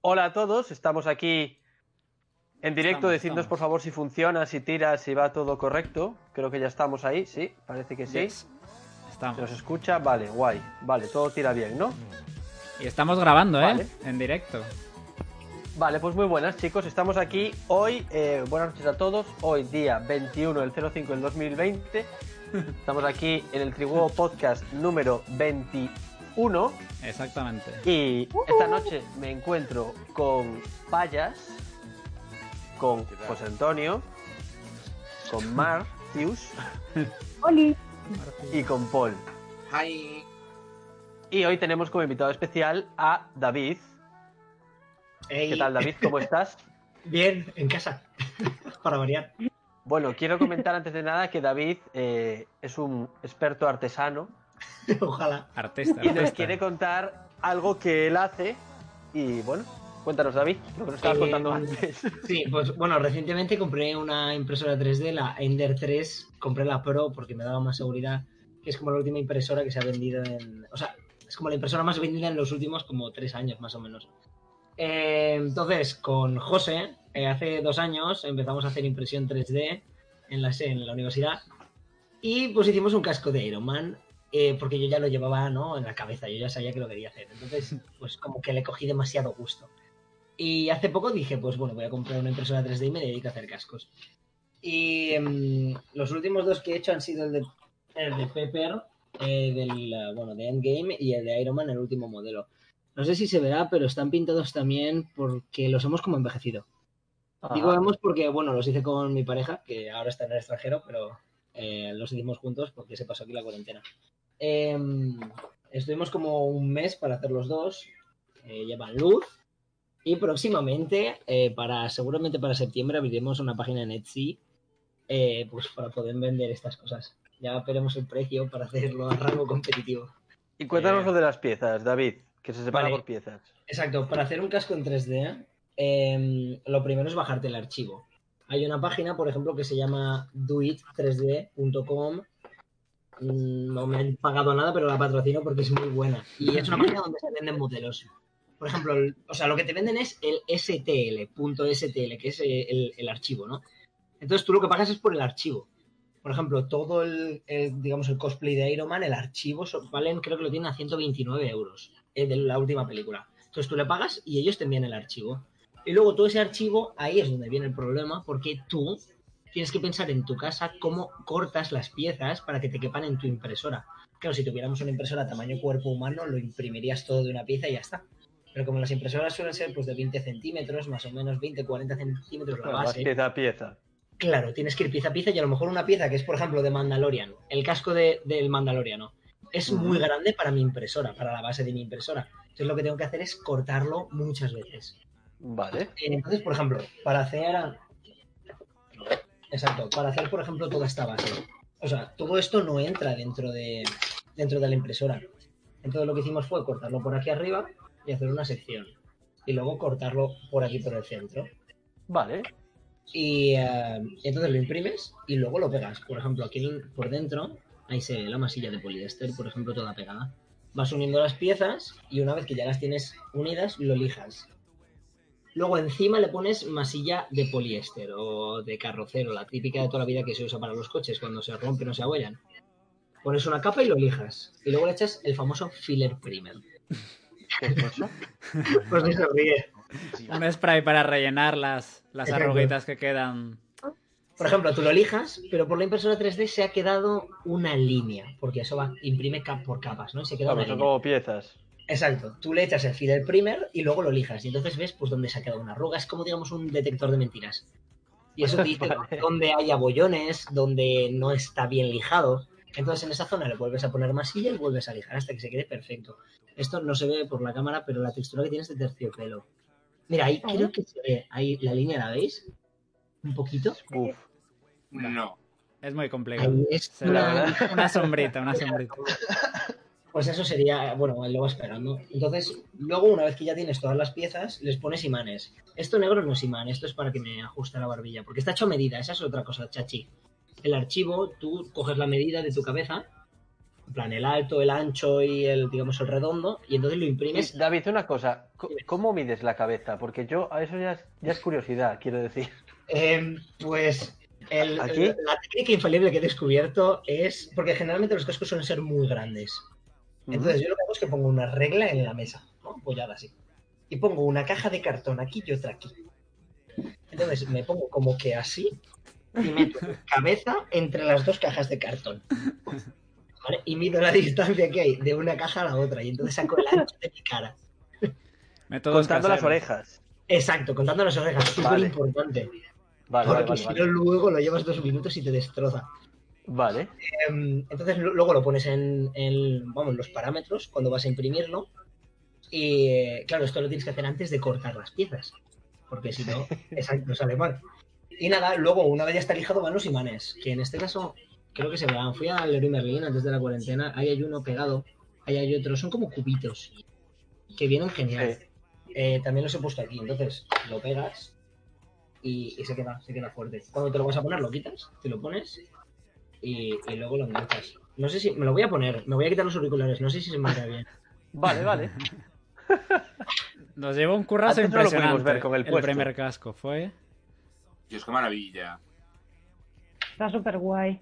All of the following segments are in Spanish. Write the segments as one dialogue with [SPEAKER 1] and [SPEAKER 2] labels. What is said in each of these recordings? [SPEAKER 1] Hola a todos, estamos aquí en directo.
[SPEAKER 2] Estamos,
[SPEAKER 1] Decidnos
[SPEAKER 2] estamos.
[SPEAKER 1] por favor si funciona, si tira, si va todo correcto. Creo que ya estamos ahí, sí, parece que sí.
[SPEAKER 2] Yes.
[SPEAKER 1] Se os
[SPEAKER 2] Estamos.
[SPEAKER 1] escucha, vale, guay. Vale, todo tira bien, ¿no?
[SPEAKER 2] Y estamos grabando, ¿eh?
[SPEAKER 1] Vale.
[SPEAKER 2] En directo.
[SPEAKER 1] Vale, pues muy buenas chicos, estamos aquí hoy, eh, buenas noches a todos, hoy día 21 del 05 del 2020, estamos aquí en el Triguo Podcast número 21
[SPEAKER 2] Exactamente.
[SPEAKER 1] y
[SPEAKER 3] Uh-huh.
[SPEAKER 1] esta noche me encuentro con Payas, con José Antonio, con Martius
[SPEAKER 4] Oli.
[SPEAKER 1] y con Paul.
[SPEAKER 5] Hi.
[SPEAKER 1] Y hoy tenemos como invitado especial a David.
[SPEAKER 3] Ey,
[SPEAKER 1] ¿Qué tal David? ¿Cómo estás?
[SPEAKER 3] Bien, en casa. Para variar.
[SPEAKER 1] Bueno, quiero comentar antes de nada que David eh, es un experto artesano
[SPEAKER 3] Ojalá.
[SPEAKER 2] Artista.
[SPEAKER 1] y nos
[SPEAKER 2] artista.
[SPEAKER 1] quiere contar algo que él hace. Y bueno, cuéntanos, David, lo que nos estabas
[SPEAKER 3] Eh,
[SPEAKER 1] contando antes.
[SPEAKER 3] Sí, pues bueno, recientemente compré una impresora 3D, la Ender 3. Compré la Pro porque me daba más seguridad. Que es como la última impresora que se ha vendido en. O sea, es como la impresora más vendida en los últimos como tres años, más o menos. Eh, entonces, con José, eh, hace dos años empezamos a hacer impresión 3D en la, en la universidad. Y pues hicimos un casco de Iron Man. eh, porque yo ya lo llevaba ¿no? en la cabeza, yo ya sabía que lo quería hacer. Entonces, pues como que le cogí demasiado gusto. Y hace poco dije, pues bueno, voy a comprar una impresora 3D y me dedico a hacer cascos. Y em, los últimos dos que he hecho han sido el de, el de Pepper, eh, del, eh, bueno, de Endgame y el de Iron Man, el último modelo. No sé si se verá, pero están pintados también porque los hemos como envejecido. Digo
[SPEAKER 1] Ajá.
[SPEAKER 3] hemos porque, bueno, los hice con mi pareja, que ahora está en el extranjero, pero eh, los hicimos juntos porque se pasó aquí la cuarentena. Em, estuvimos como un mes para hacer los dos. eh, llevan luz. Y próximamente, eh, para seguramente para septiembre, abriremos una página en Etsy eh, pues para poder vender estas cosas. Ya veremos el precio para hacerlo a rango competitivo.
[SPEAKER 1] Y cuéntanos
[SPEAKER 3] eh,
[SPEAKER 1] lo de las piezas, David, que se separa
[SPEAKER 3] vale.
[SPEAKER 1] por piezas.
[SPEAKER 3] Exacto, para hacer un casco en 3D, em, lo primero es bajarte el archivo. Hay una página, por ejemplo, que se llama doit3d.com. Mm, No me han pagado nada, pero la patrocino porque es muy buena. Y es una página donde se venden modelos. Por ejemplo, el- o sea, lo que te venden es el STL, punto STL, que es el, el archivo, ¿no? Entonces tú lo que pagas es por el archivo. Por ejemplo, todo el, el, digamos, el cosplay de Iron Man, el archivo, so- valen, creo que lo tienen a 129 euros, eh, de la última película. Entonces tú le pagas y ellos te envían el archivo. Y luego todo ese archivo, ahí es donde viene el problema, porque tú tienes que pensar en tu casa cómo cortas las piezas para que te quepan en tu impresora. Claro, si tuviéramos una impresora tamaño cuerpo humano, lo imprimirías todo de una pieza y ya está. Pero como las impresoras suelen ser pues de 20 centímetros, más o menos 20, 40 centímetros la
[SPEAKER 1] Bueno, vas
[SPEAKER 3] base.
[SPEAKER 1] pieza a pieza.
[SPEAKER 3] Claro, tienes que ir pieza a pieza y a lo mejor una pieza que es, por ejemplo, de Mandalorian, el casco de- del Mandaloriano, es
[SPEAKER 1] Ujú.
[SPEAKER 3] muy grande para mi impresora, para la base de mi impresora. Entonces lo que tengo que hacer es cortarlo muchas veces.
[SPEAKER 1] Vale.
[SPEAKER 3] Entonces, por ejemplo, para hacer. Exacto, para hacer, por ejemplo, toda esta base. O sea, todo esto no entra dentro de, dentro de la impresora. Entonces, lo que hicimos fue cortarlo por aquí arriba y hacer una sección. Y luego cortarlo por aquí, por el centro.
[SPEAKER 1] Vale.
[SPEAKER 3] Y eh, entonces lo imprimes y luego lo pegas. Por ejemplo, aquí en- por dentro, ahí se ve la masilla de poliéster, por ejemplo, toda pegada. Vas uniendo las piezas y una vez que ya las tienes unidas, lo lijas. Luego encima le pones masilla de poliéster o de carrocero, la típica de toda la vida que se usa para los coches cuando se rompen o se abuelan. Pones una capa y lo lijas. Y luego le echas el famoso filler primer.
[SPEAKER 1] ¿Qué es eso?
[SPEAKER 3] Pues no se ríe.
[SPEAKER 2] Un spray para rellenar las, las
[SPEAKER 3] Exacto.
[SPEAKER 2] arruguitas que quedan.
[SPEAKER 3] Por ejemplo, tú lo lijas, pero por la impresora 3D se ha quedado una línea, porque eso va, imprime cap por capas, ¿no? Y se queda
[SPEAKER 1] Vamos,
[SPEAKER 3] una
[SPEAKER 1] son
[SPEAKER 3] línea.
[SPEAKER 1] como piezas.
[SPEAKER 3] Exacto. Tú le echas el filler primer y luego lo lijas. Y entonces ves pues dónde se ha quedado una arruga. Es como, digamos, un detector de mentiras. Y eso te dice
[SPEAKER 1] Vale.
[SPEAKER 3] dónde hay abollones, dónde no está bien lijado. Entonces en esa zona le vuelves a poner masilla y vuelves a lijar hasta que se quede perfecto. Esto no se ve por la cámara, pero la textura que tienes de terciopelo. Mira, ahí
[SPEAKER 4] Ahí.
[SPEAKER 3] creo que se ve. Ahí la línea, ¿la veis? Un poquito.
[SPEAKER 1] Uf.
[SPEAKER 5] No.
[SPEAKER 2] Es muy complicado.
[SPEAKER 3] Ahí es
[SPEAKER 2] Se
[SPEAKER 1] la
[SPEAKER 3] una-
[SPEAKER 1] verdad.
[SPEAKER 2] Una sombrita, una sombrita.
[SPEAKER 3] Pues eso sería, bueno, él lo va esperando. Entonces, luego, una vez que ya tienes todas las piezas, les pones imanes. Esto negro no es imán, esto es para que me ajuste la barbilla, porque está hecho a medida, esa es otra cosa, chachi. El archivo, tú coges la medida de tu cabeza en plan el alto, el ancho y el, digamos, el redondo, y entonces lo imprimes
[SPEAKER 1] Y, David, una cosa. co- ¿Cómo mides la cabeza? Porque yo, a eso ya es, ya es curiosidad, quiero decir.
[SPEAKER 3] Em, pues el-
[SPEAKER 1] ¿Aquí?
[SPEAKER 3] el- la técnica infalible que he descubierto es. Porque generalmente los cascos suelen ser muy grandes. Entonces yo lo que hago es que pongo una regla en la mesa, ¿no? apoyada así. Y pongo una caja de cartón aquí y otra aquí. Entonces me pongo como que así y meto mi cabeza entre las dos cajas de cartón. ¿Vale? Y mido la distancia que hay de una caja a la otra. Y entonces saco el ancho de mi cara.
[SPEAKER 2] Métodos
[SPEAKER 1] Contando las
[SPEAKER 2] caseros.
[SPEAKER 1] orejas.
[SPEAKER 3] Exacto, contando las orejas, súper
[SPEAKER 1] Vale.
[SPEAKER 3] importante.
[SPEAKER 1] Vale,
[SPEAKER 3] porque
[SPEAKER 1] vale, vale.
[SPEAKER 3] si
[SPEAKER 1] Vale.
[SPEAKER 3] no, luego lo llevas dos minutos y te destroza.
[SPEAKER 1] Vale.
[SPEAKER 3] Em, entonces lu- luego lo pones en, en, vamos, los parámetros cuando vas a imprimirlo. Y eh, claro, esto lo tienes que hacer antes de cortar las piezas. Porque si no, exacto, sale mal. Y nada, luego una vez ya está lijado van los imanes. Que en este caso creo que se vean. Fui al Leroy Merlin antes de la cuarentena. Ahí hay uno pegado. Ahí hay otro. Son como cubitos. Que vienen genial.
[SPEAKER 1] Sí.
[SPEAKER 3] Eh, también los he puesto aquí. Entonces lo pegas y, y se, queda, se queda fuerte. Cuando te lo vas a poner, lo quitas, te lo pones y, y luego lo enganchas. No sé si. Me lo voy a poner. Me voy a quitar los auriculares. No sé si se me queda bien.
[SPEAKER 1] Vale, vale.
[SPEAKER 2] Nos llevó un currazo
[SPEAKER 1] Antes no lo pudimos
[SPEAKER 2] impresionante.
[SPEAKER 1] ver con el
[SPEAKER 2] el
[SPEAKER 1] puesto.
[SPEAKER 2] primer casco fue.
[SPEAKER 5] Dios, qué maravilla.
[SPEAKER 4] Está súper guay.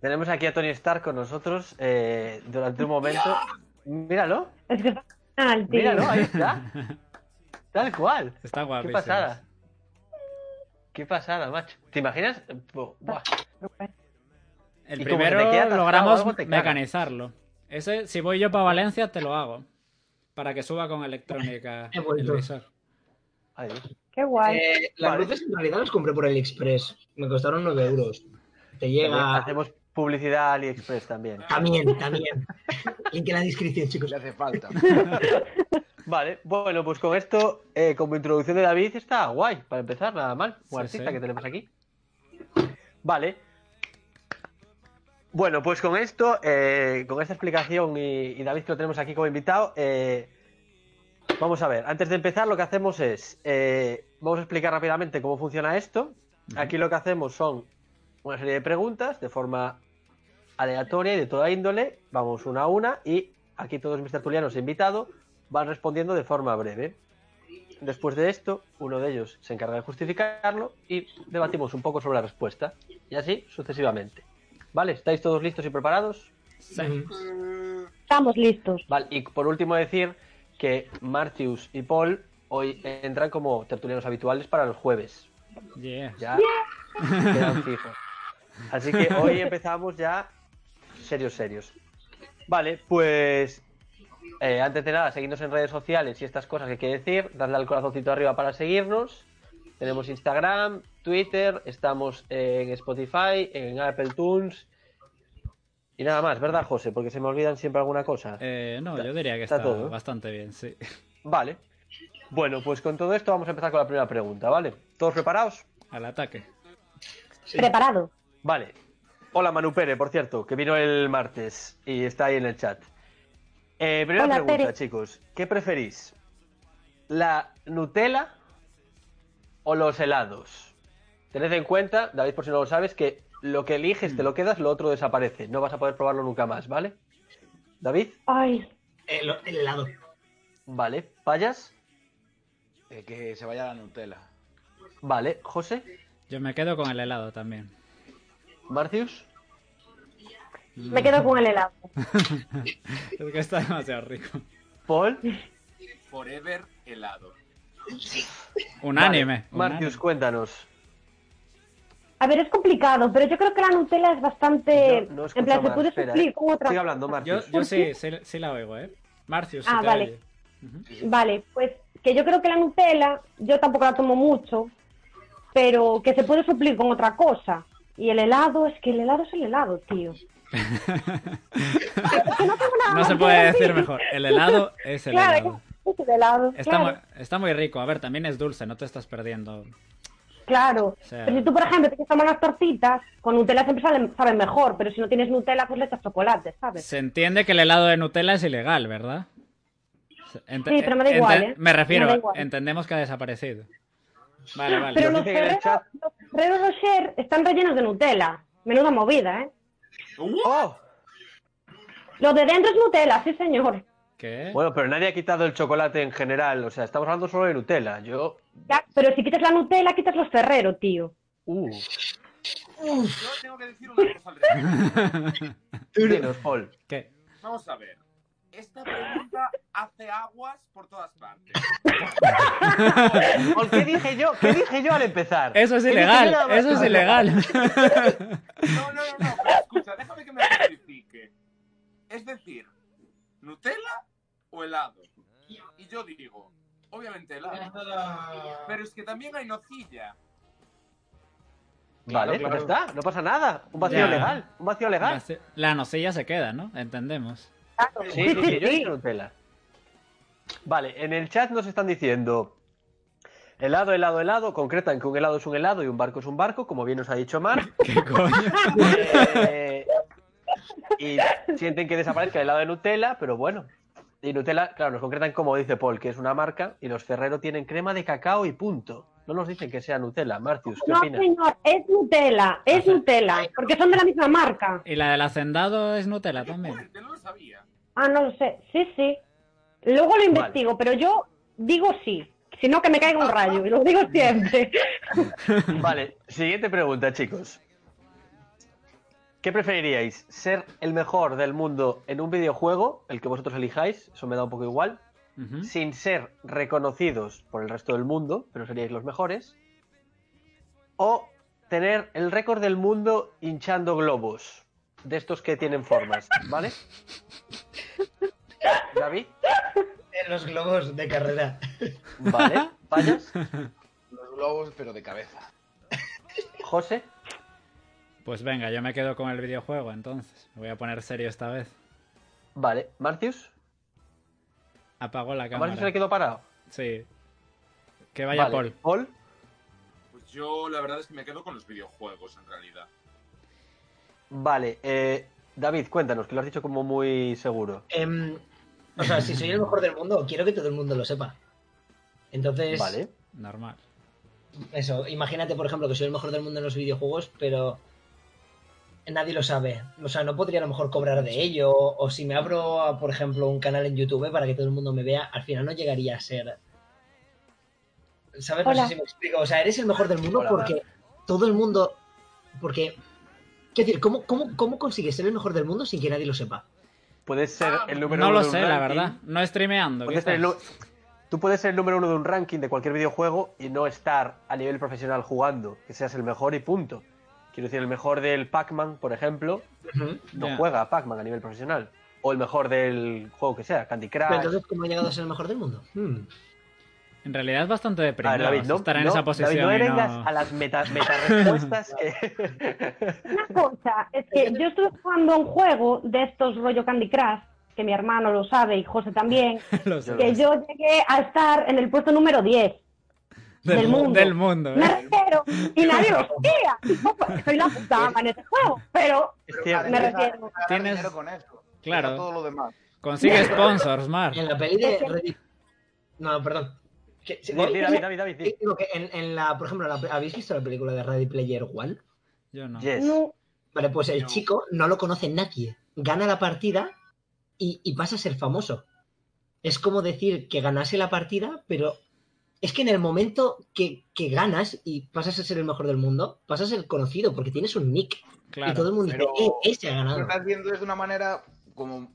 [SPEAKER 1] Tenemos aquí a Tony Stark con nosotros eh, durante un momento. Míralo,
[SPEAKER 4] Es que está al tío.
[SPEAKER 1] míralo, ahí está. Tal cual.
[SPEAKER 2] Está
[SPEAKER 1] Qué
[SPEAKER 2] guapísimo.
[SPEAKER 1] pasada. Qué pasada, macho. ¿Te imaginas? Bu- buah.
[SPEAKER 2] El
[SPEAKER 1] Y como que te
[SPEAKER 2] primero
[SPEAKER 1] queda atascado
[SPEAKER 2] logramos
[SPEAKER 1] algo, te cagas.
[SPEAKER 2] mecanizarlo. Ese, si voy yo para Valencia, te lo hago. Para que suba con electrónica
[SPEAKER 3] He
[SPEAKER 2] el
[SPEAKER 3] vuelto.
[SPEAKER 2] visor.
[SPEAKER 1] Ahí.
[SPEAKER 4] Qué guay.
[SPEAKER 3] Eh, las
[SPEAKER 1] Vale.
[SPEAKER 3] luces en realidad las compré por AliExpress. Me costaron 9 euros. Te llega.
[SPEAKER 1] Hacemos publicidad a AliExpress también.
[SPEAKER 3] También, también. Link en la descripción, chicos.
[SPEAKER 6] hace falta.
[SPEAKER 1] Vale, bueno, pues con esto, eh, como introducción de David, está guay. Para empezar, nada mal. Un
[SPEAKER 2] Sí,
[SPEAKER 1] artista
[SPEAKER 2] sí.
[SPEAKER 1] que tenemos aquí. Vale. Bueno, pues con esto, eh, con esta explicación y, y David que lo tenemos aquí como invitado, eh, vamos a ver. Antes de empezar, lo que hacemos es, eh, vamos a explicar rápidamente cómo funciona esto. Aquí lo que hacemos son una serie de preguntas de forma aleatoria y de toda índole. Vamos una a una y aquí todos mis tertulianos e invitados van respondiendo de forma breve. Después de esto, uno de ellos se encarga de justificarlo y debatimos un poco sobre la respuesta. Y así sucesivamente. ¿Vale? ¿Estáis todos listos y preparados?
[SPEAKER 2] Sí.
[SPEAKER 4] Estamos listos.
[SPEAKER 1] Vale, y por último decir que Martius y Paul hoy entran como tertulianos habituales para los jueves.
[SPEAKER 2] Yeah.
[SPEAKER 1] Ya quedan fijos. Así que hoy empezamos ya serios, serios. Vale, pues eh, antes de nada, seguidnos en redes sociales y estas cosas que hay que decir. Dadle al corazoncito arriba para seguirnos. Tenemos Instagram, Twitter, estamos en Spotify, en Apple Tunes. Y nada más, ¿verdad, José? Porque se me olvidan siempre alguna cosa.
[SPEAKER 2] Eh, no, yo diría que
[SPEAKER 1] Está
[SPEAKER 2] está,
[SPEAKER 1] todo, ¿eh?
[SPEAKER 2] bastante bien, sí.
[SPEAKER 1] Vale. Bueno, pues con todo esto vamos a empezar con la primera pregunta, ¿vale? ¿Todos preparados?
[SPEAKER 2] Al ataque.
[SPEAKER 4] Preparado.
[SPEAKER 1] Vale. Hola Manu Pérez, por cierto, que vino el martes y está ahí en el chat. Eh, primera
[SPEAKER 4] Hola,
[SPEAKER 1] pregunta,
[SPEAKER 4] Pérez.
[SPEAKER 1] chicos. ¿Qué preferís? ¿La Nutella o los helados? Tened en cuenta, David, por si no lo sabes, que lo que eliges te lo quedas, lo otro desaparece. No vas a poder probarlo nunca más, ¿vale? David,
[SPEAKER 4] Ay,
[SPEAKER 3] El, el helado.
[SPEAKER 1] vale. ¿Payas?
[SPEAKER 6] Eh, que se vaya la Nutella.
[SPEAKER 1] Vale. ¿José?
[SPEAKER 2] Yo me quedo con el helado también.
[SPEAKER 1] ¿Marcius?
[SPEAKER 4] me quedo con el helado.
[SPEAKER 2] Es que está demasiado rico.
[SPEAKER 1] ¿Paul?
[SPEAKER 5] Forever helado.
[SPEAKER 2] Unánime.
[SPEAKER 1] Martius, cuéntanos.
[SPEAKER 4] A ver, es complicado, pero yo creo que la Nutella es bastante.
[SPEAKER 1] Yo no escucho
[SPEAKER 4] Eh, en plan, se
[SPEAKER 1] más,
[SPEAKER 4] puede
[SPEAKER 1] espera,
[SPEAKER 4] suplir
[SPEAKER 1] eh.
[SPEAKER 4] con otra.
[SPEAKER 1] Sigue hablando,
[SPEAKER 4] cosa.
[SPEAKER 2] Yo,
[SPEAKER 1] Martius.
[SPEAKER 2] yo sí, sí, sí la oigo, ¿eh? Marcius, si
[SPEAKER 4] Ah,
[SPEAKER 2] te
[SPEAKER 4] vale.
[SPEAKER 2] oye.
[SPEAKER 4] Vale, pues que yo creo que la Nutella, yo tampoco la tomo mucho, pero que se puede suplir con otra cosa. Y el helado, es que el helado es el helado, tío. Es que no tengo nada
[SPEAKER 2] No
[SPEAKER 4] más
[SPEAKER 2] se
[SPEAKER 4] que
[SPEAKER 2] puede decir
[SPEAKER 4] decir.
[SPEAKER 2] mejor. El helado es el
[SPEAKER 4] claro,
[SPEAKER 2] helado.
[SPEAKER 4] es el helado.
[SPEAKER 2] Está,
[SPEAKER 4] claro.
[SPEAKER 2] mu- está muy rico. A ver, también es dulce, no te estás perdiendo.
[SPEAKER 4] Claro.
[SPEAKER 2] sea-
[SPEAKER 4] Pero si tú, por ejemplo, te quieres tomar unas tortitas, con Nutella siempre salen, saben mejor, pero si no tienes Nutella, pues le echas chocolate, ¿sabes?
[SPEAKER 2] Se entiende que el helado de Nutella es ilegal, ¿verdad? Ente-
[SPEAKER 4] Sí, pero me da igual, ¿eh?
[SPEAKER 2] Me refiero,
[SPEAKER 4] Me da igual.
[SPEAKER 2] entendemos que ha desaparecido. Vale, vale.
[SPEAKER 4] pero
[SPEAKER 1] Nos
[SPEAKER 4] los
[SPEAKER 1] dice en el
[SPEAKER 4] Ferrero,
[SPEAKER 1] chat-
[SPEAKER 4] los Ferrero Rocher están rellenos de Nutella. Menuda movida, ¿eh?
[SPEAKER 5] Uh,
[SPEAKER 1] ¡Oh!
[SPEAKER 4] Lo de dentro es Nutella, sí, señor.
[SPEAKER 2] ¿Qué?
[SPEAKER 1] Bueno, pero nadie ha quitado el chocolate en general. O sea, estamos hablando solo de Nutella. Yo.
[SPEAKER 4] Ya, pero si quitas la Nutella, quitas los Ferrero, tío.
[SPEAKER 1] Uh,
[SPEAKER 5] Yo tengo que decir una cosa al respecto.
[SPEAKER 1] dinos, Paul.
[SPEAKER 2] ¿Qué?
[SPEAKER 5] Vamos a ver. Esta pregunta hace aguas por todas partes.
[SPEAKER 1] Paul, ¿Qué dije yo? ¿Qué dije yo al empezar?
[SPEAKER 2] Eso es
[SPEAKER 1] ¿Qué dije yo nada
[SPEAKER 2] ilegal,
[SPEAKER 1] más?
[SPEAKER 2] eso es ilegal.
[SPEAKER 5] No, no, no, no. Pero escucha, déjame que me justifique. Es decir, ¿Nutella o helado? Y yo digo, obviamente helado. Pero es que también hay nocilla.
[SPEAKER 1] Vale,
[SPEAKER 2] Claro,
[SPEAKER 1] pues ya está, no pasa nada. Un vacío
[SPEAKER 2] Ya.
[SPEAKER 1] legal, un vacío legal.
[SPEAKER 2] La nocilla se queda, ¿no? Entendemos.
[SPEAKER 1] Sí, sí, sí, yo dije Nutella. Vale, en el chat nos están diciendo helado, helado, helado. Concretan que un helado es un helado y un barco es un barco, como bien nos ha dicho Mar.
[SPEAKER 2] ¿Qué coño?
[SPEAKER 1] Eh, y sienten que desaparezca el helado de Nutella, pero bueno. Y Nutella, claro, nos concretan como dice Paul, que es una marca, y los Ferrero tienen crema de cacao y punto. No nos dicen que sea Nutella. Martius, ¿qué
[SPEAKER 4] No,
[SPEAKER 1] opinas?
[SPEAKER 4] señor, es Nutella, es
[SPEAKER 2] Ajá.
[SPEAKER 4] Nutella, porque son de la misma marca.
[SPEAKER 2] ¿Y la del hacendado es Nutella
[SPEAKER 5] Qué
[SPEAKER 2] también?
[SPEAKER 5] fuerte, no lo sabía.
[SPEAKER 4] Ah, no lo sé, sí, sí. Luego lo investigo, pero yo digo sí, si no que me caiga
[SPEAKER 1] Ah,
[SPEAKER 4] un rayo, y lo digo siempre.
[SPEAKER 1] Vale, siguiente pregunta, chicos. ¿Qué preferiríais? ¿Ser el mejor del mundo en un videojuego, el que vosotros elijáis? Eso me da un poco igual.
[SPEAKER 2] Ujú.
[SPEAKER 1] Sin ser reconocidos por el resto del mundo, pero seríais los mejores. O tener el récord del mundo hinchando globos. De estos que tienen formas, ¿vale? David,
[SPEAKER 3] En los globos de carrera.
[SPEAKER 1] ¿vale? ¿Fallas?
[SPEAKER 6] Los globos, pero de cabeza.
[SPEAKER 1] ¿José?
[SPEAKER 2] Pues venga, yo me quedo con el videojuego entonces. Me voy a poner serio esta vez.
[SPEAKER 1] Vale. ¿Martius?
[SPEAKER 2] Apagó la
[SPEAKER 1] ¿A Martius se le
[SPEAKER 2] cámara.
[SPEAKER 1] quedó parado?
[SPEAKER 2] Sí. Que vaya
[SPEAKER 1] Vale.
[SPEAKER 2] Paul.
[SPEAKER 1] Paul.
[SPEAKER 5] Pues yo la verdad es que me quedo con los videojuegos en realidad.
[SPEAKER 1] Vale, eh, David, cuéntanos, que lo has dicho como muy seguro.
[SPEAKER 3] Em, o sea, si soy el mejor del mundo, quiero que todo el mundo lo sepa. Entonces,
[SPEAKER 1] Vale.
[SPEAKER 2] Normal.
[SPEAKER 3] eso, imagínate, por ejemplo, que soy el mejor del mundo en los videojuegos, pero nadie lo sabe. O sea, no podría a lo mejor cobrar de ello. O si me abro, a, por ejemplo, un canal en YouTube para que todo el mundo me vea, al final no llegaría a ser. ¿Sabes? No
[SPEAKER 4] Hola.
[SPEAKER 3] sé si me explico. O sea, eres el mejor del mundo
[SPEAKER 1] Hola,
[SPEAKER 3] porque todo el mundo. Porque. Quiero decir, ¿cómo, cómo, ¿cómo consigues ser el mejor del mundo sin que nadie lo sepa?
[SPEAKER 1] Puedes ser el número
[SPEAKER 2] No
[SPEAKER 1] uno
[SPEAKER 2] lo
[SPEAKER 1] de un
[SPEAKER 2] sé, la
[SPEAKER 1] ranking, Pues este
[SPEAKER 2] verdad. No streameando.
[SPEAKER 1] puedes ser el
[SPEAKER 2] quizás.
[SPEAKER 1] nu- Tú puedes ser el número uno de un ranking de cualquier videojuego y no estar a nivel profesional jugando, que seas el mejor y punto. Quiero decir, el mejor del Pac-Man, por ejemplo, no
[SPEAKER 2] Ya.
[SPEAKER 1] juega a Pac-Man a nivel profesional. O el mejor del juego que sea, Candy Crush.
[SPEAKER 3] Pero entonces, ¿cómo ha llegado a ser el mejor del mundo? Hmm.
[SPEAKER 2] En realidad es bastante
[SPEAKER 1] A ver,
[SPEAKER 2] deprimente
[SPEAKER 1] David, no,
[SPEAKER 2] estar en
[SPEAKER 1] no,
[SPEAKER 2] esa
[SPEAKER 1] David,
[SPEAKER 2] posición.
[SPEAKER 1] no
[SPEAKER 2] y
[SPEAKER 1] vengas
[SPEAKER 2] no-
[SPEAKER 1] a las meta, respuestas que...
[SPEAKER 4] Una cosa, es que yo estuve jugando a un juego de estos rollo Candy Crush, que mi hermano lo sabe y José también,
[SPEAKER 2] Lo sé.
[SPEAKER 4] que yo llegué a estar en el puesto número 10. del
[SPEAKER 2] mu-
[SPEAKER 4] mundo.
[SPEAKER 2] Del mundo,
[SPEAKER 4] Me
[SPEAKER 2] ¿eh?
[SPEAKER 4] refiero, y nadie lo hacía. Soy la puta ama en este juego, pero
[SPEAKER 1] Es
[SPEAKER 6] Pero
[SPEAKER 1] cierto.
[SPEAKER 4] me
[SPEAKER 6] además,
[SPEAKER 4] refiero.
[SPEAKER 6] ganar
[SPEAKER 2] Tienes-
[SPEAKER 6] dinero con eso.
[SPEAKER 2] Claro.
[SPEAKER 6] Deja todo lo demás.
[SPEAKER 2] Consigue sponsors, Mar.
[SPEAKER 3] En la peli de Ready- No, perdón. Que- si-
[SPEAKER 1] Di- di, David, David, David, di.
[SPEAKER 3] Eh, Digo que en, en la, por ejemplo, la pe- ¿habéis visto la película de Ready Player One?
[SPEAKER 2] Yo no.
[SPEAKER 1] Yes.
[SPEAKER 4] no,
[SPEAKER 3] Vale, pues el
[SPEAKER 5] No.
[SPEAKER 3] chico no lo conoce nadie. Gana la partida y, y pasa a ser famoso. Es como decir que ganase la partida, pero es que en el momento que, que ganas y pasas a ser el mejor del mundo, pasas a ser conocido porque tienes un nick. Y todo el
[SPEAKER 2] Claro.
[SPEAKER 3] mundo
[SPEAKER 6] pero-
[SPEAKER 3] dice, "Eh, ese ha
[SPEAKER 6] Lo
[SPEAKER 3] ganado.
[SPEAKER 6] estás viendo es de una manera como,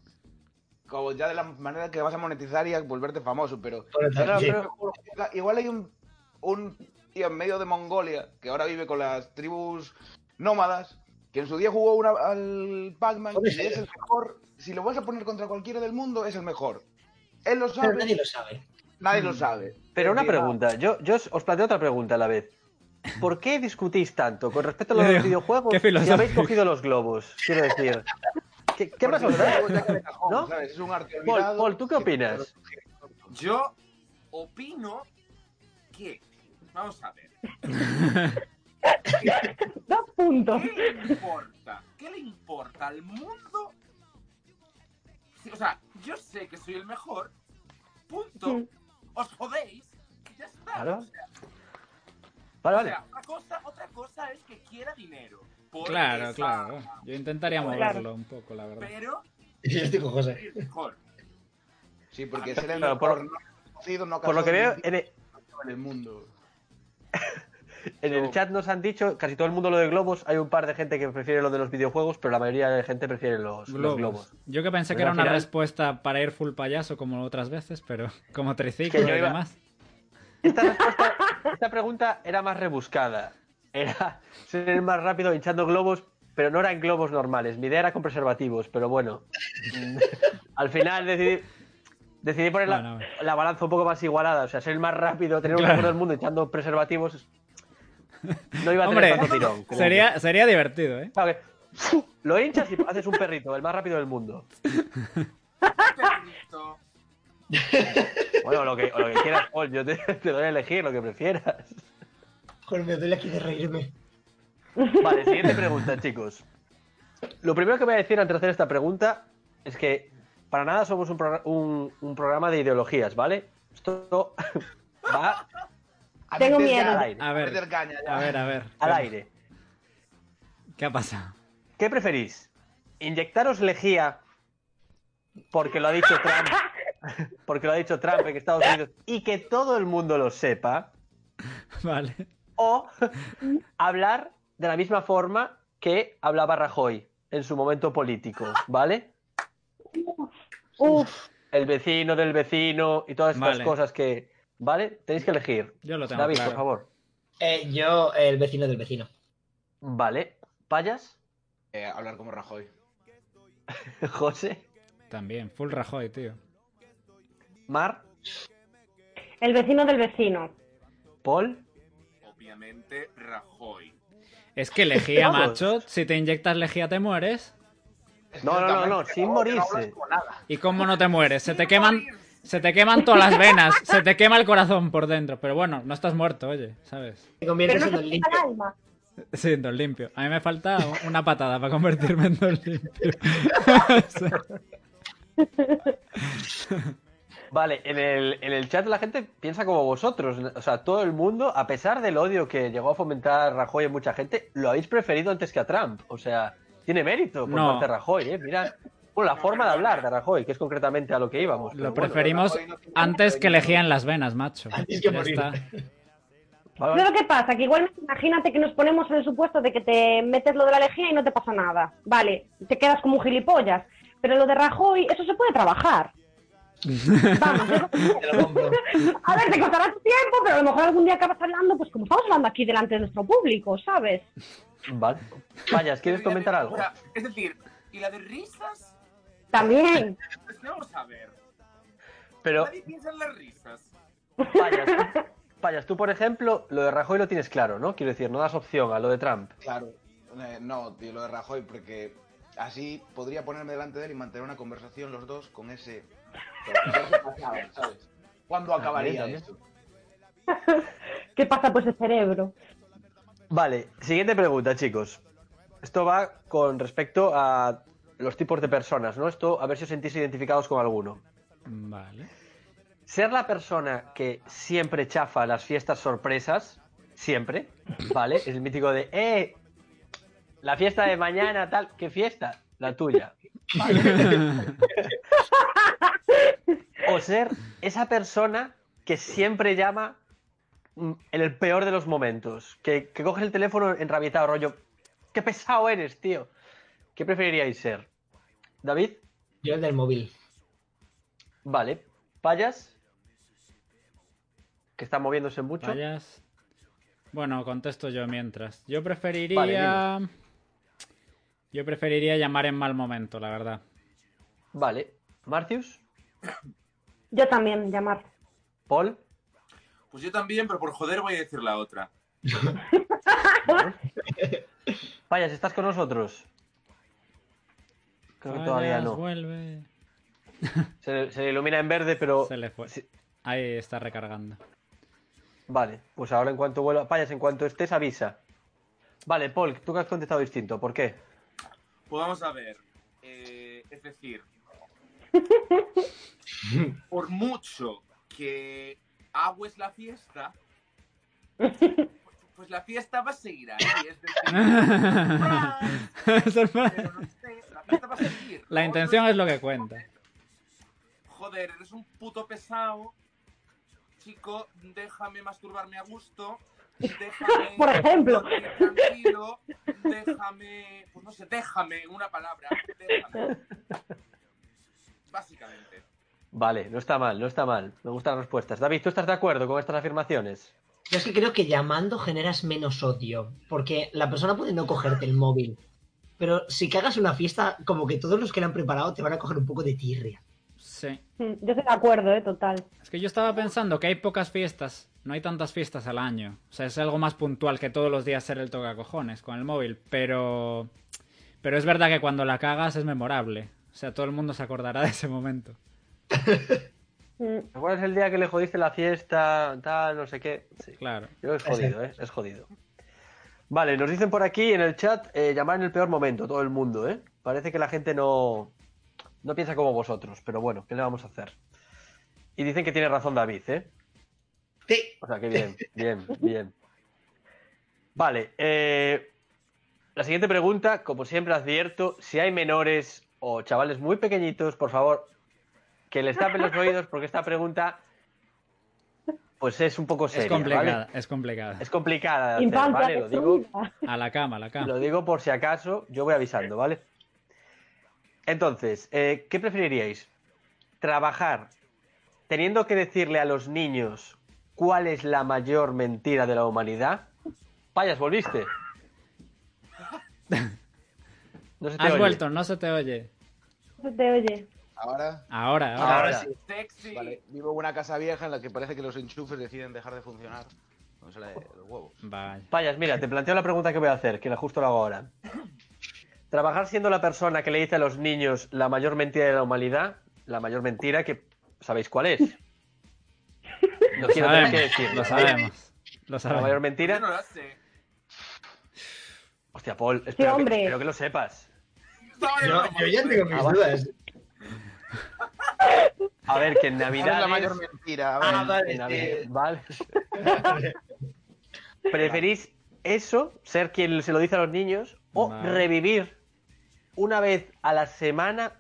[SPEAKER 6] como ya de la manera que vas a monetizar y a volverte famoso, pero
[SPEAKER 3] Por el-
[SPEAKER 6] Claro,
[SPEAKER 3] Ah, sí.
[SPEAKER 6] pero igual hay un, un tío en medio de Mongolia que ahora vive con las tribus nómadas, que en su día jugó una, al Pac-Man
[SPEAKER 3] Puede
[SPEAKER 6] y
[SPEAKER 3] ser.
[SPEAKER 6] es el mejor. Si lo vas a poner contra cualquiera del mundo, es el mejor. Él lo
[SPEAKER 3] Pero
[SPEAKER 6] sabe,
[SPEAKER 3] nadie lo sabe.
[SPEAKER 6] nadie lo sabe.
[SPEAKER 1] Pero una
[SPEAKER 6] Encima,
[SPEAKER 1] pregunta, yo, yo os os planteo otra pregunta a la vez. ¿Por qué discutís tanto con respecto a los
[SPEAKER 2] Le digo,
[SPEAKER 1] videojuegos
[SPEAKER 2] qué
[SPEAKER 1] si habéis
[SPEAKER 2] filosófico.
[SPEAKER 1] cogido los globos? Quiero decir. ¿Qué, qué más
[SPEAKER 6] porque
[SPEAKER 1] os da?
[SPEAKER 6] luego ya queda cajón,
[SPEAKER 1] ¿No?
[SPEAKER 6] ¿sabes? Es un arte
[SPEAKER 1] Paul,
[SPEAKER 6] olvidado.
[SPEAKER 1] Paul, ¿tú qué opinas?
[SPEAKER 5] Yo opino que, vamos a ver,
[SPEAKER 4] dos puntos.
[SPEAKER 5] ¿qué le importa? ¿Qué le importa al mundo? Sí, o sea, yo sé que soy el mejor, punto,
[SPEAKER 4] Sí.
[SPEAKER 5] os jodéis, y ya está.
[SPEAKER 1] Claro.
[SPEAKER 5] O sea,
[SPEAKER 1] Vale,
[SPEAKER 5] o
[SPEAKER 1] vale.
[SPEAKER 5] sea, una, cosa, otra cosa es que quiera dinero. porque
[SPEAKER 2] Claro,
[SPEAKER 5] sabe,
[SPEAKER 2] claro. Yo intentaría
[SPEAKER 5] Claro.
[SPEAKER 2] moverlo un poco, la verdad.
[SPEAKER 5] Pero
[SPEAKER 3] Yo estoy con José.
[SPEAKER 5] Mejor.
[SPEAKER 6] Sí, porque es el
[SPEAKER 1] Ah, Claro, por-
[SPEAKER 6] mejor no conocido, no
[SPEAKER 1] Por lo que veo,
[SPEAKER 6] casado,
[SPEAKER 1] en el,
[SPEAKER 6] en el mundo.
[SPEAKER 1] en el chat nos han dicho, casi todo el mundo lo de globos, hay un par de gente que prefiere lo de los videojuegos, pero la mayoría de gente prefiere los globos. Los globos.
[SPEAKER 2] Yo que pensé que
[SPEAKER 1] Pero
[SPEAKER 2] era
[SPEAKER 1] al
[SPEAKER 2] una
[SPEAKER 1] final-
[SPEAKER 2] respuesta para ir full payaso como otras veces, pero como triciclo
[SPEAKER 1] Que yo
[SPEAKER 2] y
[SPEAKER 1] iba-
[SPEAKER 2] demás.
[SPEAKER 1] Esta, respuesta- esta pregunta era más rebuscada. Era ser más rápido hinchando globos, pero no eran globos normales. Mi idea era con preservativos, pero bueno. Mm, Al final decidí, decidí poner la,
[SPEAKER 2] Bueno,
[SPEAKER 1] la balanza un poco más igualada. O sea, ser el más rápido, tener un
[SPEAKER 2] Claro.
[SPEAKER 1] récord del mundo hinchando preservativos. No iba a tener
[SPEAKER 2] Hombre,
[SPEAKER 1] tanto tirón. como-
[SPEAKER 2] Sería, sería divertido, ¿eh?
[SPEAKER 1] Claro que, Lo hinchas y haces un perrito, el más rápido del mundo.
[SPEAKER 5] Perrito.
[SPEAKER 1] Bueno, lo que, o lo que quieras, Paul, yo te, te doy a elegir lo que prefieras.
[SPEAKER 3] Joder, me duele aquí de reírme.
[SPEAKER 1] Vale, siguiente pregunta, chicos. Lo primero que voy a decir antes de hacer esta pregunta es que para nada somos un, progr- un- un programa de ideologías, ¿vale? Esto va
[SPEAKER 6] A
[SPEAKER 4] Tengo
[SPEAKER 6] meter
[SPEAKER 4] miedo.
[SPEAKER 6] caña,
[SPEAKER 2] A ver.
[SPEAKER 6] meter caña, ya.
[SPEAKER 2] A ver, a ver.
[SPEAKER 1] al aire.
[SPEAKER 2] ¿Qué ha pasado?
[SPEAKER 1] ¿Qué preferís? ¿Inyectaros lejía porque lo ha dicho Trump? Porque lo ha dicho Trump en Estados Unidos y que todo el mundo lo sepa.
[SPEAKER 2] Vale.
[SPEAKER 1] O hablar de la misma forma que hablaba Rajoy en su momento político, ¿vale?
[SPEAKER 4] Uf,
[SPEAKER 1] el vecino del vecino y todas estas
[SPEAKER 2] Vale.
[SPEAKER 1] cosas que. ¿Vale? Tenéis que elegir.
[SPEAKER 2] Yo lo tengo
[SPEAKER 1] David,
[SPEAKER 2] claro.
[SPEAKER 1] por favor.
[SPEAKER 3] Eh, yo, el vecino del vecino.
[SPEAKER 1] Vale. ¿Payas?
[SPEAKER 6] Eh, hablar como Rajoy.
[SPEAKER 1] José.
[SPEAKER 2] También, full Rajoy, tío.
[SPEAKER 1] Mar.
[SPEAKER 4] el vecino del vecino.
[SPEAKER 1] Paul.
[SPEAKER 5] Obviamente, Rajoy.
[SPEAKER 2] Es que lejía,
[SPEAKER 1] Vamos.
[SPEAKER 2] macho. Si te inyectas lejía, te mueres.
[SPEAKER 1] No, no, no, no,
[SPEAKER 6] Exactamente,
[SPEAKER 1] sin
[SPEAKER 6] no, que no hablas
[SPEAKER 1] morirse.
[SPEAKER 6] con nada.
[SPEAKER 2] ¿Y cómo no te mueres? Se te queman. Se te queman todas las venas, se te quema el corazón por dentro, pero bueno, no estás muerto, oye, ¿sabes?
[SPEAKER 3] Te
[SPEAKER 4] Pero
[SPEAKER 3] conviertes
[SPEAKER 4] no
[SPEAKER 3] en
[SPEAKER 4] se
[SPEAKER 3] el
[SPEAKER 4] quita el
[SPEAKER 3] limpio.
[SPEAKER 4] alma.
[SPEAKER 2] Sí, en Don Limpio. A mí me falta una patada para convertirme en Don Limpio. O sea,
[SPEAKER 1] Vale, en el, en el chat la gente piensa como vosotros. O sea, todo el mundo, a pesar del odio que llegó a fomentar Rajoy en mucha gente, lo habéis preferido antes que a Trump. O sea, tiene mérito por
[SPEAKER 2] No.
[SPEAKER 1] parte de Rajoy, ¿eh? Mirad. Bueno, la forma de hablar de Rajoy, que es concretamente a lo que íbamos. pero
[SPEAKER 2] Lo
[SPEAKER 1] bueno.
[SPEAKER 2] preferimos
[SPEAKER 6] Rajoy no tiene
[SPEAKER 2] antes
[SPEAKER 6] nada
[SPEAKER 2] que
[SPEAKER 6] de
[SPEAKER 2] lejía en las venas, macho.
[SPEAKER 3] Antes que
[SPEAKER 2] Ya
[SPEAKER 3] morir.
[SPEAKER 2] está.
[SPEAKER 1] Vale,
[SPEAKER 4] ¿Sabes lo que pasa? Que igualmente imagínate que nos ponemos en el supuesto de que te metes lo de la lejía y no te pasa nada. Vale, te quedas como un gilipollas. Pero lo de Rajoy, eso se puede trabajar. Vamos, eso-
[SPEAKER 3] Te lo compro.
[SPEAKER 4] a ver, te costará tu tiempo, pero a lo mejor algún día acabas hablando, pues como estamos hablando aquí delante de nuestro público, ¿sabes?
[SPEAKER 1] Vale. Payas, ¿quieres comentar algo?
[SPEAKER 5] O sea, es decir, ¿y la de risas?
[SPEAKER 4] También.
[SPEAKER 5] Es que vamos a ver.
[SPEAKER 1] Pero
[SPEAKER 5] Nadie piensa en las risas.
[SPEAKER 1] Payas, tú- Payas, tú, por ejemplo, lo de Rajoy lo tienes claro, ¿no? Quiero decir, no das opción a lo de Trump.
[SPEAKER 6] Claro. Eh, no, tío, lo de Rajoy, porque así podría ponerme delante de él y mantener una conversación los dos con ese. con ese pasado, ¿sabes? ¿Cuándo acabaría
[SPEAKER 1] también.
[SPEAKER 6] esto?
[SPEAKER 4] ¿Qué pasa pues el cerebro?
[SPEAKER 1] Vale, siguiente pregunta, chicos. Esto va con respecto a los tipos de personas, ¿no? Esto, a ver si os sentís identificados con alguno.
[SPEAKER 2] Vale.
[SPEAKER 1] Ser la persona que siempre chafa las fiestas sorpresas, siempre, ¿vale? Es el mítico de, ¡eh! La fiesta de mañana, tal, ¿qué fiesta? La tuya. o ser esa persona que siempre llama mm, en el peor de los momentos, que, que coges el teléfono enrabietado, rollo, qué pesado eres, tío. ¿Qué preferiríais ser? David,
[SPEAKER 3] Yo el del móvil.
[SPEAKER 1] vale. Payas, que está moviéndose mucho.
[SPEAKER 2] Vayas. Bueno, contesto yo mientras. Yo preferiría.
[SPEAKER 1] Vale,
[SPEAKER 2] yo preferiría llamar en mal momento, la verdad.
[SPEAKER 1] Vale. Marcius,
[SPEAKER 4] Yo también, llamar.
[SPEAKER 1] Paul,
[SPEAKER 5] Pues yo también, pero por joder voy a decir la otra.
[SPEAKER 1] Payas, ¿estás con nosotros? Creo que todavía
[SPEAKER 2] Vayas,
[SPEAKER 1] no.
[SPEAKER 2] Vuelve.
[SPEAKER 1] Se, se le ilumina en verde, pero...
[SPEAKER 2] Se le fue.
[SPEAKER 1] Oh, Sí.
[SPEAKER 2] Ahí está recargando.
[SPEAKER 1] Vale, pues ahora en cuanto vuelva, vayas, en cuanto estés avisa. Vale, Paul, tú que has contestado distinto, ¿por qué?
[SPEAKER 5] Pues vamos a ver. Eh, es decir, por mucho que agües la fiesta, pues, pues la fiesta va a seguir ahí. Es decir, surprise,
[SPEAKER 2] Sorpresa.
[SPEAKER 5] pero no sé La pista va a seguir.
[SPEAKER 2] La intención es lo que cuenta.
[SPEAKER 5] Joder, eres un puto pesado. Chico, déjame masturbarme a gusto. Déjame.
[SPEAKER 4] Por ejemplo.
[SPEAKER 5] dormir Tranquilo. Déjame. Pues no sé, déjame una palabra. Déjame. Básicamente.
[SPEAKER 1] Vale, no está mal, no está mal. Me gustan las respuestas. David, ¿tú estás de acuerdo con estas afirmaciones?
[SPEAKER 3] Yo es que creo que llamando generas menos odio, porque la persona puede no cogerte el móvil, pero si cagas una fiesta, como que todos los que la han preparado te van a coger un poco de tirria.
[SPEAKER 2] Sí.
[SPEAKER 4] Mm, Yo estoy de acuerdo, eh, total.
[SPEAKER 2] Es que yo estaba pensando que hay pocas fiestas, no hay tantas fiestas al año. O sea, es algo más puntual que todos los días ser el tocacojones con el móvil, pero pero es verdad que cuando la cagas es memorable. O sea, todo el mundo se acordará de ese momento.
[SPEAKER 4] Mm,
[SPEAKER 1] ¿Te acuerdas el día que le jodiste la fiesta, tal, no sé qué? Sí.
[SPEAKER 2] Claro.
[SPEAKER 1] Yo es jodido, ¿eh? Es jodido. Vale, nos dicen por aquí en el chat eh, llamar en el peor momento, todo el mundo, ¿eh? Parece que la gente no, no piensa como vosotros, pero bueno, ¿qué le vamos a hacer? Y dicen que tiene razón David, ¿eh?
[SPEAKER 3] Sí.
[SPEAKER 1] O sea, que bien, bien, bien. Vale, eh, la siguiente pregunta, como siempre advierto, si hay menores o chavales muy pequeñitos, por favor, que les tapen los oídos porque esta pregunta pues es un poco seria,
[SPEAKER 2] es
[SPEAKER 1] ¿vale?
[SPEAKER 2] complicada, es complicada.
[SPEAKER 1] Es complicada, de hacer,
[SPEAKER 4] Infancia
[SPEAKER 1] ¿vale? Lo digo,
[SPEAKER 4] destruida.
[SPEAKER 2] A la cama, a la cama.
[SPEAKER 1] lo digo por si acaso, yo voy avisando, ¿vale? Entonces, eh, ¿qué preferiríais? ¿Trabajar teniendo que decirle a los niños cuál es la mayor mentira de la humanidad? Payas, volviste. No se te
[SPEAKER 2] Has
[SPEAKER 1] oye.
[SPEAKER 2] vuelto, no se te oye.
[SPEAKER 4] No se te oye.
[SPEAKER 6] Ahora,
[SPEAKER 2] Ahora, ahora.
[SPEAKER 1] Ahora sí.
[SPEAKER 5] Sexy.
[SPEAKER 6] vale, vivo en una casa vieja en la que parece que los enchufes deciden dejar de funcionar. No se le- los huevos.
[SPEAKER 1] Ah.
[SPEAKER 2] Vaya.
[SPEAKER 1] Payas, mira, te planteo la pregunta que voy a hacer, que la justo la hago ahora. Trabajar siendo la persona que le dice a los niños la mayor mentira de la humanidad, la mayor mentira que sabéis cuál es. No
[SPEAKER 2] Lo
[SPEAKER 1] quiero tener
[SPEAKER 2] sabemos,
[SPEAKER 1] que decir.
[SPEAKER 2] lo sabemos.
[SPEAKER 1] La
[SPEAKER 2] Lo
[SPEAKER 1] mayor
[SPEAKER 2] sabemos.
[SPEAKER 5] Yo no
[SPEAKER 1] mentira.
[SPEAKER 5] la sé.
[SPEAKER 1] Hostia, Paul, espero,
[SPEAKER 4] hombre.
[SPEAKER 1] que, espero que lo sepas.
[SPEAKER 5] Estaba de
[SPEAKER 3] Yo,
[SPEAKER 5] broma,
[SPEAKER 3] yo ya
[SPEAKER 5] joder.
[SPEAKER 3] tengo mis
[SPEAKER 1] Abajo.
[SPEAKER 3] dudas.
[SPEAKER 1] A ver, que en
[SPEAKER 6] ¿Cuál es
[SPEAKER 1] Navidad.
[SPEAKER 6] la mayor mentira? A ver.
[SPEAKER 3] Ah, vale.
[SPEAKER 1] en Navidad,
[SPEAKER 2] Este-
[SPEAKER 3] sí.
[SPEAKER 1] ¿vale? ¿Preferís eso, ser quien se lo dice a los niños, o
[SPEAKER 2] Vale.
[SPEAKER 1] revivir una vez a la semana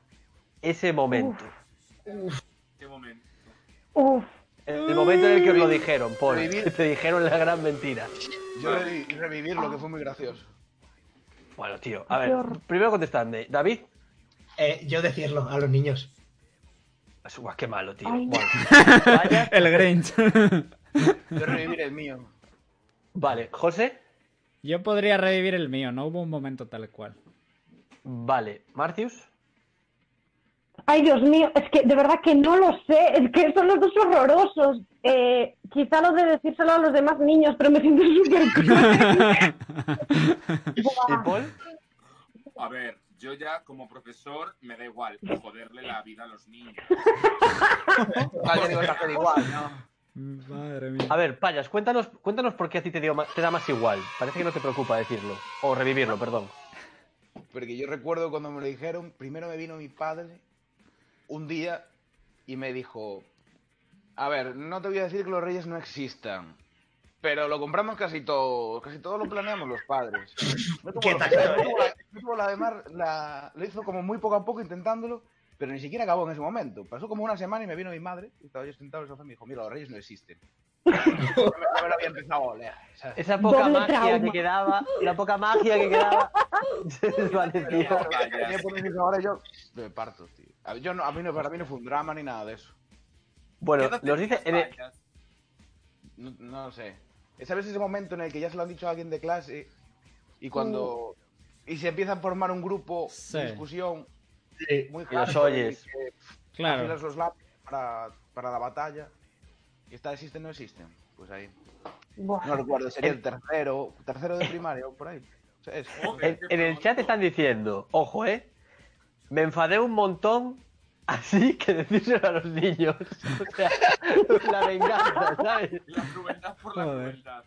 [SPEAKER 1] ese momento?
[SPEAKER 5] Qué momento.
[SPEAKER 4] Uf,
[SPEAKER 1] El momento en el que os lo dijeron, Paul.
[SPEAKER 6] Revivir.
[SPEAKER 1] Te dijeron la gran mentira.
[SPEAKER 6] Yo revi- revivir lo que fue muy gracioso.
[SPEAKER 1] Bueno, tío, a
[SPEAKER 4] Qué
[SPEAKER 1] ver,
[SPEAKER 4] horror.
[SPEAKER 1] primero contestadme. David,
[SPEAKER 3] Eh, yo decirlo a los niños.
[SPEAKER 1] Buah, qué malo, tío.
[SPEAKER 4] Ay.
[SPEAKER 1] Bueno, Vaya.
[SPEAKER 2] El Grinch.
[SPEAKER 6] Yo revivir el mío.
[SPEAKER 1] Vale, José,
[SPEAKER 2] Yo podría revivir el mío, no hubo un momento tal cual.
[SPEAKER 1] vale, Marcius.
[SPEAKER 4] ay Dios mío, es que de verdad que no lo sé, es que son los dos horrorosos. Eh, quizá lo de decírselo a los demás niños, pero me siento súper Ah.
[SPEAKER 1] ¿Y Paul?
[SPEAKER 5] A ver, yo ya como profesor me da igual joderle la vida a los niños.
[SPEAKER 6] Vale, digo, hacer igual, ¿no?
[SPEAKER 2] Madre
[SPEAKER 1] A
[SPEAKER 2] mía.
[SPEAKER 1] ver, Payas, cuéntanos, cuéntanos por qué a ti te, dio ma- te da más igual. Parece que no te preocupa decirlo. O revivirlo, perdón.
[SPEAKER 6] Porque yo recuerdo cuando me lo dijeron, primero me vino mi padre un día y me dijo, a ver, no te voy a decir que los reyes no existan, pero lo compramos casi todo, casi todo lo planeamos los padres. No tuvo,
[SPEAKER 3] Qué
[SPEAKER 6] los-
[SPEAKER 3] tacto,
[SPEAKER 6] no tuvo la, no tuvo la de Mar- la- lo hizo como muy poco a poco intentándolo, pero ni siquiera acabó en ese momento. Pasó como una semana y me vino mi madre, y estaba yo sentado en el sofá y me dijo, mira, los reyes no existen. Ya me, ya me lo había empezado a oler. ¿sabes?
[SPEAKER 1] Esa poca
[SPEAKER 4] Doble
[SPEAKER 1] magia
[SPEAKER 4] trauma.
[SPEAKER 1] que quedaba, la poca magia que quedaba. se desvaneció.
[SPEAKER 6] Claro, ya por decirlo ahora yo me parto, tío. A, yo no, a mí no, para mí no fue un drama ni nada de eso.
[SPEAKER 1] Bueno,
[SPEAKER 5] ¿Qué edad
[SPEAKER 1] nos dice.
[SPEAKER 5] tenías,
[SPEAKER 1] en el-
[SPEAKER 5] Mayas?
[SPEAKER 6] No, no sé. ¿Sabes ese momento en el que ya se lo han dicho a alguien de clase y cuando... Y se empieza a formar un grupo
[SPEAKER 2] Mm. Sí.
[SPEAKER 6] de discusión muy
[SPEAKER 1] Y los
[SPEAKER 6] hardcore
[SPEAKER 1] oyes.
[SPEAKER 6] en el que
[SPEAKER 2] Claro.
[SPEAKER 6] afilas los lápices para, para la batalla. ¿Y está existen no existen? Pues ahí.
[SPEAKER 4] Buah.
[SPEAKER 6] No recuerdo, sería el tercero, tercero de primaria o por ahí. O sea, es-
[SPEAKER 1] en- en el chat están diciendo, ojo, eh. Me enfadé un montón, así que decírselo a los niños. O sea, la venganza, ¿sabes?
[SPEAKER 5] La crueldad por la
[SPEAKER 2] Joder.
[SPEAKER 5] crueldad.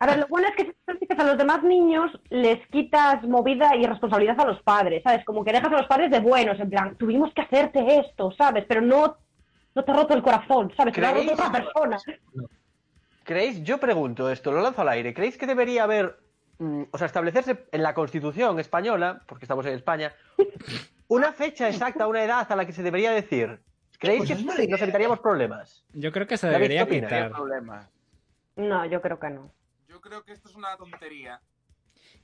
[SPEAKER 4] A ver, lo bueno es que si practicas a los demás niños les quitas movida y responsabilidad a los padres, ¿sabes? Como que dejas a los padres de buenos, en plan, tuvimos que hacerte esto, ¿sabes? Pero no, no te ha roto el corazón, ¿sabes? Te lo ha roto
[SPEAKER 1] ¿Creéis?
[SPEAKER 4] otra persona.
[SPEAKER 1] ¿Creéis? Yo pregunto esto, lo lanzo al aire. ¿Creéis que debería haber, mm, o sea, establecerse en la Constitución española, porque estamos en España, Una fecha exacta, una edad a la que se debería decir. ¿Creéis
[SPEAKER 3] Pues
[SPEAKER 1] que
[SPEAKER 3] es una idea.
[SPEAKER 1] nos evitaríamos problemas?
[SPEAKER 2] Yo creo que se
[SPEAKER 1] David,
[SPEAKER 2] debería
[SPEAKER 1] ¿qué opinas?
[SPEAKER 2] quitar.
[SPEAKER 6] problema.
[SPEAKER 4] No, yo creo que no.
[SPEAKER 5] Yo creo que esto es una tontería.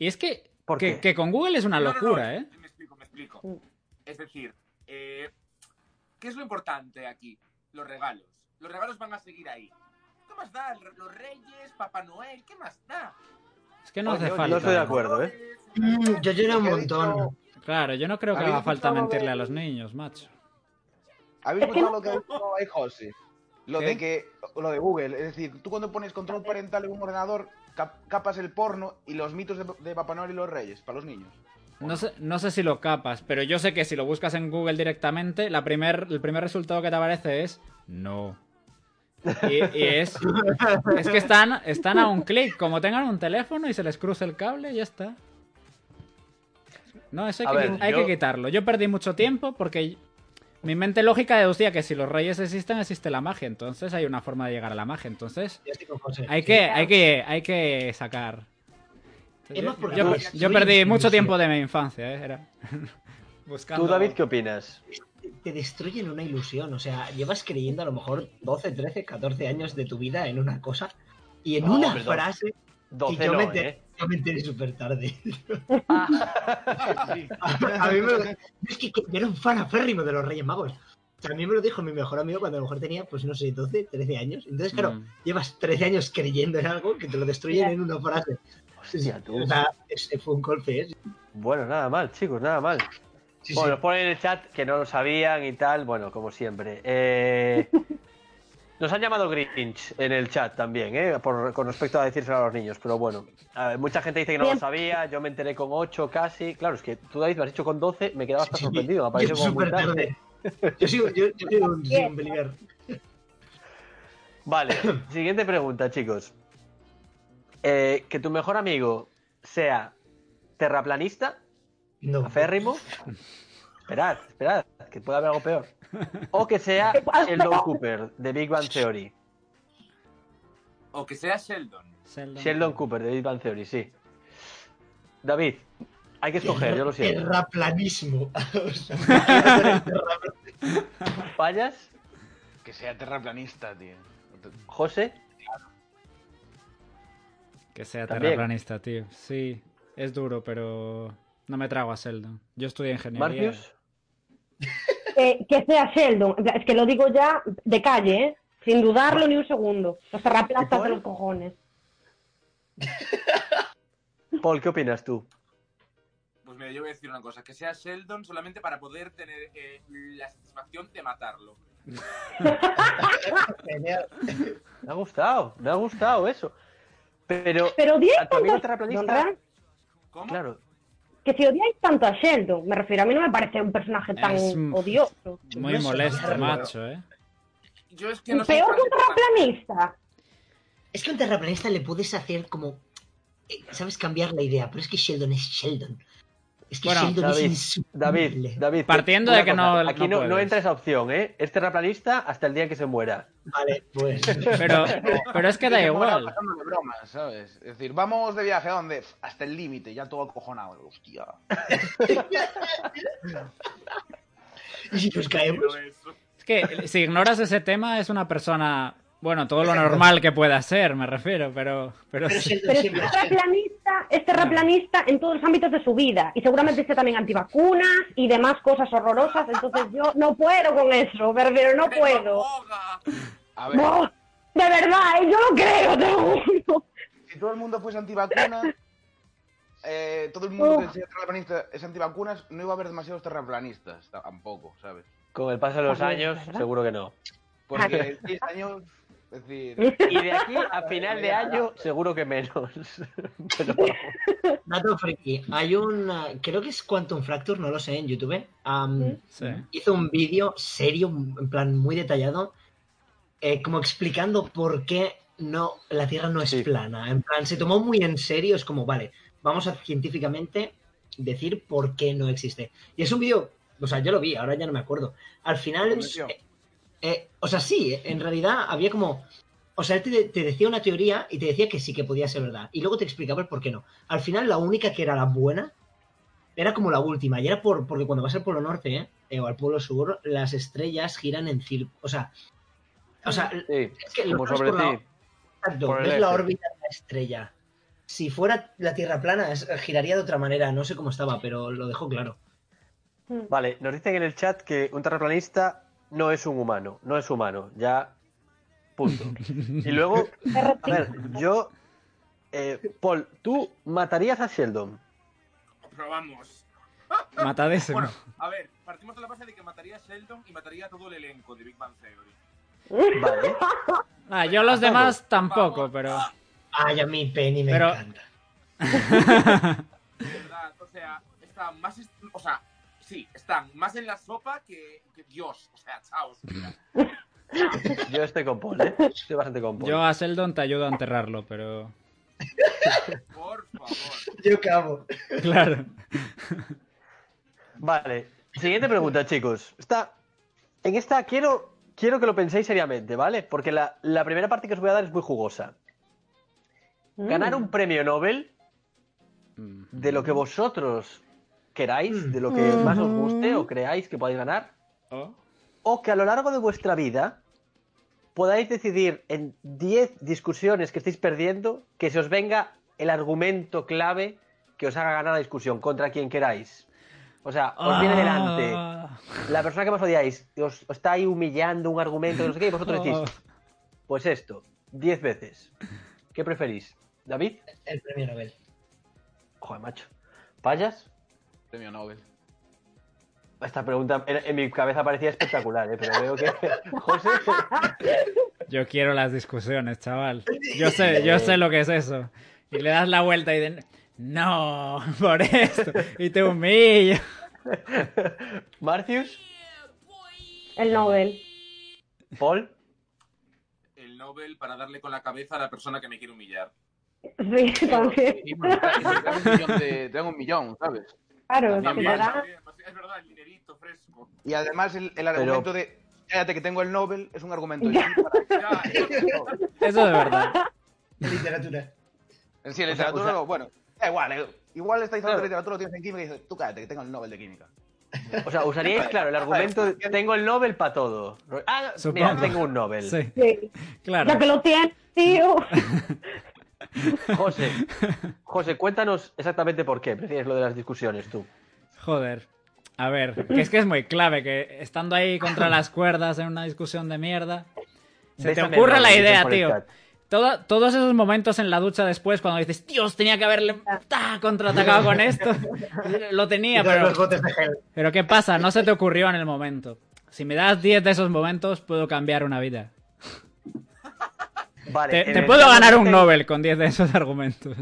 [SPEAKER 2] Y es que,
[SPEAKER 1] ¿Por
[SPEAKER 2] que,
[SPEAKER 1] qué?
[SPEAKER 2] que con Google es una
[SPEAKER 5] No, no, no,
[SPEAKER 2] locura, ¿eh?
[SPEAKER 5] Me explico, me
[SPEAKER 4] Mm.
[SPEAKER 5] explico. Es decir, eh, ¿qué es lo importante aquí? Los regalos. Los regalos van a seguir ahí. ¿Qué más da? Los Reyes, Papá Noel, ¿qué más da?
[SPEAKER 2] Es que no
[SPEAKER 1] Oye,
[SPEAKER 2] hace
[SPEAKER 1] oye,
[SPEAKER 2] falta.
[SPEAKER 1] no estoy de acuerdo, ¿eh?
[SPEAKER 3] Mm, yo lloré un
[SPEAKER 6] Lo que he
[SPEAKER 3] montón.
[SPEAKER 2] Claro, yo no creo que
[SPEAKER 6] ¿Habéis
[SPEAKER 2] haga falta
[SPEAKER 6] escuchado
[SPEAKER 2] mentirle
[SPEAKER 6] de-
[SPEAKER 2] a los niños, macho.
[SPEAKER 6] ¿Habéis escuchado lo que ha dicho ahí José? Lo
[SPEAKER 2] ¿Qué?
[SPEAKER 6] de que lo de Google, es decir, tú cuando pones control parental en un ordenador, cap- capas el porno y los mitos de, de Papá Noel y los Reyes para los niños.
[SPEAKER 2] No sé, no sé si lo capas, pero yo sé que si lo buscas en Google directamente, la primer, el primer resultado que te aparece es no. Y, y es, es que están, están a un clic, como tengan un teléfono y se les cruza el cable, ya está. No, eso hay,
[SPEAKER 1] A
[SPEAKER 2] que,
[SPEAKER 1] ver,
[SPEAKER 2] qui- hay
[SPEAKER 1] yo-
[SPEAKER 2] que quitarlo. Yo perdí mucho tiempo porque mi mente lógica deducía que si los reyes existen, existe la magia. Entonces hay una forma de llegar a la magia. Entonces
[SPEAKER 3] Yo estoy con José.
[SPEAKER 2] hay que, hay que, hay que sacar.
[SPEAKER 3] Es más porque
[SPEAKER 2] Yo,
[SPEAKER 5] no
[SPEAKER 2] yo perdí mucho tiempo de mi infancia, ¿eh? Era... Buscando...
[SPEAKER 1] ¿Tú, David, qué opinas?
[SPEAKER 3] Te destruyen una ilusión. O sea, llevas creyendo a lo mejor 12, 13, 14 años de tu vida en una cosa y en
[SPEAKER 1] No,
[SPEAKER 3] una
[SPEAKER 1] pero-
[SPEAKER 3] frase. Y
[SPEAKER 1] 12
[SPEAKER 3] yo
[SPEAKER 1] no,
[SPEAKER 3] me enteré-
[SPEAKER 1] ¿eh?
[SPEAKER 3] Yo me enteré súper tarde.
[SPEAKER 5] Sí.
[SPEAKER 3] A mí me lo Es que, que yo era un fan aférrimo de los Reyes Magos. O sea, a mí me lo dijo mi mejor amigo cuando a lo mejor tenía, pues no sé, 12, 13 años. Entonces, claro,
[SPEAKER 2] Mm.
[SPEAKER 3] llevas 13 años creyendo en algo que te lo destruyen en una frase.
[SPEAKER 1] Hostia, tú.
[SPEAKER 3] O sea, ese fue un golpe, ¿eh?
[SPEAKER 1] Bueno, nada mal, chicos, nada mal.
[SPEAKER 3] Sí,
[SPEAKER 1] bueno, nos
[SPEAKER 3] sí.
[SPEAKER 1] ponen en el chat que no lo sabían y tal, bueno, como siempre. Eh, nos han llamado Grinch en el chat también, ¿eh? Por- con respecto a decírselo a los niños, pero bueno. A ver, mucha gente dice que no lo
[SPEAKER 4] Bien.
[SPEAKER 1] sabía, yo me enteré con 8 casi. Claro, es que tú, David, me has dicho con 12, me quedaba hasta
[SPEAKER 3] Sí,
[SPEAKER 1] sorprendido, me pareció
[SPEAKER 3] yo
[SPEAKER 1] como muy
[SPEAKER 3] súper
[SPEAKER 1] tarde.
[SPEAKER 3] tarde. Yo sigo, yo, yo soy un, soy un believer.
[SPEAKER 1] Vale, siguiente pregunta, chicos. Eh, que tu mejor amigo sea terraplanista,
[SPEAKER 3] No.
[SPEAKER 1] aférrimo. Esperad, esperad, que puede haber algo peor. O que sea Sheldon Cooper de Big Bang Theory.
[SPEAKER 5] O que sea Sheldon.
[SPEAKER 2] Sheldon.
[SPEAKER 1] Sheldon Cooper de Big Bang Theory, sí. David, hay que escoger, yo lo siento.
[SPEAKER 3] Terraplanismo. O sea, quiero ser el terraplan-
[SPEAKER 1] ¿Fallas?
[SPEAKER 6] Que sea terraplanista, tío.
[SPEAKER 1] ¿José?
[SPEAKER 2] Que sea
[SPEAKER 1] También.
[SPEAKER 2] terraplanista, tío. Sí, es duro, pero no me trago a Sheldon. Yo estudié ingeniería.
[SPEAKER 1] ¿Marcius?
[SPEAKER 4] Eh, que sea Sheldon. En plan, Es que lo digo ya de calle, ¿eh? Sin dudarlo ni un segundo. Los
[SPEAKER 1] ¿Y
[SPEAKER 4] terraplastas
[SPEAKER 1] Paul?
[SPEAKER 4] de los cojones.
[SPEAKER 1] Paul, ¿qué opinas tú?
[SPEAKER 5] Pues mira, yo voy a decir una cosa. Que sea Sheldon solamente para poder tener eh, la satisfacción de matarlo.
[SPEAKER 3] Genial.
[SPEAKER 1] Me ha gustado, me ha gustado eso. Pero,
[SPEAKER 4] Pero
[SPEAKER 1] ¿A
[SPEAKER 4] odiáis
[SPEAKER 1] Ah, tu amigo
[SPEAKER 4] tanto a
[SPEAKER 1] terraplanista?
[SPEAKER 4] Sheldon, ¿verdad?
[SPEAKER 5] ¿Cómo?
[SPEAKER 1] claro,
[SPEAKER 4] Que si odiáis tanto a Sheldon, me refiero, a mí no me parece un personaje tan
[SPEAKER 2] Es un-
[SPEAKER 4] odioso.
[SPEAKER 2] Muy
[SPEAKER 3] Eso,
[SPEAKER 2] molesto,
[SPEAKER 3] claro.
[SPEAKER 2] macho, ¿eh?
[SPEAKER 5] Yo es que no soy
[SPEAKER 4] Peor
[SPEAKER 5] fan
[SPEAKER 4] que un
[SPEAKER 5] de Batman.
[SPEAKER 4] terraplanista.
[SPEAKER 3] Es que a un terraplanista le puedes hacer como. eh, ¿Sabes? Cambiar la idea, pero es que Sheldon es Sheldon. Es que
[SPEAKER 2] Bueno,
[SPEAKER 3] Sheldon
[SPEAKER 1] David,
[SPEAKER 3] es
[SPEAKER 1] David,
[SPEAKER 3] insufrible.
[SPEAKER 1] David.
[SPEAKER 2] Partiendo
[SPEAKER 1] una
[SPEAKER 2] de que no-
[SPEAKER 1] Aquí
[SPEAKER 2] no
[SPEAKER 1] no,
[SPEAKER 2] puedes.
[SPEAKER 1] entra esa opción, ¿eh? Es terraplanista hasta el día que se muera.
[SPEAKER 3] Vale, pues.
[SPEAKER 2] Pero, pero es que da igual.
[SPEAKER 6] Pasando de bromas, ¿sabes? Es decir, vamos de viaje a dónde? Pf, Hasta el límite, ya todo acojonado. Hostia.
[SPEAKER 3] ¿Y si nos caemos?
[SPEAKER 5] Pero eso.
[SPEAKER 2] Es que si ignoras ese tema, es una persona. Bueno, todo lo normal que pueda ser, me refiero, pero. pero
[SPEAKER 3] Pero
[SPEAKER 2] sí.
[SPEAKER 3] Sheldon
[SPEAKER 4] Pero es
[SPEAKER 3] siempre es Sheldon.
[SPEAKER 4] terraplanista, es terraplanista en todos los ámbitos de su vida. Y seguramente esté también antivacunas y demás cosas horrorosas. Entonces yo no puedo con eso, me refiero, no
[SPEAKER 5] Pero
[SPEAKER 4] puedo.
[SPEAKER 5] ahoga.
[SPEAKER 6] A ver,
[SPEAKER 4] No, de verdad, ¿eh? yo lo creo, te lo juro.
[SPEAKER 6] si todo el mundo fuese antivacuna, eh, todo el mundo
[SPEAKER 4] Uf.
[SPEAKER 6] que sea terraplanista es antivacunas, no iba a haber demasiados terraplanistas ta- tampoco, ¿sabes?
[SPEAKER 1] Con el paso de los
[SPEAKER 4] Ojo,
[SPEAKER 1] años,
[SPEAKER 4] ¿verdad?
[SPEAKER 1] seguro que no.
[SPEAKER 6] Porque
[SPEAKER 4] Claro.
[SPEAKER 6] en 10 años, es decir,
[SPEAKER 1] Y de aquí a final de año, seguro que menos. Pero vamos.
[SPEAKER 3] Dato friki. Hay un. uh, Creo que es Quantum Fracture, no lo sé, en YouTube. Am,
[SPEAKER 2] Sí.
[SPEAKER 3] Hizo un vídeo serio, en plan muy detallado, eh, como explicando por qué no, la Tierra no es
[SPEAKER 1] Sí.
[SPEAKER 3] plana. En plan, se tomó muy en serio. Es como, vale, vamos a científicamente decir por qué no existe. Y es un vídeo. O sea, yo lo vi, ahora ya no me acuerdo. Al final. es-
[SPEAKER 6] Convenció.
[SPEAKER 3] eh, o sea, sí, en realidad había como. O sea, él te, te decía una teoría y te decía que sí que podía ser verdad. Y luego te explicaba el por qué no. Al final, la única que era la buena Era como la última, y era por, porque cuando vas al Polo Norte eh, eh, o al Polo Sur, las estrellas giran en círculo. O sea, o sea
[SPEAKER 2] Mm.
[SPEAKER 1] Sí,
[SPEAKER 3] es que lo
[SPEAKER 1] como
[SPEAKER 3] sabes
[SPEAKER 1] sobre
[SPEAKER 3] por la-
[SPEAKER 1] ti.
[SPEAKER 3] Exacto,
[SPEAKER 1] Por el
[SPEAKER 3] ves la
[SPEAKER 1] eje.
[SPEAKER 3] órbita de la estrella. Si fuera la Tierra plana, es- giraría de otra manera. No sé cómo estaba, pero lo dejó claro.
[SPEAKER 1] Vale, nos dicen en el chat que un terraplanista no es un humano, no es humano, ya. Punto. Y luego, a ver, yo. eh, Paul, ¿tú matarías a Sheldon?
[SPEAKER 5] Probamos.
[SPEAKER 2] Matadésimo.
[SPEAKER 5] Bueno, a ver, partimos de la base de que mataría a Sheldon y mataría a todo el elenco de Big Bang Theory.
[SPEAKER 1] Vale.
[SPEAKER 2] Ah, yo a los
[SPEAKER 1] a todos.
[SPEAKER 2] demás tampoco, pero.
[SPEAKER 3] Ay, a mí Penny me
[SPEAKER 2] Pero-
[SPEAKER 3] encanta.
[SPEAKER 5] De verdad, o sea, están más. est- O sea, sí, están más en la sopa que, que Dios. O sea, chao. señora.
[SPEAKER 1] Yo estoy con Paul, ¿eh? Estoy bastante con Paul.
[SPEAKER 2] Yo a Seldon te ayudo a enterrarlo, pero.
[SPEAKER 5] Por favor.
[SPEAKER 3] Yo cabo.
[SPEAKER 2] Claro.
[SPEAKER 1] Vale. Siguiente pregunta, chicos. Esta, en esta quiero, quiero que lo penséis seriamente, ¿vale? Porque la, la primera parte que os voy a dar es muy jugosa.
[SPEAKER 4] Mm.
[SPEAKER 1] Ganar un premio Nobel de lo que vosotros queráis, de lo que más os guste o creáis que podéis ganar,
[SPEAKER 2] Oh.
[SPEAKER 1] o que a lo largo de vuestra vida podáis decidir en 10 discusiones que estáis perdiendo que se os venga el argumento clave que os haga ganar la discusión contra quien queráis. O sea, os viene delante
[SPEAKER 2] Ah.
[SPEAKER 1] la persona que más odiáis, os, os está ahí humillando un argumento, no sé qué, y vosotros decís, pues esto, 10 veces. ¿Qué preferís? ¿David?
[SPEAKER 3] El premio Nobel.
[SPEAKER 1] Joder, macho. ¿Payas?
[SPEAKER 6] Premio Nobel.
[SPEAKER 1] Esta pregunta en, en mi cabeza parecía espectacular, ¿eh? pero veo que. José.
[SPEAKER 2] Yo quiero las discusiones, chaval. Yo sé, yo sé lo que es eso. Y le das la vuelta y de... No, por esto. Y te humillo.
[SPEAKER 1] Marcius,
[SPEAKER 4] El Nobel.
[SPEAKER 1] Paul.
[SPEAKER 5] El Nobel para darle con la cabeza a la persona que me quiere humillar.
[SPEAKER 4] Sí, también.
[SPEAKER 6] Y bueno, Tengo un millón de- tengo un millón, ¿sabes?
[SPEAKER 4] Claro, si
[SPEAKER 6] También
[SPEAKER 4] le
[SPEAKER 6] pasa.
[SPEAKER 4] da-
[SPEAKER 5] pues Es verdad, el dinerito fresco.
[SPEAKER 6] Y además el, el
[SPEAKER 1] Pero-
[SPEAKER 6] argumento de cállate que tengo el Nobel es un argumento en sí
[SPEAKER 5] Ya,
[SPEAKER 6] para-
[SPEAKER 5] ya,
[SPEAKER 2] Eso de verdad.
[SPEAKER 3] De literatura.
[SPEAKER 6] en sí,
[SPEAKER 1] sea,
[SPEAKER 6] literatura,
[SPEAKER 1] o sea-
[SPEAKER 6] lo- bueno, da igual, eh, igual estáis
[SPEAKER 1] Claro.
[SPEAKER 6] hablando de literatura, lo tienes en química y dices, tú cállate que tengo el Nobel de química.
[SPEAKER 1] O sea, usaríais, claro, el argumento de, tengo el Nobel para todo. Ah, mira,
[SPEAKER 2] Supongo.
[SPEAKER 1] tengo un Nobel.
[SPEAKER 2] Sí,
[SPEAKER 4] Sí. Ya que
[SPEAKER 2] claro.
[SPEAKER 4] lo tienes, tío.
[SPEAKER 1] José, José, cuéntanos exactamente por qué prefieres lo de las discusiones tú.
[SPEAKER 2] Joder. A ver, que es que es muy clave que estando ahí contra las cuerdas en una discusión de mierda... Se te
[SPEAKER 1] Bésame
[SPEAKER 2] ocurre
[SPEAKER 1] el
[SPEAKER 2] la
[SPEAKER 1] Nobel,
[SPEAKER 2] idea,
[SPEAKER 1] por el
[SPEAKER 2] tío.
[SPEAKER 1] chat.
[SPEAKER 2] Todo- todos esos momentos en la ducha después cuando dices, Dios, tenía que haberle ta, contraatacado con esto. Lo tenía,
[SPEAKER 3] Y todos
[SPEAKER 2] pero...
[SPEAKER 3] los botes de gel.
[SPEAKER 2] Pero ¿qué pasa? No se te ocurrió en el momento. Si me das 10 de esos momentos, puedo cambiar una vida.
[SPEAKER 1] Vale,
[SPEAKER 2] Te,
[SPEAKER 1] en
[SPEAKER 2] te
[SPEAKER 1] el
[SPEAKER 2] puedo
[SPEAKER 1] chat
[SPEAKER 2] ganar
[SPEAKER 1] nos
[SPEAKER 2] un
[SPEAKER 1] dicen-
[SPEAKER 2] Nobel con 10 de esos argumentos.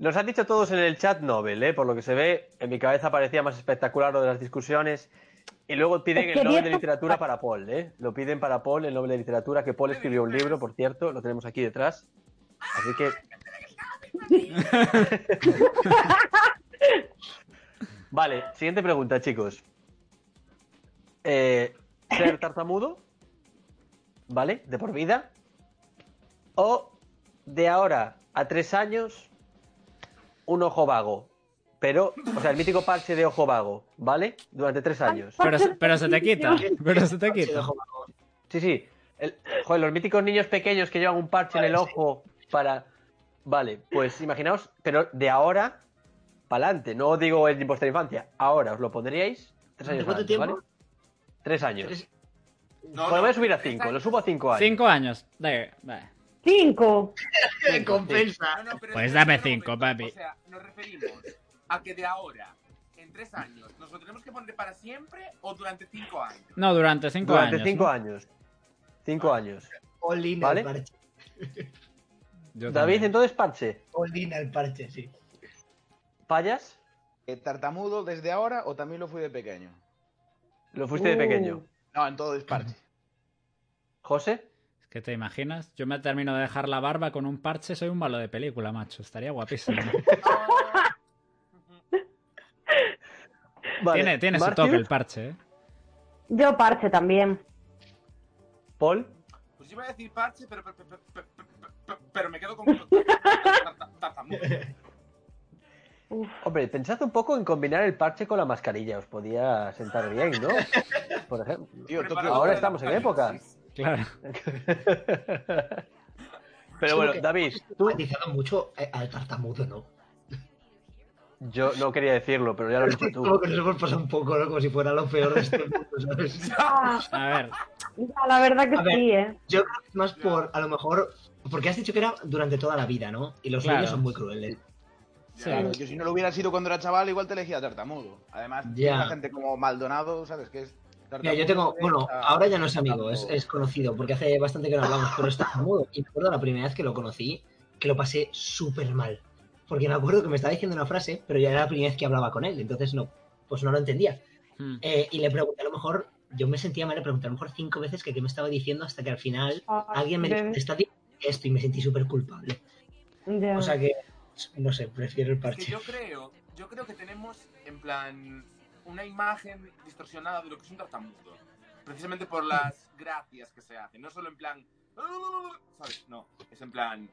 [SPEAKER 1] Nos han dicho todos en el chat Nobel, ¿eh? por lo que se ve, en mi cabeza parecía más espectacular lo de las discusiones. Y luego piden
[SPEAKER 4] Es
[SPEAKER 1] el
[SPEAKER 4] que
[SPEAKER 1] Nobel
[SPEAKER 4] diez-
[SPEAKER 1] de Literatura para Paul, ¿eh? Lo piden para Paul, el Nobel de Literatura, que Paul escribió un libro, por cierto, lo tenemos aquí detrás. Así que... vale, siguiente pregunta, chicos. Eh, ¿Ser tartamudo? ¿Vale? ¿De por vida? ¿O de ahora a tres años un ojo vago. Pero, o sea, el mítico parche de ojo vago, ¿vale? Durante tres años.
[SPEAKER 2] Pero, se- pero se te quita. Pero se te
[SPEAKER 3] Sí,
[SPEAKER 2] quita.
[SPEAKER 3] ojo, ojo.
[SPEAKER 1] Sí, sí. El- joder, los míticos niños pequeños que llevan un parche en el
[SPEAKER 3] Vale, sí.
[SPEAKER 1] ojo para. Vale, pues imaginaos, pero de ahora para adelante. No digo en vuestra infancia. Ahora os lo pondríais. Tres años.
[SPEAKER 3] ¿Cuánto
[SPEAKER 1] adelante,
[SPEAKER 3] tiempo?
[SPEAKER 1] ¿vale? Tres años.
[SPEAKER 3] Tres-
[SPEAKER 5] No,
[SPEAKER 1] Bueno,
[SPEAKER 5] no,
[SPEAKER 1] voy a
[SPEAKER 2] Pues
[SPEAKER 1] subir a
[SPEAKER 5] tres
[SPEAKER 1] cinco.
[SPEAKER 5] años.
[SPEAKER 1] Lo subo a cinco años.
[SPEAKER 2] 5 años. Da- da.
[SPEAKER 4] Cinco.
[SPEAKER 1] Cinco,
[SPEAKER 3] Compensa.
[SPEAKER 5] No, no, pero
[SPEAKER 2] Pues
[SPEAKER 5] espera,
[SPEAKER 2] dame
[SPEAKER 5] espera un
[SPEAKER 2] cinco,
[SPEAKER 5] momento.
[SPEAKER 2] papi.
[SPEAKER 5] O sea, nos referimos a que de ahora, en tres años, ¿nos lo tenemos que poner para siempre o durante cinco años?
[SPEAKER 2] No, durante 5
[SPEAKER 1] Durante
[SPEAKER 2] años.
[SPEAKER 1] cinco
[SPEAKER 2] ¿no?
[SPEAKER 1] años. Cinco años.
[SPEAKER 3] All in
[SPEAKER 1] ¿Vale?
[SPEAKER 3] al parche.
[SPEAKER 2] Yo
[SPEAKER 1] David,
[SPEAKER 2] también.
[SPEAKER 1] entonces parche.
[SPEAKER 3] All in al parche, sí.
[SPEAKER 1] ¿Payas?
[SPEAKER 6] Eh, ¿Tartamudo desde ahora o también lo fui de pequeño?
[SPEAKER 1] Lo fuiste de
[SPEAKER 4] Uh.
[SPEAKER 1] pequeño.
[SPEAKER 6] No, en todo es parche.
[SPEAKER 1] ¿José?
[SPEAKER 2] Es que te imaginas? Yo me termino de dejar la barba con un parche, soy un malo de película, macho. Estaría guapísimo.
[SPEAKER 1] Vale.
[SPEAKER 2] Tiene, tiene su
[SPEAKER 1] Martius,
[SPEAKER 2] toque el parche, ¿eh?
[SPEAKER 4] Yo parche también.
[SPEAKER 1] Paul.
[SPEAKER 5] Pues yo iba a decir parche, pero, pero, pero- pero- pero- pero me quedo con tarta- tartamudo.
[SPEAKER 4] Yo Uf.
[SPEAKER 1] Hombre, pensad un poco en combinar el parche con la mascarilla, os podía sentar bien, ¿no? Por ejemplo.
[SPEAKER 6] Tío, Tokio
[SPEAKER 1] Ahora
[SPEAKER 6] Ghoul.
[SPEAKER 1] estamos en época.
[SPEAKER 2] Claro.
[SPEAKER 1] Pero
[SPEAKER 3] Es
[SPEAKER 1] bueno,
[SPEAKER 3] como que
[SPEAKER 1] David,
[SPEAKER 3] hemos
[SPEAKER 1] tú
[SPEAKER 3] estigmatizado mucho eh, al tartamudo, ¿no?
[SPEAKER 1] yo no quería decirlo, pero ya lo has dicho
[SPEAKER 3] Como
[SPEAKER 1] tú.
[SPEAKER 3] que nos hemos pasado un poco, ¿no? Como si fuera lo peor de este mundo, ¿sabes?
[SPEAKER 4] Ah,
[SPEAKER 2] A ver,
[SPEAKER 4] ya, la verdad que
[SPEAKER 3] A ver.
[SPEAKER 4] sí, ¿eh?
[SPEAKER 3] Yo creo que es más por, a lo mejor, porque has dicho que era durante toda la vida, ¿no? Y los
[SPEAKER 2] Claro.
[SPEAKER 3] niños son muy crueles.
[SPEAKER 2] sí.
[SPEAKER 6] Claro, eh, yo si no lo hubiera sido cuando era chaval, igual te elegía tartamudo. Además,
[SPEAKER 3] Ya.
[SPEAKER 6] la gente como Maldonado, ¿sabes qué es?
[SPEAKER 3] Mira,
[SPEAKER 6] Tartamudo
[SPEAKER 3] yo tengo,
[SPEAKER 6] es,
[SPEAKER 3] bueno,
[SPEAKER 6] ah,
[SPEAKER 3] ahora ya no es amigo, es,
[SPEAKER 6] tartamudo.
[SPEAKER 3] es conocido, porque hace bastante que no hablamos, pero es tartamudo. Y me acuerdo la primera vez que lo conocí, que lo pasé súper mal. Porque me acuerdo que me estaba diciendo una frase, pero ya era la primera vez que hablaba con él, entonces no, pues no lo entendía.
[SPEAKER 2] Mm.
[SPEAKER 3] Eh, y le pregunté a lo mejor, yo me sentía mal, le pregunté a lo mejor cinco veces que qué me estaba diciendo hasta que al final
[SPEAKER 4] Ah,
[SPEAKER 3] alguien me dijo,
[SPEAKER 4] bebé.
[SPEAKER 3] "Te está diciendo esto y me sentí súper culpable.
[SPEAKER 4] Ya.
[SPEAKER 3] O sea que, no sé, prefiero el
[SPEAKER 5] Es que
[SPEAKER 3] parche.
[SPEAKER 5] yo creo, yo creo que tenemos, en plan, una imagen distorsionada de lo que es un tartamudo. Precisamente por las gracias que se hacen. No solo en plan. "Ah", ¿Sabes? No. Es en plan.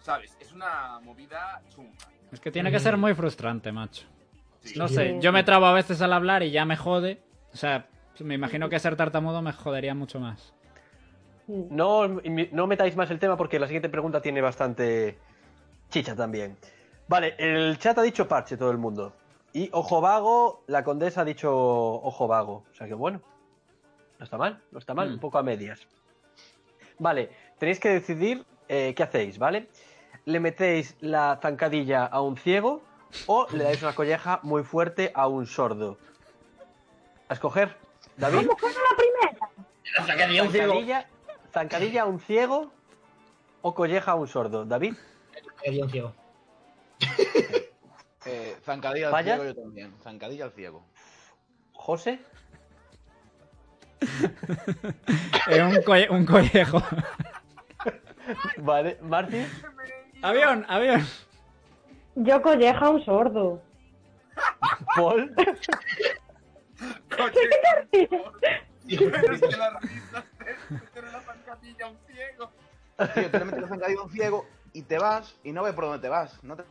[SPEAKER 5] ¿Sabes? Es una movida chunga.
[SPEAKER 2] Es que tiene que ser muy frustrante, macho.
[SPEAKER 5] Sí.
[SPEAKER 2] No
[SPEAKER 3] Sí.
[SPEAKER 2] sé, yo me trabo a veces al hablar y ya me jode. O sea, me imagino que ser tartamudo me jodería mucho más.
[SPEAKER 4] Mm.
[SPEAKER 1] No, no metáis más el tema porque la siguiente pregunta tiene bastante chicha también. Vale, el chat ha dicho parche todo el mundo. Y ojo vago, la condesa ha dicho ojo vago. O sea que bueno, no está mal, no está mal,
[SPEAKER 2] Mm.
[SPEAKER 1] un poco a medias. Vale, tenéis que decidir eh, qué hacéis, ¿vale? ¿Le metéis la zancadilla a un ciego o le dais una colleja muy fuerte a un sordo? A escoger, David. Zancadilla, zancadilla a un ciego o colleja a un sordo. David,
[SPEAKER 3] Había un ciego.
[SPEAKER 6] Eh, zancadilla al
[SPEAKER 1] ¿Fallas?
[SPEAKER 6] ciego yo también. Zancadilla al ciego.
[SPEAKER 1] José,
[SPEAKER 2] Eh, un, colle- un collejo.
[SPEAKER 1] vale, Martín,
[SPEAKER 2] avión, avión.
[SPEAKER 4] Yo colleja a un sordo.
[SPEAKER 1] Paul,
[SPEAKER 5] Coche,
[SPEAKER 4] Sí.
[SPEAKER 5] pero es que las risas de meter una zancadilla a un ciego.
[SPEAKER 6] Tío, te le metes la zancadilla a un ciego y te vas y no ves por dónde te vas. No te...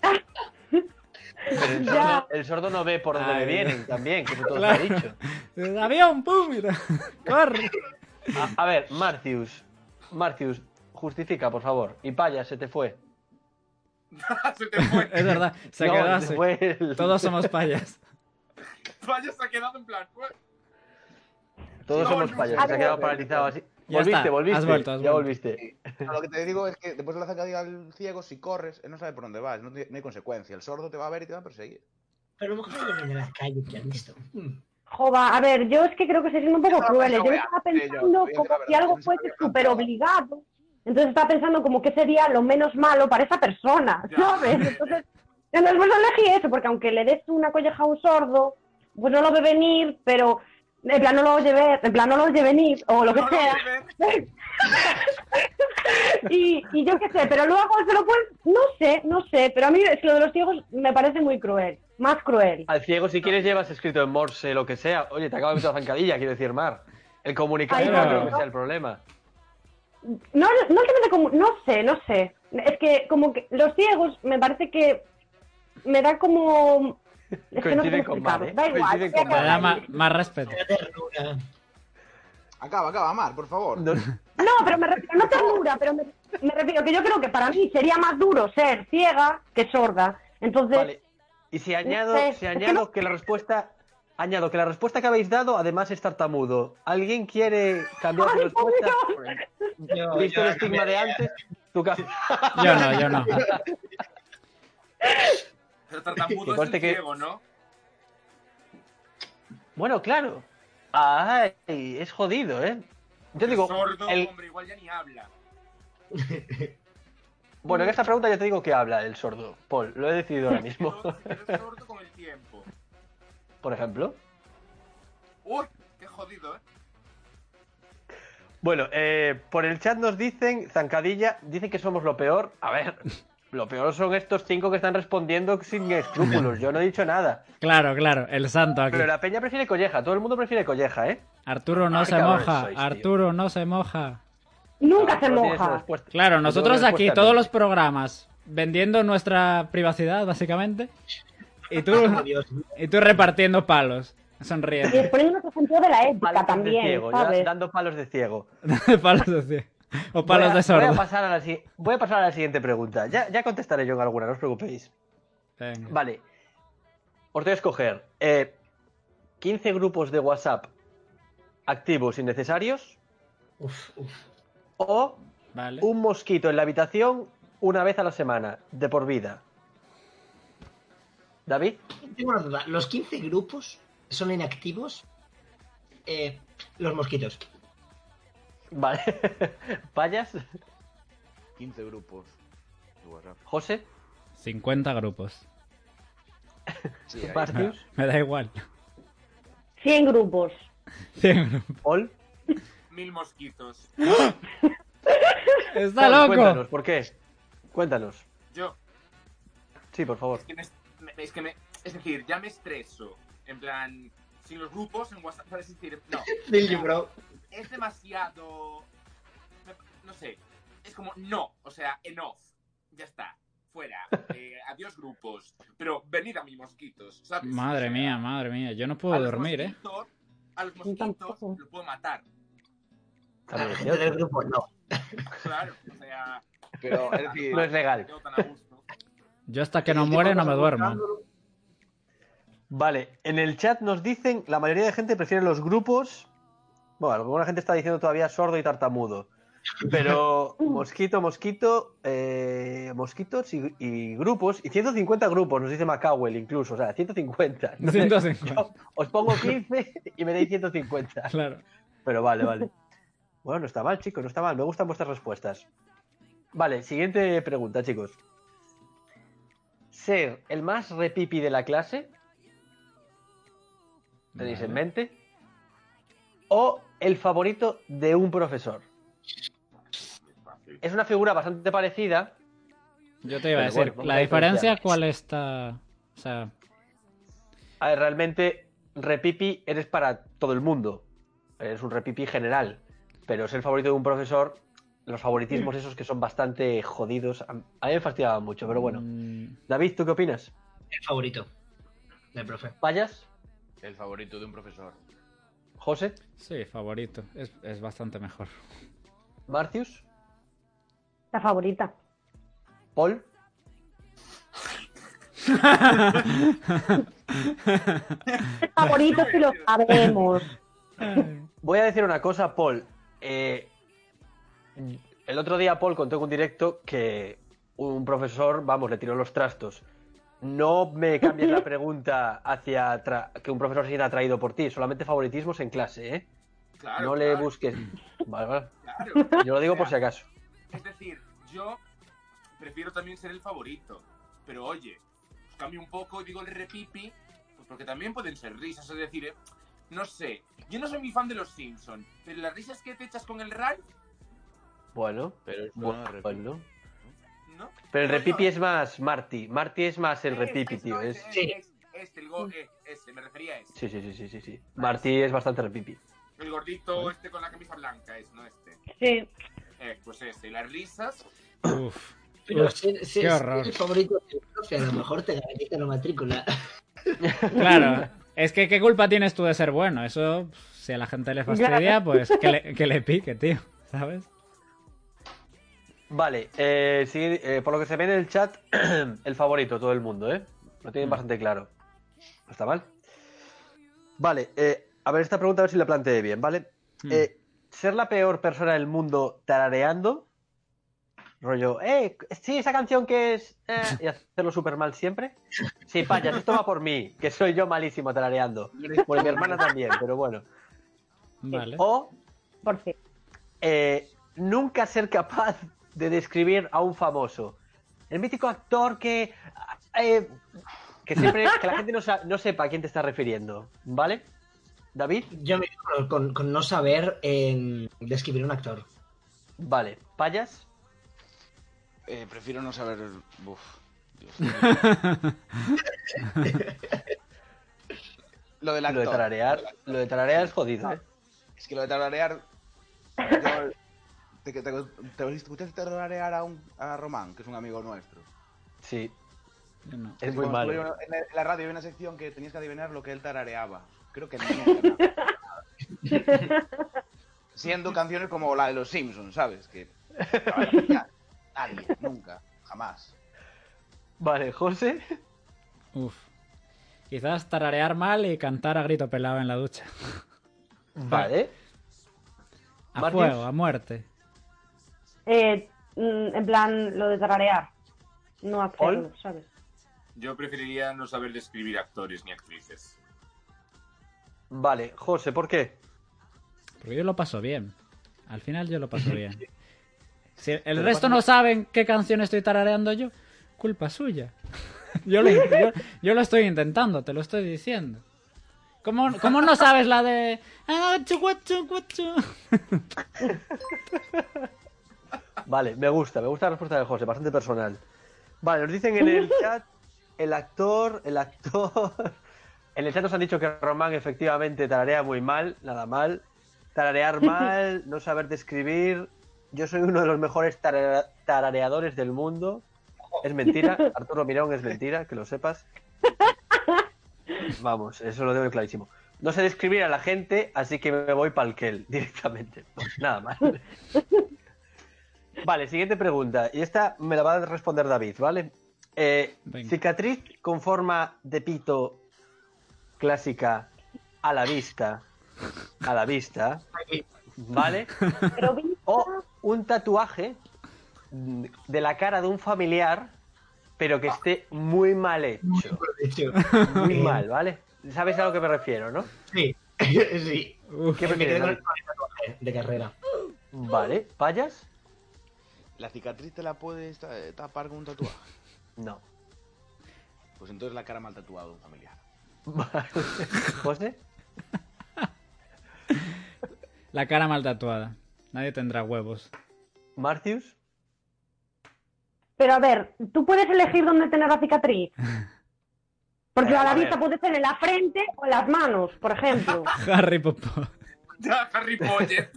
[SPEAKER 1] pero el
[SPEAKER 4] Ya.
[SPEAKER 1] sordo, el sordo no ve por dónde
[SPEAKER 2] Ay,
[SPEAKER 1] le vienen también, que eso todo
[SPEAKER 2] Claro.
[SPEAKER 1] se ha dicho.
[SPEAKER 2] Eh, Avión, pum. y ta- Corre.
[SPEAKER 1] A, a ver, Martius, Martius, justifica, por favor. Y Paya, se te fue.
[SPEAKER 5] se te fue.
[SPEAKER 2] Es verdad, se
[SPEAKER 1] No,
[SPEAKER 2] quedó
[SPEAKER 1] se
[SPEAKER 2] así.
[SPEAKER 1] fue el-
[SPEAKER 2] Todos somos payas.
[SPEAKER 5] Vaya, se ha quedado en plan. "Pues, "Ué".
[SPEAKER 1] Todos
[SPEAKER 5] No,
[SPEAKER 1] somos
[SPEAKER 5] no,
[SPEAKER 1] Paya,
[SPEAKER 4] no,
[SPEAKER 1] que se ha quedado
[SPEAKER 6] no,
[SPEAKER 1] paralizado
[SPEAKER 6] no.
[SPEAKER 1] así.
[SPEAKER 2] Ya
[SPEAKER 1] volviste,
[SPEAKER 2] está,
[SPEAKER 1] volviste.
[SPEAKER 2] has vuelto, has
[SPEAKER 1] ya
[SPEAKER 2] vuelto.
[SPEAKER 1] volviste.
[SPEAKER 6] No, lo que te digo es que después de la zancadilla al ciego, si corres, él no sabe por dónde vas. No, te- no hay consecuencia. El sordo te va a ver y te va a perseguir.
[SPEAKER 3] Pero a lo mejor alguien de la calle que has visto. Mm.
[SPEAKER 4] Joba, a ver, yo es que creo que se siendo un poco
[SPEAKER 6] Yo no
[SPEAKER 4] cruel. eh. Yo
[SPEAKER 6] voy a-
[SPEAKER 4] estaba
[SPEAKER 6] sí, yo,
[SPEAKER 4] pensando
[SPEAKER 6] voy a
[SPEAKER 4] como
[SPEAKER 6] decir la
[SPEAKER 4] si
[SPEAKER 6] verdad,
[SPEAKER 4] algo
[SPEAKER 6] yo no
[SPEAKER 4] fuese
[SPEAKER 6] sabía
[SPEAKER 4] súper
[SPEAKER 6] tanto.
[SPEAKER 4] obligado. Entonces estaba pensando como que sería lo menos malo para esa persona,
[SPEAKER 5] Ya.
[SPEAKER 4] ¿sabes? Entonces, entonces pues elegí eso, porque aunque le des una colleja a un sordo, pues no lo ve venir, pero en plan no lo oye ver, en plan no lo oye venir, o lo que
[SPEAKER 5] No lo
[SPEAKER 4] sea.
[SPEAKER 5] voy a ver.
[SPEAKER 4] y, y yo qué sé, pero luego se lo pueden... No sé, no sé, pero a mí es que lo de los ciegos me parece muy cruel, más cruel.
[SPEAKER 1] Al ciego, si quieres, llevas escrito en Morse lo que sea. Oye, te acabo de meter la zancadilla, quiero decir, Mar. El comunicador
[SPEAKER 4] Ay,
[SPEAKER 1] no
[SPEAKER 2] no,
[SPEAKER 1] creo
[SPEAKER 2] no.
[SPEAKER 1] que sea el problema.
[SPEAKER 4] No, no es que me dé como... No sé, no sé. Es que como que los ciegos me parece que me da como... Es que no sé
[SPEAKER 1] Coinciden
[SPEAKER 4] cómo
[SPEAKER 1] con Mar,
[SPEAKER 4] explicarlo.
[SPEAKER 1] ¿eh?
[SPEAKER 4] Da igual.
[SPEAKER 1] Coinciden
[SPEAKER 4] voy a
[SPEAKER 1] con
[SPEAKER 2] Me
[SPEAKER 1] Mar.
[SPEAKER 4] acabar
[SPEAKER 2] da
[SPEAKER 4] ahí.
[SPEAKER 2] ma- más respeto.
[SPEAKER 3] Qué ternura.
[SPEAKER 6] Acaba, acaba, Mar, por favor.
[SPEAKER 1] No-
[SPEAKER 4] No, pero me refiero, no ternura, pero me, me refiero que yo creo que para mí sería más duro ser ciega que sorda. Entonces,
[SPEAKER 1] Vale. Y si añado,
[SPEAKER 4] sé,
[SPEAKER 1] si
[SPEAKER 4] es que
[SPEAKER 1] añado
[SPEAKER 4] no-
[SPEAKER 1] que la respuesta. Añado que la respuesta que habéis dado además es tartamudo. ¿Alguien quiere cambiar su
[SPEAKER 4] Ay,
[SPEAKER 1] respuesta?
[SPEAKER 3] Yo-
[SPEAKER 1] ¿Visto
[SPEAKER 3] yo
[SPEAKER 1] el estigma de antes? Tú ca-
[SPEAKER 2] Yo no, yo no.
[SPEAKER 5] Pero
[SPEAKER 1] Que
[SPEAKER 5] tartamudo es
[SPEAKER 1] conste
[SPEAKER 5] el
[SPEAKER 1] que-
[SPEAKER 5] ciego, ¿no?
[SPEAKER 1] Bueno, claro. Ay, es jodido, ¿eh? Yo digo,
[SPEAKER 5] sordo,
[SPEAKER 1] el-
[SPEAKER 5] hombre, igual ya ni habla.
[SPEAKER 1] bueno, en esta pregunta ya te digo que habla el sordo, Paul. Lo he decidido ahora mismo,
[SPEAKER 5] Sordo, eres sordo con el tiempo.
[SPEAKER 1] por ejemplo.
[SPEAKER 5] Uy, qué jodido, ¿eh?
[SPEAKER 1] Bueno, eh, por el chat nos dicen, zancadilla, dicen que somos lo peor. A ver, lo peor son estos cinco que están respondiendo sin escrúpulos. Yo no he dicho nada.
[SPEAKER 2] Claro, claro, el santo aquí.
[SPEAKER 1] Pero la peña prefiere colleja, todo el mundo prefiere colleja, ¿eh?
[SPEAKER 2] Arturo no
[SPEAKER 1] Ay,
[SPEAKER 2] se
[SPEAKER 1] cabrón
[SPEAKER 2] moja,
[SPEAKER 1] sois, tío.
[SPEAKER 2] Arturo no se moja.
[SPEAKER 4] nunca se
[SPEAKER 1] Solo tiene su
[SPEAKER 4] moja.
[SPEAKER 1] respuesta.
[SPEAKER 2] Claro,
[SPEAKER 1] Solo
[SPEAKER 2] nosotros
[SPEAKER 1] tiene
[SPEAKER 2] aquí,
[SPEAKER 1] respuesta,
[SPEAKER 2] todos
[SPEAKER 1] ¿no?
[SPEAKER 2] los programas, vendiendo nuestra privacidad, básicamente. Y tú,
[SPEAKER 3] Dios mío.
[SPEAKER 2] y tú repartiendo palos,
[SPEAKER 4] Y
[SPEAKER 2] sonriendo.
[SPEAKER 4] exponiéndose sentido de la ética
[SPEAKER 1] Palos de
[SPEAKER 4] también,
[SPEAKER 1] ciego, ya
[SPEAKER 4] ¿sabes?
[SPEAKER 1] dando palos de ciego.
[SPEAKER 2] palos así. O
[SPEAKER 1] voy a,
[SPEAKER 2] palos de
[SPEAKER 1] voy a
[SPEAKER 2] sordo.
[SPEAKER 1] pasar a la, si- voy a pasar a la siguiente pregunta. Ya, ya contestaré yo en alguna, no os preocupéis.
[SPEAKER 2] Venga.
[SPEAKER 1] Vale. Os voy a escoger eh, 15 grupos de WhatsApp activos y necesarios
[SPEAKER 3] Uf, uf.
[SPEAKER 1] o
[SPEAKER 2] Vale.
[SPEAKER 1] un mosquito en la habitación una vez a la semana, de por vida. David,
[SPEAKER 3] Tengo una duda. ¿Los 15 grupos son inactivos? Eh, los mosquitos.
[SPEAKER 1] vale. Payas,
[SPEAKER 6] 15 grupos. de WhatsApp.
[SPEAKER 1] José,
[SPEAKER 2] 50 grupos.
[SPEAKER 6] Sí, ahí.
[SPEAKER 1] Martius,
[SPEAKER 2] Me da igual.
[SPEAKER 4] 100 grupos.
[SPEAKER 2] 100 grupos.
[SPEAKER 1] Paul.
[SPEAKER 5] Mil mosquitos.
[SPEAKER 2] ¡Está
[SPEAKER 1] Paul, Cuéntanos,
[SPEAKER 2] loco!
[SPEAKER 1] ¿por qué? Cuéntanos.
[SPEAKER 5] Yo,
[SPEAKER 1] Sí, por favor.
[SPEAKER 5] es que me, me- es que me- es decir, ya me estreso. En plan, sin los grupos en WhatsApp, ¿sabes? Es decir, no.
[SPEAKER 3] Feel you, bro.
[SPEAKER 5] Es demasiado. me- No sé. Es como, no. O sea, enough. Ya está. Fuera. Eh, adiós, grupos. Pero venid a mí, mosquitos, ¿sabes? O
[SPEAKER 2] Madre
[SPEAKER 5] sea,
[SPEAKER 2] mía, madre mía. Yo no
[SPEAKER 5] a
[SPEAKER 2] puedo
[SPEAKER 5] los
[SPEAKER 2] dormir, ¿eh?
[SPEAKER 5] mosquitos- A los mosquitos
[SPEAKER 4] tampoco.
[SPEAKER 5] los puedo matar.
[SPEAKER 3] A la
[SPEAKER 1] También es
[SPEAKER 3] gente del
[SPEAKER 1] cierto.
[SPEAKER 3] grupo, no.
[SPEAKER 5] Claro. O sea.
[SPEAKER 6] Pero, es decir,
[SPEAKER 1] No es legal.
[SPEAKER 5] quedo tan a gusto.
[SPEAKER 2] Yo hasta que no muere no me duermo.
[SPEAKER 1] Vale, en el chat nos dicen, la mayoría de gente prefiere los grupos. Bueno, alguna gente está diciendo todavía sordo y tartamudo. Pero mosquito, mosquito, eh, mosquitos y, y grupos. Y 150 grupos, nos dice Macawell incluso. O sea, 150. Entonces,
[SPEAKER 2] 150.
[SPEAKER 1] yo os pongo 15 y me dais 150.
[SPEAKER 2] Claro.
[SPEAKER 1] Pero vale, vale. Bueno, no está mal, chicos, no está mal. Me gustan vuestras respuestas. Vale, siguiente pregunta, chicos. ¿Ser el más repipi de la clase? ¿Tenéis en
[SPEAKER 2] Vale.
[SPEAKER 1] mente? ¿O el favorito de un profesor? Es una figura bastante parecida.
[SPEAKER 2] Yo te
[SPEAKER 1] Pero
[SPEAKER 2] iba a decir,
[SPEAKER 1] bueno, vamos
[SPEAKER 2] la
[SPEAKER 1] a
[SPEAKER 2] diferencia
[SPEAKER 1] diferenciar.
[SPEAKER 2] cuál está... O sea,
[SPEAKER 1] A ver, realmente, repipi eres para todo el mundo. Eres un repipi general. Pero ser favorito de un profesor, los favoritismos esos que son bastante jodidos, a a mí me fastidiaban mucho, pero bueno.
[SPEAKER 2] mm,
[SPEAKER 1] David, ¿tú qué opinas?
[SPEAKER 3] El favorito del profe.
[SPEAKER 1] ¿Payas?
[SPEAKER 6] el favorito de un profesor.
[SPEAKER 1] ¿José?
[SPEAKER 2] Sí, favorito. Es, es bastante mejor.
[SPEAKER 1] ¿Marcius?
[SPEAKER 4] La favorita.
[SPEAKER 1] ¿Paul?
[SPEAKER 4] El favorito si lo sabemos.
[SPEAKER 1] Voy a decir una cosa, Paul. Eh, el otro día Paul contó en un directo que un profesor, vamos, le tiró los trastos. No me cambies la pregunta hacia tra- que un profesor se sienta atraído por ti, solamente favoritismos en clase, ¿eh?
[SPEAKER 5] Claro,
[SPEAKER 1] no le
[SPEAKER 5] claro,
[SPEAKER 1] busques. Vale, vale.
[SPEAKER 5] claro.
[SPEAKER 1] Yo lo digo por si acaso.
[SPEAKER 5] Es decir, yo prefiero también ser el favorito. Pero oye, pues cambio un poco y digo el repipi, pues porque también pueden ser risas. Es decir, eh, no sé, yo no soy muy fan de los Simpsons, pero las risas que te echas con el Ralph,
[SPEAKER 1] Bueno,
[SPEAKER 6] Pero es
[SPEAKER 1] bueno,
[SPEAKER 6] una repi-
[SPEAKER 1] bueno.
[SPEAKER 5] ¿no?
[SPEAKER 1] Pero el
[SPEAKER 5] No,
[SPEAKER 1] repipi
[SPEAKER 5] no,
[SPEAKER 1] es más Marty. Marty es más el
[SPEAKER 5] es-
[SPEAKER 1] repipi,
[SPEAKER 5] es-
[SPEAKER 1] tío.
[SPEAKER 5] no,
[SPEAKER 1] Es...
[SPEAKER 5] es-
[SPEAKER 3] Sí.
[SPEAKER 5] es- Este, el go- eh, este, me refería a este.
[SPEAKER 1] Sí, sí, sí, sí, sí, sí. Martí es bastante repipi.
[SPEAKER 5] El gordito este con la camisa blanca es, no este.
[SPEAKER 4] Sí.
[SPEAKER 5] Eh, pues este, y las risas,
[SPEAKER 2] Uf.
[SPEAKER 3] Pero ser,
[SPEAKER 2] qué
[SPEAKER 3] ser- ser
[SPEAKER 2] horror.
[SPEAKER 3] el favorito del profe, a lo mejor te garantiza la matrícula.
[SPEAKER 2] Claro. Es que qué culpa tienes tú de ser bueno. Eso, si a la gente le fastidia, pues que le, que le pique, tío. ¿Sabes?
[SPEAKER 1] Vale, eh, sí, eh, por lo que se ve en el chat, el favorito, todo el mundo, ¿eh? Lo tienen
[SPEAKER 2] Mm.
[SPEAKER 1] bastante claro. No está mal. Vale, eh, a ver esta pregunta, a ver si la planteé bien, ¿vale?
[SPEAKER 2] Mm.
[SPEAKER 1] Eh, ¿Ser la peor persona del mundo tarareando? Rollo, eh, sí, esa canción que es... eh", y hacerlo súper mal siempre. Sí, payas, esto va por mí, que soy yo malísimo tarareando. Bueno, mi hermana también, pero bueno.
[SPEAKER 2] Mm,
[SPEAKER 1] eh,
[SPEAKER 2] Vale.
[SPEAKER 1] O
[SPEAKER 4] Por fin.
[SPEAKER 1] eh, nunca ser capaz de describir a un famoso. El mítico actor que. eh, que siempre. que la gente no, sa- no sepa a quién te está refiriendo. ¿Vale? ¿David?
[SPEAKER 3] Yo me quedo con, con no saber eh, describir un actor.
[SPEAKER 1] Vale. ¿Payas?
[SPEAKER 6] Eh, prefiero no saber. Uf, Dios. lo del
[SPEAKER 1] Lo de
[SPEAKER 6] actor.
[SPEAKER 1] tararear. Lo de tararear es jodido, ¿eh?
[SPEAKER 6] Es que lo de tararear. yo- te, te, te escuchaste tararear a, un, a Román, que es un amigo nuestro.
[SPEAKER 1] Sí,
[SPEAKER 2] Yo no.
[SPEAKER 1] es muy
[SPEAKER 6] Cuando
[SPEAKER 1] malo.
[SPEAKER 6] estuvieron En la, en la radio había una sección que tenías que adivinar lo que él tarareaba. Creo que no. Siendo canciones como la de los Simpsons, ¿sabes? Que no van a pillar nadie, nunca, jamás.
[SPEAKER 1] Vale, José.
[SPEAKER 2] Uf. Quizás tararear mal y cantar a grito pelado en la ducha.
[SPEAKER 1] Vale.
[SPEAKER 2] A
[SPEAKER 1] Marcus.
[SPEAKER 2] fuego, a muerte.
[SPEAKER 4] Eh, mm, en plan, lo de tararear. No hacerlo,
[SPEAKER 1] ¿Paul?
[SPEAKER 4] ¿sabes?
[SPEAKER 5] Yo preferiría no saber describir actores ni actrices.
[SPEAKER 1] Vale, José, ¿por qué?
[SPEAKER 2] Porque yo lo paso bien. Al final yo lo paso bien. Si
[SPEAKER 1] Pero
[SPEAKER 2] el resto
[SPEAKER 1] cuando-
[SPEAKER 2] no saben qué canción estoy tarareando yo, culpa suya. Yo lo, yo- yo lo estoy intentando, te lo estoy diciendo. ¿Cómo, cómo no sabes la de... Ah, chu, guachu, guachu?
[SPEAKER 1] Vale, me gusta, me gusta la respuesta de José, bastante personal. Vale, nos dicen en el chat, el actor, el actor. En el chat nos han dicho que Román efectivamente tararea muy mal, nada mal. Tararear mal, no saber describir. Yo soy uno de los mejores tarara- tarareadores del mundo. Es mentira, Arturo Mirón es mentira, que lo sepas. Vamos, eso lo tengo clarísimo. No sé describir a la gente, así que me voy pa'l Kel directamente. Pues Nada más. Vale, siguiente pregunta. Y esta me la va a responder David, ¿vale? Eh,
[SPEAKER 2] Venga.
[SPEAKER 1] cicatriz con forma de pito clásica a la vista. A la vista. ¿Vale?
[SPEAKER 4] Pero vi-
[SPEAKER 1] O un tatuaje mm, de la cara de un familiar, pero que esté muy mal hecho. Muy mal, ¿vale? ¿Sabes a lo que me refiero, no?
[SPEAKER 3] Sí, sí.
[SPEAKER 2] Uf,
[SPEAKER 1] ¿Qué
[SPEAKER 3] me
[SPEAKER 1] prefieres,
[SPEAKER 3] quedé con el
[SPEAKER 1] David?
[SPEAKER 3] tatuaje de carrera.
[SPEAKER 1] Vale, ¿payas?
[SPEAKER 6] ¿La cicatriz te la puedes ta- eh, tapar con un tatuaje?
[SPEAKER 1] No.
[SPEAKER 6] Pues entonces la cara mal tatuada de un familiar.
[SPEAKER 1] Vale. ¿José?
[SPEAKER 2] la cara mal tatuada. Nadie tendrá huevos.
[SPEAKER 1] ¿Marcius?
[SPEAKER 4] Pero a ver, tú puedes elegir dónde tener la cicatriz. Porque
[SPEAKER 1] Eh,
[SPEAKER 4] a la
[SPEAKER 1] a ver.
[SPEAKER 4] vista puede ser en la frente o en las manos, por ejemplo.
[SPEAKER 2] Harry Potter.
[SPEAKER 5] ¡Ya, Harry Potter!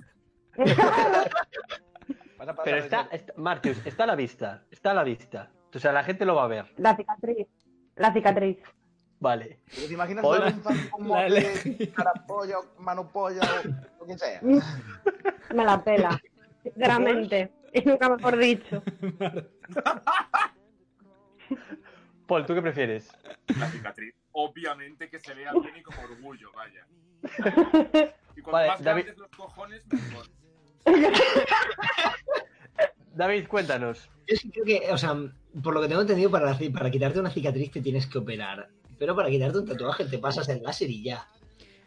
[SPEAKER 6] Vas a pasar
[SPEAKER 1] Pero
[SPEAKER 6] de
[SPEAKER 1] está,
[SPEAKER 6] ser-
[SPEAKER 1] está- Martius, está a la vista, está a la vista. O sea, la gente lo va a ver.
[SPEAKER 4] la cicatriz. La cicatriz.
[SPEAKER 1] Vale.
[SPEAKER 6] ¿Te imaginas
[SPEAKER 1] Hola.
[SPEAKER 6] dar un fan con
[SPEAKER 2] La
[SPEAKER 6] mote, cara polla, o mano polla o lo que sea?
[SPEAKER 4] Me la pela. Sinceramente. Y nunca mejor dicho.
[SPEAKER 1] Paul, ¿tú qué prefieres?
[SPEAKER 5] La cicatriz. Obviamente que se vea bien y con orgullo, vaya. Y cuanto
[SPEAKER 1] Vale,
[SPEAKER 5] más
[SPEAKER 1] David-
[SPEAKER 5] grandes los cojones, mejor.
[SPEAKER 1] David, cuéntanos.
[SPEAKER 3] Yo sí creo que, o sea, por lo que tengo entendido, para, la ci- para quitarte una cicatriz te tienes que operar. Pero para quitarte un tatuaje te pasas el láser y ya.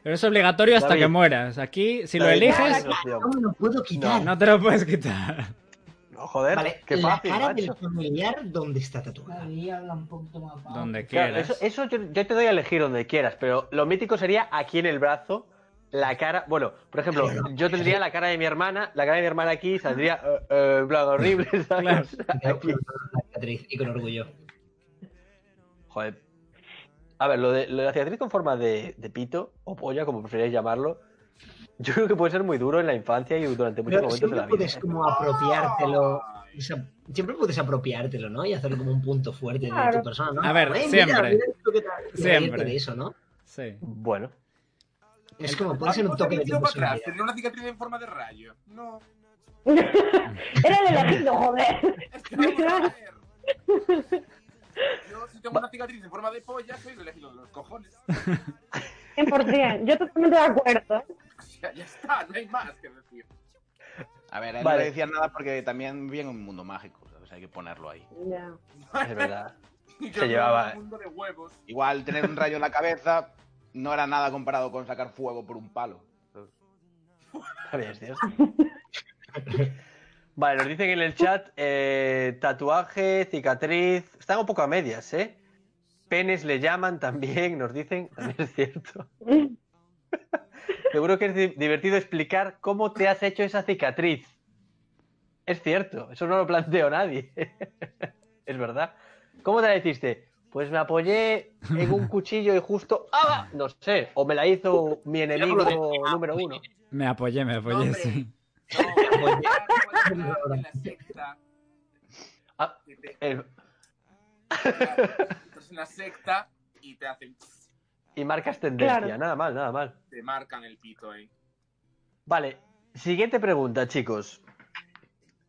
[SPEAKER 2] Pero es obligatorio hasta
[SPEAKER 1] David.
[SPEAKER 2] que mueras. Aquí, si lo
[SPEAKER 1] David,
[SPEAKER 2] eliges,
[SPEAKER 1] dale una opción.
[SPEAKER 3] No me lo puedo quitar.
[SPEAKER 2] no te lo puedes quitar.
[SPEAKER 1] No, joder,
[SPEAKER 3] vale,
[SPEAKER 1] qué
[SPEAKER 3] la
[SPEAKER 1] fácil,
[SPEAKER 3] cara
[SPEAKER 1] macho.
[SPEAKER 3] del familiar, ¿dónde está tatuada?
[SPEAKER 7] Ahí habla un poquito más bajo.
[SPEAKER 2] Donde
[SPEAKER 1] Claro,
[SPEAKER 2] quieras.
[SPEAKER 1] eso eso yo, yo te doy a elegir donde quieras, pero lo mítico sería aquí en el brazo, la cara. Bueno, por ejemplo, yo tendría la cara de mi hermana, la cara de mi hermana aquí saldría eh, eh, en plan horrible, ¿sabes? Aquí.
[SPEAKER 3] La cicatriz, y con orgullo.
[SPEAKER 1] Joder. A ver, lo de, lo de la cicatriz con forma de, de pito o polla, como preferáis llamarlo, yo creo que puede ser muy duro en la infancia y durante muchos
[SPEAKER 3] Pero
[SPEAKER 1] momentos de
[SPEAKER 3] siempre
[SPEAKER 1] la vida.
[SPEAKER 3] puedes como apropiártelo.
[SPEAKER 5] Ay.
[SPEAKER 3] o sea, siempre puedes apropiártelo, ¿no? Y hacerlo como un punto fuerte de
[SPEAKER 4] Claro.
[SPEAKER 3] tu persona, ¿no?
[SPEAKER 2] A ver,
[SPEAKER 3] Eh, mira,
[SPEAKER 2] siempre.
[SPEAKER 3] mira esto que tal. Y
[SPEAKER 2] Siempre.
[SPEAKER 3] reírte de eso, ¿no?
[SPEAKER 2] Sí.
[SPEAKER 1] Bueno,
[SPEAKER 3] Es como, puede ser un toque de
[SPEAKER 5] Vamos a
[SPEAKER 3] tu
[SPEAKER 5] ir para atrás,
[SPEAKER 3] personalidad.
[SPEAKER 5] tener una cicatriz en forma de rayo. No.
[SPEAKER 4] Era el elegido, joder.
[SPEAKER 5] Es que vamos a ver. Yo, si tengo una cicatriz en forma de polla, soy el elegido de los cojones.
[SPEAKER 4] 100%. Yo totalmente de acuerdo. ¿eh?
[SPEAKER 5] O sea, ya está, no hay más que decir.
[SPEAKER 6] A ver, a él
[SPEAKER 1] Vale.
[SPEAKER 6] no le decían nada porque también vivían en un mundo mágico, ¿sabes? Hay que ponerlo ahí.
[SPEAKER 4] Ya.
[SPEAKER 1] es verdad.
[SPEAKER 5] Y
[SPEAKER 1] Se
[SPEAKER 5] yo
[SPEAKER 1] llevaba-
[SPEAKER 5] Un mundo de huevos.
[SPEAKER 6] Igual tener un rayo en la cabeza no era nada comparado con sacar fuego por un palo.
[SPEAKER 1] Sabes, Dios. Vale, nos dicen en el chat eh, tatuaje, cicatriz. Están un poco a medias, ¿eh? Penes le llaman también, nos dicen. También es cierto. Seguro que es di- divertido explicar cómo te has hecho esa cicatriz. Es cierto, eso no lo planteo nadie. es verdad. ¿Cómo te la hiciste? Pues me apoyé en un cuchillo y justo. ¡Ah! No sé, o me la hizo mi enemigo número uno.
[SPEAKER 2] Me apoyé, me apoyé,
[SPEAKER 5] Hombre.
[SPEAKER 2] sí.
[SPEAKER 5] No, estaba en la secta.
[SPEAKER 1] Ah,
[SPEAKER 5] que te-
[SPEAKER 1] el-
[SPEAKER 5] Estás en la secta y te hacen. tss,
[SPEAKER 1] y marcas tendencia.
[SPEAKER 4] Claro.
[SPEAKER 1] Nada mal, nada mal.
[SPEAKER 5] Te marcan el pito ahí.
[SPEAKER 1] Vale, siguiente pregunta, chicos.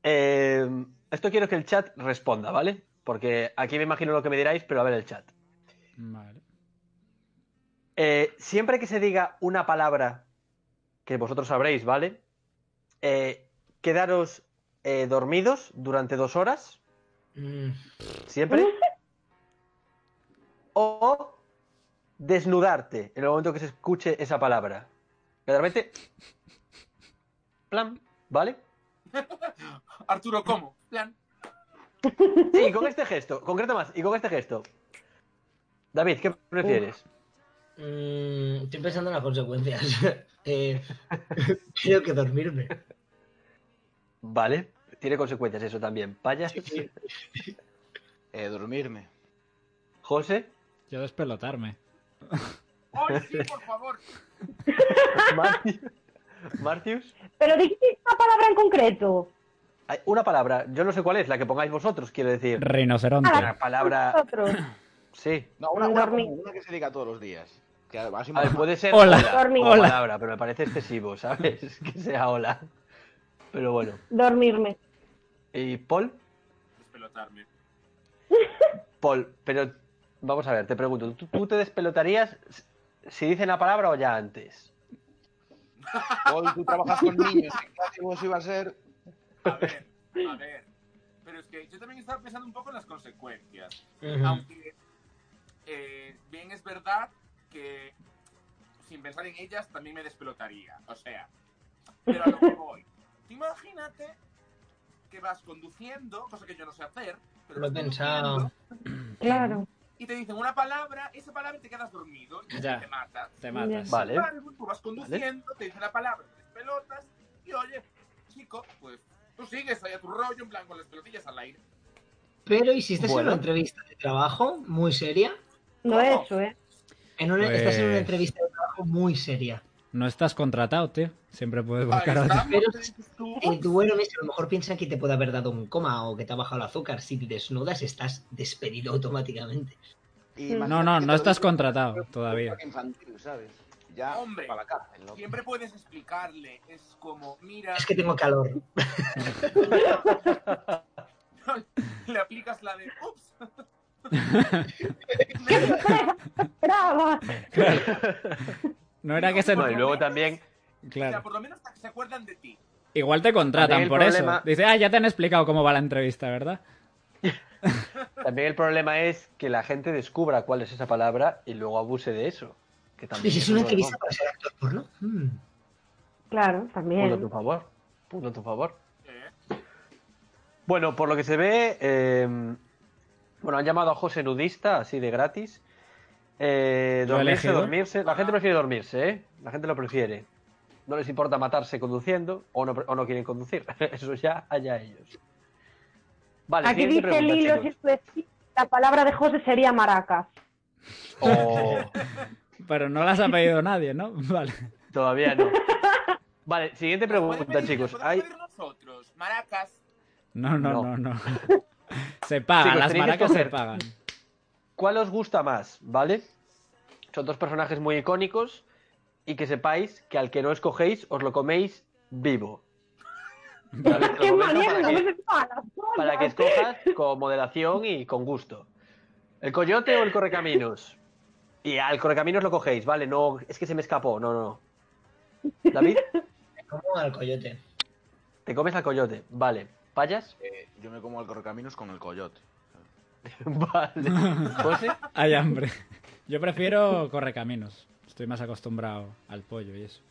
[SPEAKER 1] Eh, esto quiero que el chat responda, ¿vale? Porque aquí me imagino lo que me diráis, pero a ver el chat.
[SPEAKER 2] Vale.
[SPEAKER 1] Eh, siempre que se diga una palabra que vosotros sabréis, ¿vale? Eh, quedaros eh, dormidos durante dos horas,
[SPEAKER 3] Mm,
[SPEAKER 1] siempre. O desnudarte en el momento que se escuche esa palabra. Que de repente. Plan, ¿vale?
[SPEAKER 5] Arturo, ¿cómo? Plan.
[SPEAKER 1] Sí, con este gesto, concreto más, y con este gesto. David, ¿qué prefieres?
[SPEAKER 3] mm, estoy pensando en las consecuencias. Eh, creo que dormirme.
[SPEAKER 1] Vale, tiene consecuencias eso también. Payas,
[SPEAKER 6] Eh, dormirme.
[SPEAKER 1] José,
[SPEAKER 2] Yo despelotarme.
[SPEAKER 5] ¡Hoy sí, por favor!
[SPEAKER 1] Mati- Martius.
[SPEAKER 4] Pero dijiste una palabra en concreto.
[SPEAKER 1] Hay una palabra, yo no sé cuál es, la que pongáis vosotros, quiero decir.
[SPEAKER 2] Rinoceronte.
[SPEAKER 1] Una palabra,
[SPEAKER 4] Nosotros.
[SPEAKER 1] sí.
[SPEAKER 6] No, una, una,
[SPEAKER 4] Dormir.
[SPEAKER 6] una que se diga todos los días. Que así
[SPEAKER 1] A ver, puede ser
[SPEAKER 2] Hola.
[SPEAKER 1] como
[SPEAKER 2] Hola.
[SPEAKER 1] palabra, pero me parece excesivo, ¿sabes? Que sea hola. Pero bueno.
[SPEAKER 4] Dormirme.
[SPEAKER 1] ¿Y Paul?
[SPEAKER 5] Despelotarme.
[SPEAKER 1] Paul, pero vamos a ver, te pregunto, ¿tú, tú te despelotarías si dicen la palabra o ya antes?
[SPEAKER 6] Hoy tú trabajas con niños. en clase y vos iba a ser.
[SPEAKER 5] A ver, a ver. Pero es que yo también estaba pensando un poco en las consecuencias.
[SPEAKER 3] Ujú.
[SPEAKER 5] Aunque eh, bien es verdad que sin pensar en ellas también me despelotaría. O sea, pero a lo que voy. Tú Imagínate que vas conduciendo, cosa que yo no sé hacer, pero
[SPEAKER 3] Lo
[SPEAKER 5] vas
[SPEAKER 3] he pensado.
[SPEAKER 4] Claro.
[SPEAKER 5] y te dicen una palabra, esa palabra y te quedas dormido y
[SPEAKER 2] Ya.
[SPEAKER 5] te matas.
[SPEAKER 2] Te matas.
[SPEAKER 1] Vale.
[SPEAKER 5] Sin embargo, tú vas conduciendo, te dicen la palabra, te despelotas y oye, chico, pues tú sigues ahí a tu rollo, en plan con las pelotillas al aire.
[SPEAKER 3] Pero, ¿y si estás en
[SPEAKER 1] Bueno.
[SPEAKER 3] una entrevista de trabajo muy seria?
[SPEAKER 4] Lo he hecho, ¿eh?
[SPEAKER 3] En una- Estás en una
[SPEAKER 2] Pues-
[SPEAKER 3] entrevista de trabajo muy seria.
[SPEAKER 2] No estás contratado, tío. Siempre puedes
[SPEAKER 5] Ahí
[SPEAKER 2] buscar otro.
[SPEAKER 5] estamos,
[SPEAKER 3] Pero-
[SPEAKER 5] te dices tú, pues,
[SPEAKER 3] El duelo ves, a lo mejor piensan que te puede haber dado un coma o que te ha bajado el azúcar. Si te desnudas, estás despedido automáticamente.
[SPEAKER 6] y
[SPEAKER 2] No,
[SPEAKER 6] imagínate
[SPEAKER 2] no,
[SPEAKER 6] que
[SPEAKER 2] no
[SPEAKER 6] te
[SPEAKER 2] estás
[SPEAKER 6] dormís,
[SPEAKER 2] contratado
[SPEAKER 6] pero
[SPEAKER 2] todavía.
[SPEAKER 6] porque infantil, ¿sabes? Ya,
[SPEAKER 5] Hombre.
[SPEAKER 6] para la cárcel, loco.
[SPEAKER 5] Siempre puedes explicarle, es como, mira,
[SPEAKER 3] Es que tengo calor.
[SPEAKER 5] le aplicas la de, ups,
[SPEAKER 4] Brava.
[SPEAKER 2] No era que se.
[SPEAKER 1] Bueno, y luego también,
[SPEAKER 5] o sea,
[SPEAKER 2] Claro.
[SPEAKER 5] por lo menos se acuerdan de ti.
[SPEAKER 2] Igual te contratan
[SPEAKER 1] También el
[SPEAKER 2] por
[SPEAKER 1] problema-
[SPEAKER 2] eso. Dice, ah, ya te han explicado cómo va la entrevista, ¿verdad?
[SPEAKER 1] también el problema es que la gente descubra cuál es esa palabra y luego abuse de eso. Que
[SPEAKER 3] Y
[SPEAKER 1] también
[SPEAKER 3] si es
[SPEAKER 1] un
[SPEAKER 3] una
[SPEAKER 1] problema.
[SPEAKER 3] entrevista para ser actor porno. Mm.
[SPEAKER 4] Claro,
[SPEAKER 1] Punto a tu
[SPEAKER 4] también.
[SPEAKER 1] favor. Punto a tu favor.
[SPEAKER 5] ¿eh?
[SPEAKER 1] Bueno, por lo que se ve, eh, bueno, han llamado a José nudista, así de gratis. Eh,
[SPEAKER 2] Lo he
[SPEAKER 1] dormirse,
[SPEAKER 2] elegido. Ah.
[SPEAKER 1] dormirse. La gente prefiere dormirse, ¿eh? La gente lo prefiere. No les importa matarse conduciendo o no, o no quieren conducir. Eso ya allá ellos. Vale,
[SPEAKER 4] Aquí
[SPEAKER 1] siguiente
[SPEAKER 4] dice
[SPEAKER 1] pregunta,
[SPEAKER 4] Lilo, si
[SPEAKER 1] chicos.
[SPEAKER 4] tú decís, la palabra de José sería maracas.
[SPEAKER 1] Oh,
[SPEAKER 2] Pero no las ha pedido nadie, ¿no? Vale.
[SPEAKER 1] todavía no. Vale, siguiente
[SPEAKER 5] ¿Puedes
[SPEAKER 1] pregunta,
[SPEAKER 5] pedir-
[SPEAKER 1] chicos.
[SPEAKER 5] podemos
[SPEAKER 1] Hay...
[SPEAKER 5] pedir nosotros, maracas,
[SPEAKER 2] No, no,
[SPEAKER 1] No.
[SPEAKER 2] no, no. Se pagan,
[SPEAKER 1] Chicos,
[SPEAKER 2] las
[SPEAKER 1] tenéis que
[SPEAKER 2] maracas se
[SPEAKER 1] escoger.
[SPEAKER 2] pagan.
[SPEAKER 1] ¿Cuál os gusta más? ¿Vale? Son dos personajes muy icónicos y que sepáis que al que no escogéis os lo coméis vivo. ¿Vale? Te lo
[SPEAKER 4] ¡Qué
[SPEAKER 1] comento
[SPEAKER 4] manera!
[SPEAKER 1] para,
[SPEAKER 4] no
[SPEAKER 1] que,
[SPEAKER 4] me sepan las cosas.
[SPEAKER 1] para que escojas con moderación y con gusto. ¿El coyote o el correcaminos? Y al correcaminos lo cogéis, ¿vale? No, es que se me escapó, no, no. no. David,
[SPEAKER 3] Como al coyote.
[SPEAKER 1] te comes al coyote, vale. ¿Payas?
[SPEAKER 6] Eh, yo me como al correcaminos con el coyote.
[SPEAKER 1] Vale. ¿José?
[SPEAKER 2] Hay hambre. Yo prefiero correcaminos. Estoy más acostumbrado al pollo y eso.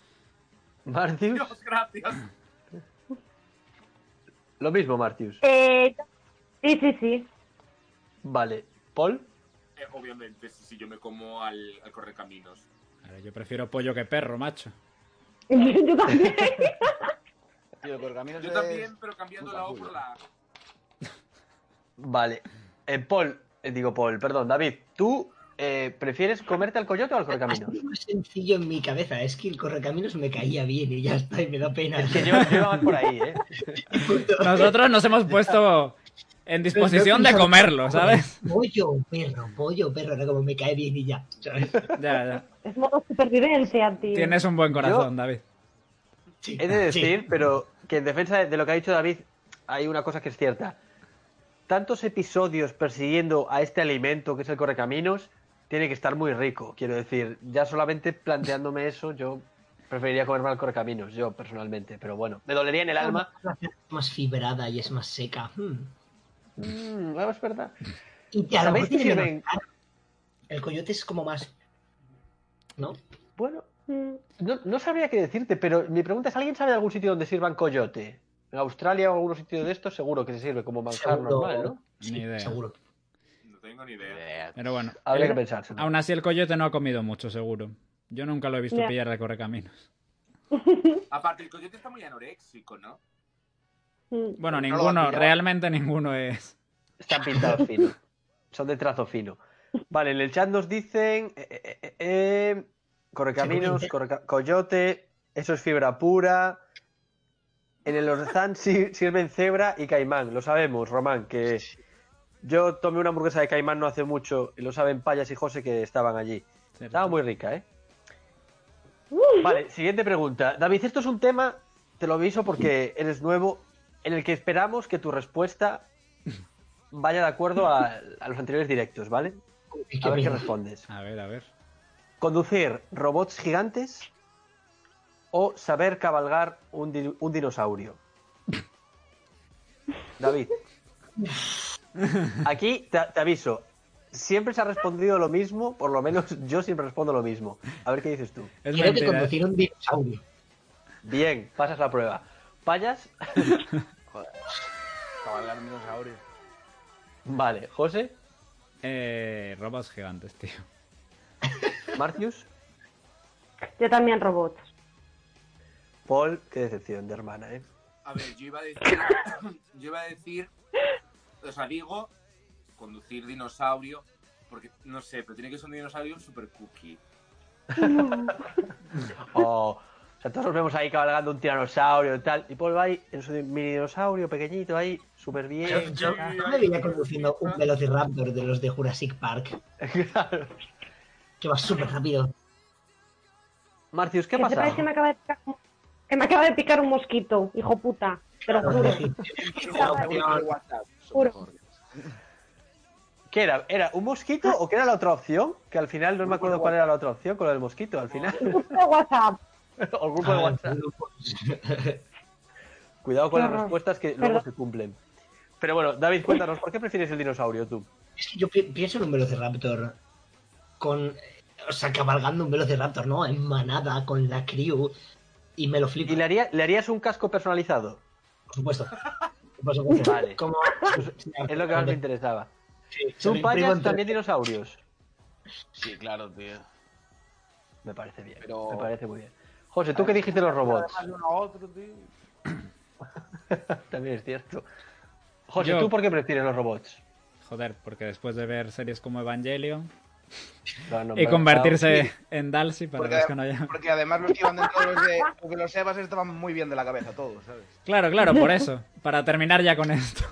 [SPEAKER 1] ¿Martius?
[SPEAKER 5] Dios, gracias.
[SPEAKER 1] Lo mismo, Martius.
[SPEAKER 4] Eh, sí, sí, sí.
[SPEAKER 1] Vale. ¿Paul?
[SPEAKER 5] Eh, obviamente, si yo me como al, al correcaminos.
[SPEAKER 2] Claro, yo prefiero pollo que perro, macho.
[SPEAKER 4] Yo también.
[SPEAKER 6] Tío, el correcaminos
[SPEAKER 5] Yo
[SPEAKER 6] es-
[SPEAKER 5] también, pero cambiando la O por la A.
[SPEAKER 1] Vale. Eh, Paul, eh, digo Paul, perdón, David, tú eh, ¿prefieres comerte al coyote o al
[SPEAKER 3] Ha
[SPEAKER 1] correcaminos?
[SPEAKER 3] sido más sencillo en mi cabeza. Es que el correcaminos me caía bien y ya está, y me da pena.
[SPEAKER 1] Que yo, yo iba más por ahí, ¿eh?
[SPEAKER 2] Nosotros nos hemos puesto en disposición de comerlo, ¿sabes?
[SPEAKER 3] Pollo, perro, pollo, perro. Era como me cae bien y ya. ¿sabes?
[SPEAKER 2] Ya, ya.
[SPEAKER 4] Es modo supervivencia, tío.
[SPEAKER 2] Tienes un buen corazón, David.
[SPEAKER 3] Sí,
[SPEAKER 1] He de
[SPEAKER 3] sí.
[SPEAKER 1] decir, pero que en defensa de- de lo que ha dicho David, hay una cosa que es cierta. Tantos episodios persiguiendo a este alimento que es el correcaminos, tiene que estar muy rico. Quiero decir, ya solamente planteándome eso, yo preferiría comer mal correcaminos, yo personalmente. Pero bueno, me dolería en el alma.
[SPEAKER 3] La carne es más fibrada y es más seca. Mm.
[SPEAKER 1] Mm, no, es verdad.
[SPEAKER 3] Y que a lo mejor
[SPEAKER 1] ¿Sabéis que
[SPEAKER 3] tiene menos
[SPEAKER 1] sirven?
[SPEAKER 3] carne. El coyote es como más. ¿No?
[SPEAKER 1] Bueno, mm, no, no sabría qué decirte, pero mi pregunta es: ¿alguien sabe de algún sitio donde sirvan coyote? En Australia o algún sitio de estos, seguro que se sirve como manjar
[SPEAKER 3] Seguro.
[SPEAKER 1] normal, ¿no?
[SPEAKER 3] Sí,
[SPEAKER 2] Ni idea.
[SPEAKER 3] Seguro.
[SPEAKER 5] No tengo ni idea.
[SPEAKER 2] Pero bueno,
[SPEAKER 1] Habría que pensarse.
[SPEAKER 2] aún así el coyote no ha comido mucho, seguro. Yo nunca lo he visto
[SPEAKER 4] Ya.
[SPEAKER 2] pillar de correcaminos.
[SPEAKER 5] Aparte, el coyote está muy anoréxico, ¿no?
[SPEAKER 4] Mm.
[SPEAKER 2] Bueno,
[SPEAKER 6] No lo ha
[SPEAKER 2] ninguno,
[SPEAKER 6] pillado.
[SPEAKER 2] realmente ninguno es.
[SPEAKER 1] Están pintados fino. Son de trazo fino. Vale, en el chat nos dicen. eh, eh, eh, eh, correcaminos, correca- coyote. Eso es fibra pura. En el Orzán sí- sirven cebra y caimán. Lo sabemos, Román, que yo tomé una hamburguesa de caimán no hace mucho. Y lo saben Payas y José que estaban allí. Estaba muy rica, ¿eh? Vale, siguiente pregunta. David, esto es un tema, te lo aviso porque eres nuevo, en el que esperamos que tu respuesta vaya de acuerdo a, a los anteriores directos, ¿vale?
[SPEAKER 3] Y que
[SPEAKER 1] A ver qué
[SPEAKER 3] venga.
[SPEAKER 1] respondes.
[SPEAKER 2] A ver, a ver.
[SPEAKER 1] ¿Conducir robots gigantes o saber cabalgar un, di- un dinosaurio? David. Aquí te, te aviso. Siempre se ha respondido lo mismo, por lo menos yo siempre respondo lo mismo. A ver qué dices tú.
[SPEAKER 2] Es
[SPEAKER 3] Creo que
[SPEAKER 2] mentira. ¿eh?
[SPEAKER 3] conducir un dinosaurio.
[SPEAKER 1] Bien, pasas la prueba. Payas,
[SPEAKER 6] Cabalgar un dinosaurio.
[SPEAKER 1] vale. José,
[SPEAKER 2] Eh, robots gigantes, tío.
[SPEAKER 1] Marcius,
[SPEAKER 4] Yo también robots.
[SPEAKER 1] Paul, qué decepción de hermana, ¿eh?
[SPEAKER 5] A ver, yo iba a decir. yo iba a decir. O sea, digo. Conducir dinosaurio. Porque, no sé, pero tiene que ser un dinosaurio super cookie.
[SPEAKER 1] O, Oh, o sea, todos nos vemos ahí cabalgando un tiranosaurio y tal. Y Paul va ahí en su mini dinosaurio pequeñito ahí, súper bien.
[SPEAKER 3] Yo yo me veía conduciendo un velociraptor de los de Jurassic Park,
[SPEAKER 1] Claro.
[SPEAKER 3] que va súper rápido.
[SPEAKER 1] Marcius, ¿qué
[SPEAKER 4] que sepáis
[SPEAKER 1] pasa?
[SPEAKER 4] que me acaba de picar, un- que me acaba de picar un mosquito, hijo puta. Te lo juro. juro.
[SPEAKER 1] ¿Qué era? ¿Era un mosquito o qué era la otra opción? Que al final no me acuerdo cuál era la otra opción con lo del mosquito, al final.
[SPEAKER 4] Un grupo de WhatsApp.
[SPEAKER 1] o el
[SPEAKER 3] Ah,
[SPEAKER 1] grupo de WhatsApp.
[SPEAKER 3] pues,
[SPEAKER 1] Cuidado con
[SPEAKER 4] Qué
[SPEAKER 1] las
[SPEAKER 4] horror.
[SPEAKER 1] respuestas que luego
[SPEAKER 4] Perdón.
[SPEAKER 1] se cumplen. Pero bueno, David, cuéntanos, ¿por qué prefieres el dinosaurio tú?
[SPEAKER 3] Es que yo pi- pienso en un velociraptor con. O sea, cabalgando un velociraptor, ¿no? En manada, con la crew. Y me lo flipo,
[SPEAKER 1] ¿Y le, haría- le harías un casco personalizado?
[SPEAKER 3] por supuesto. Por supuesto.
[SPEAKER 1] Vale.
[SPEAKER 3] Como...
[SPEAKER 1] Es lo que más me interesaba.
[SPEAKER 3] Sí, se lo
[SPEAKER 1] ¿Tú
[SPEAKER 3] imprimo
[SPEAKER 1] payas
[SPEAKER 3] en
[SPEAKER 1] también dinosaurios?
[SPEAKER 6] Sí, claro, tío.
[SPEAKER 1] Me parece bien.
[SPEAKER 6] Pero-
[SPEAKER 1] Me parece muy bien. José, ¿tú qué dijiste de los robots?
[SPEAKER 6] Además de uno a otro, tío.
[SPEAKER 1] También es cierto. José,
[SPEAKER 2] Yo-
[SPEAKER 1] ¿tú por qué prefieres los robots?
[SPEAKER 2] Joder, porque después de ver series como Evangelion
[SPEAKER 1] Lo han
[SPEAKER 2] y
[SPEAKER 1] nombrado.
[SPEAKER 2] convertirse en Dalsy para
[SPEAKER 6] Porque,
[SPEAKER 2] los que no hayan-
[SPEAKER 6] porque además los que iban dentro de los de. Aunque los Evas estaban muy bien de la cabeza todos, ¿sabes?
[SPEAKER 2] Claro, claro, por eso. Para terminar ya con esto.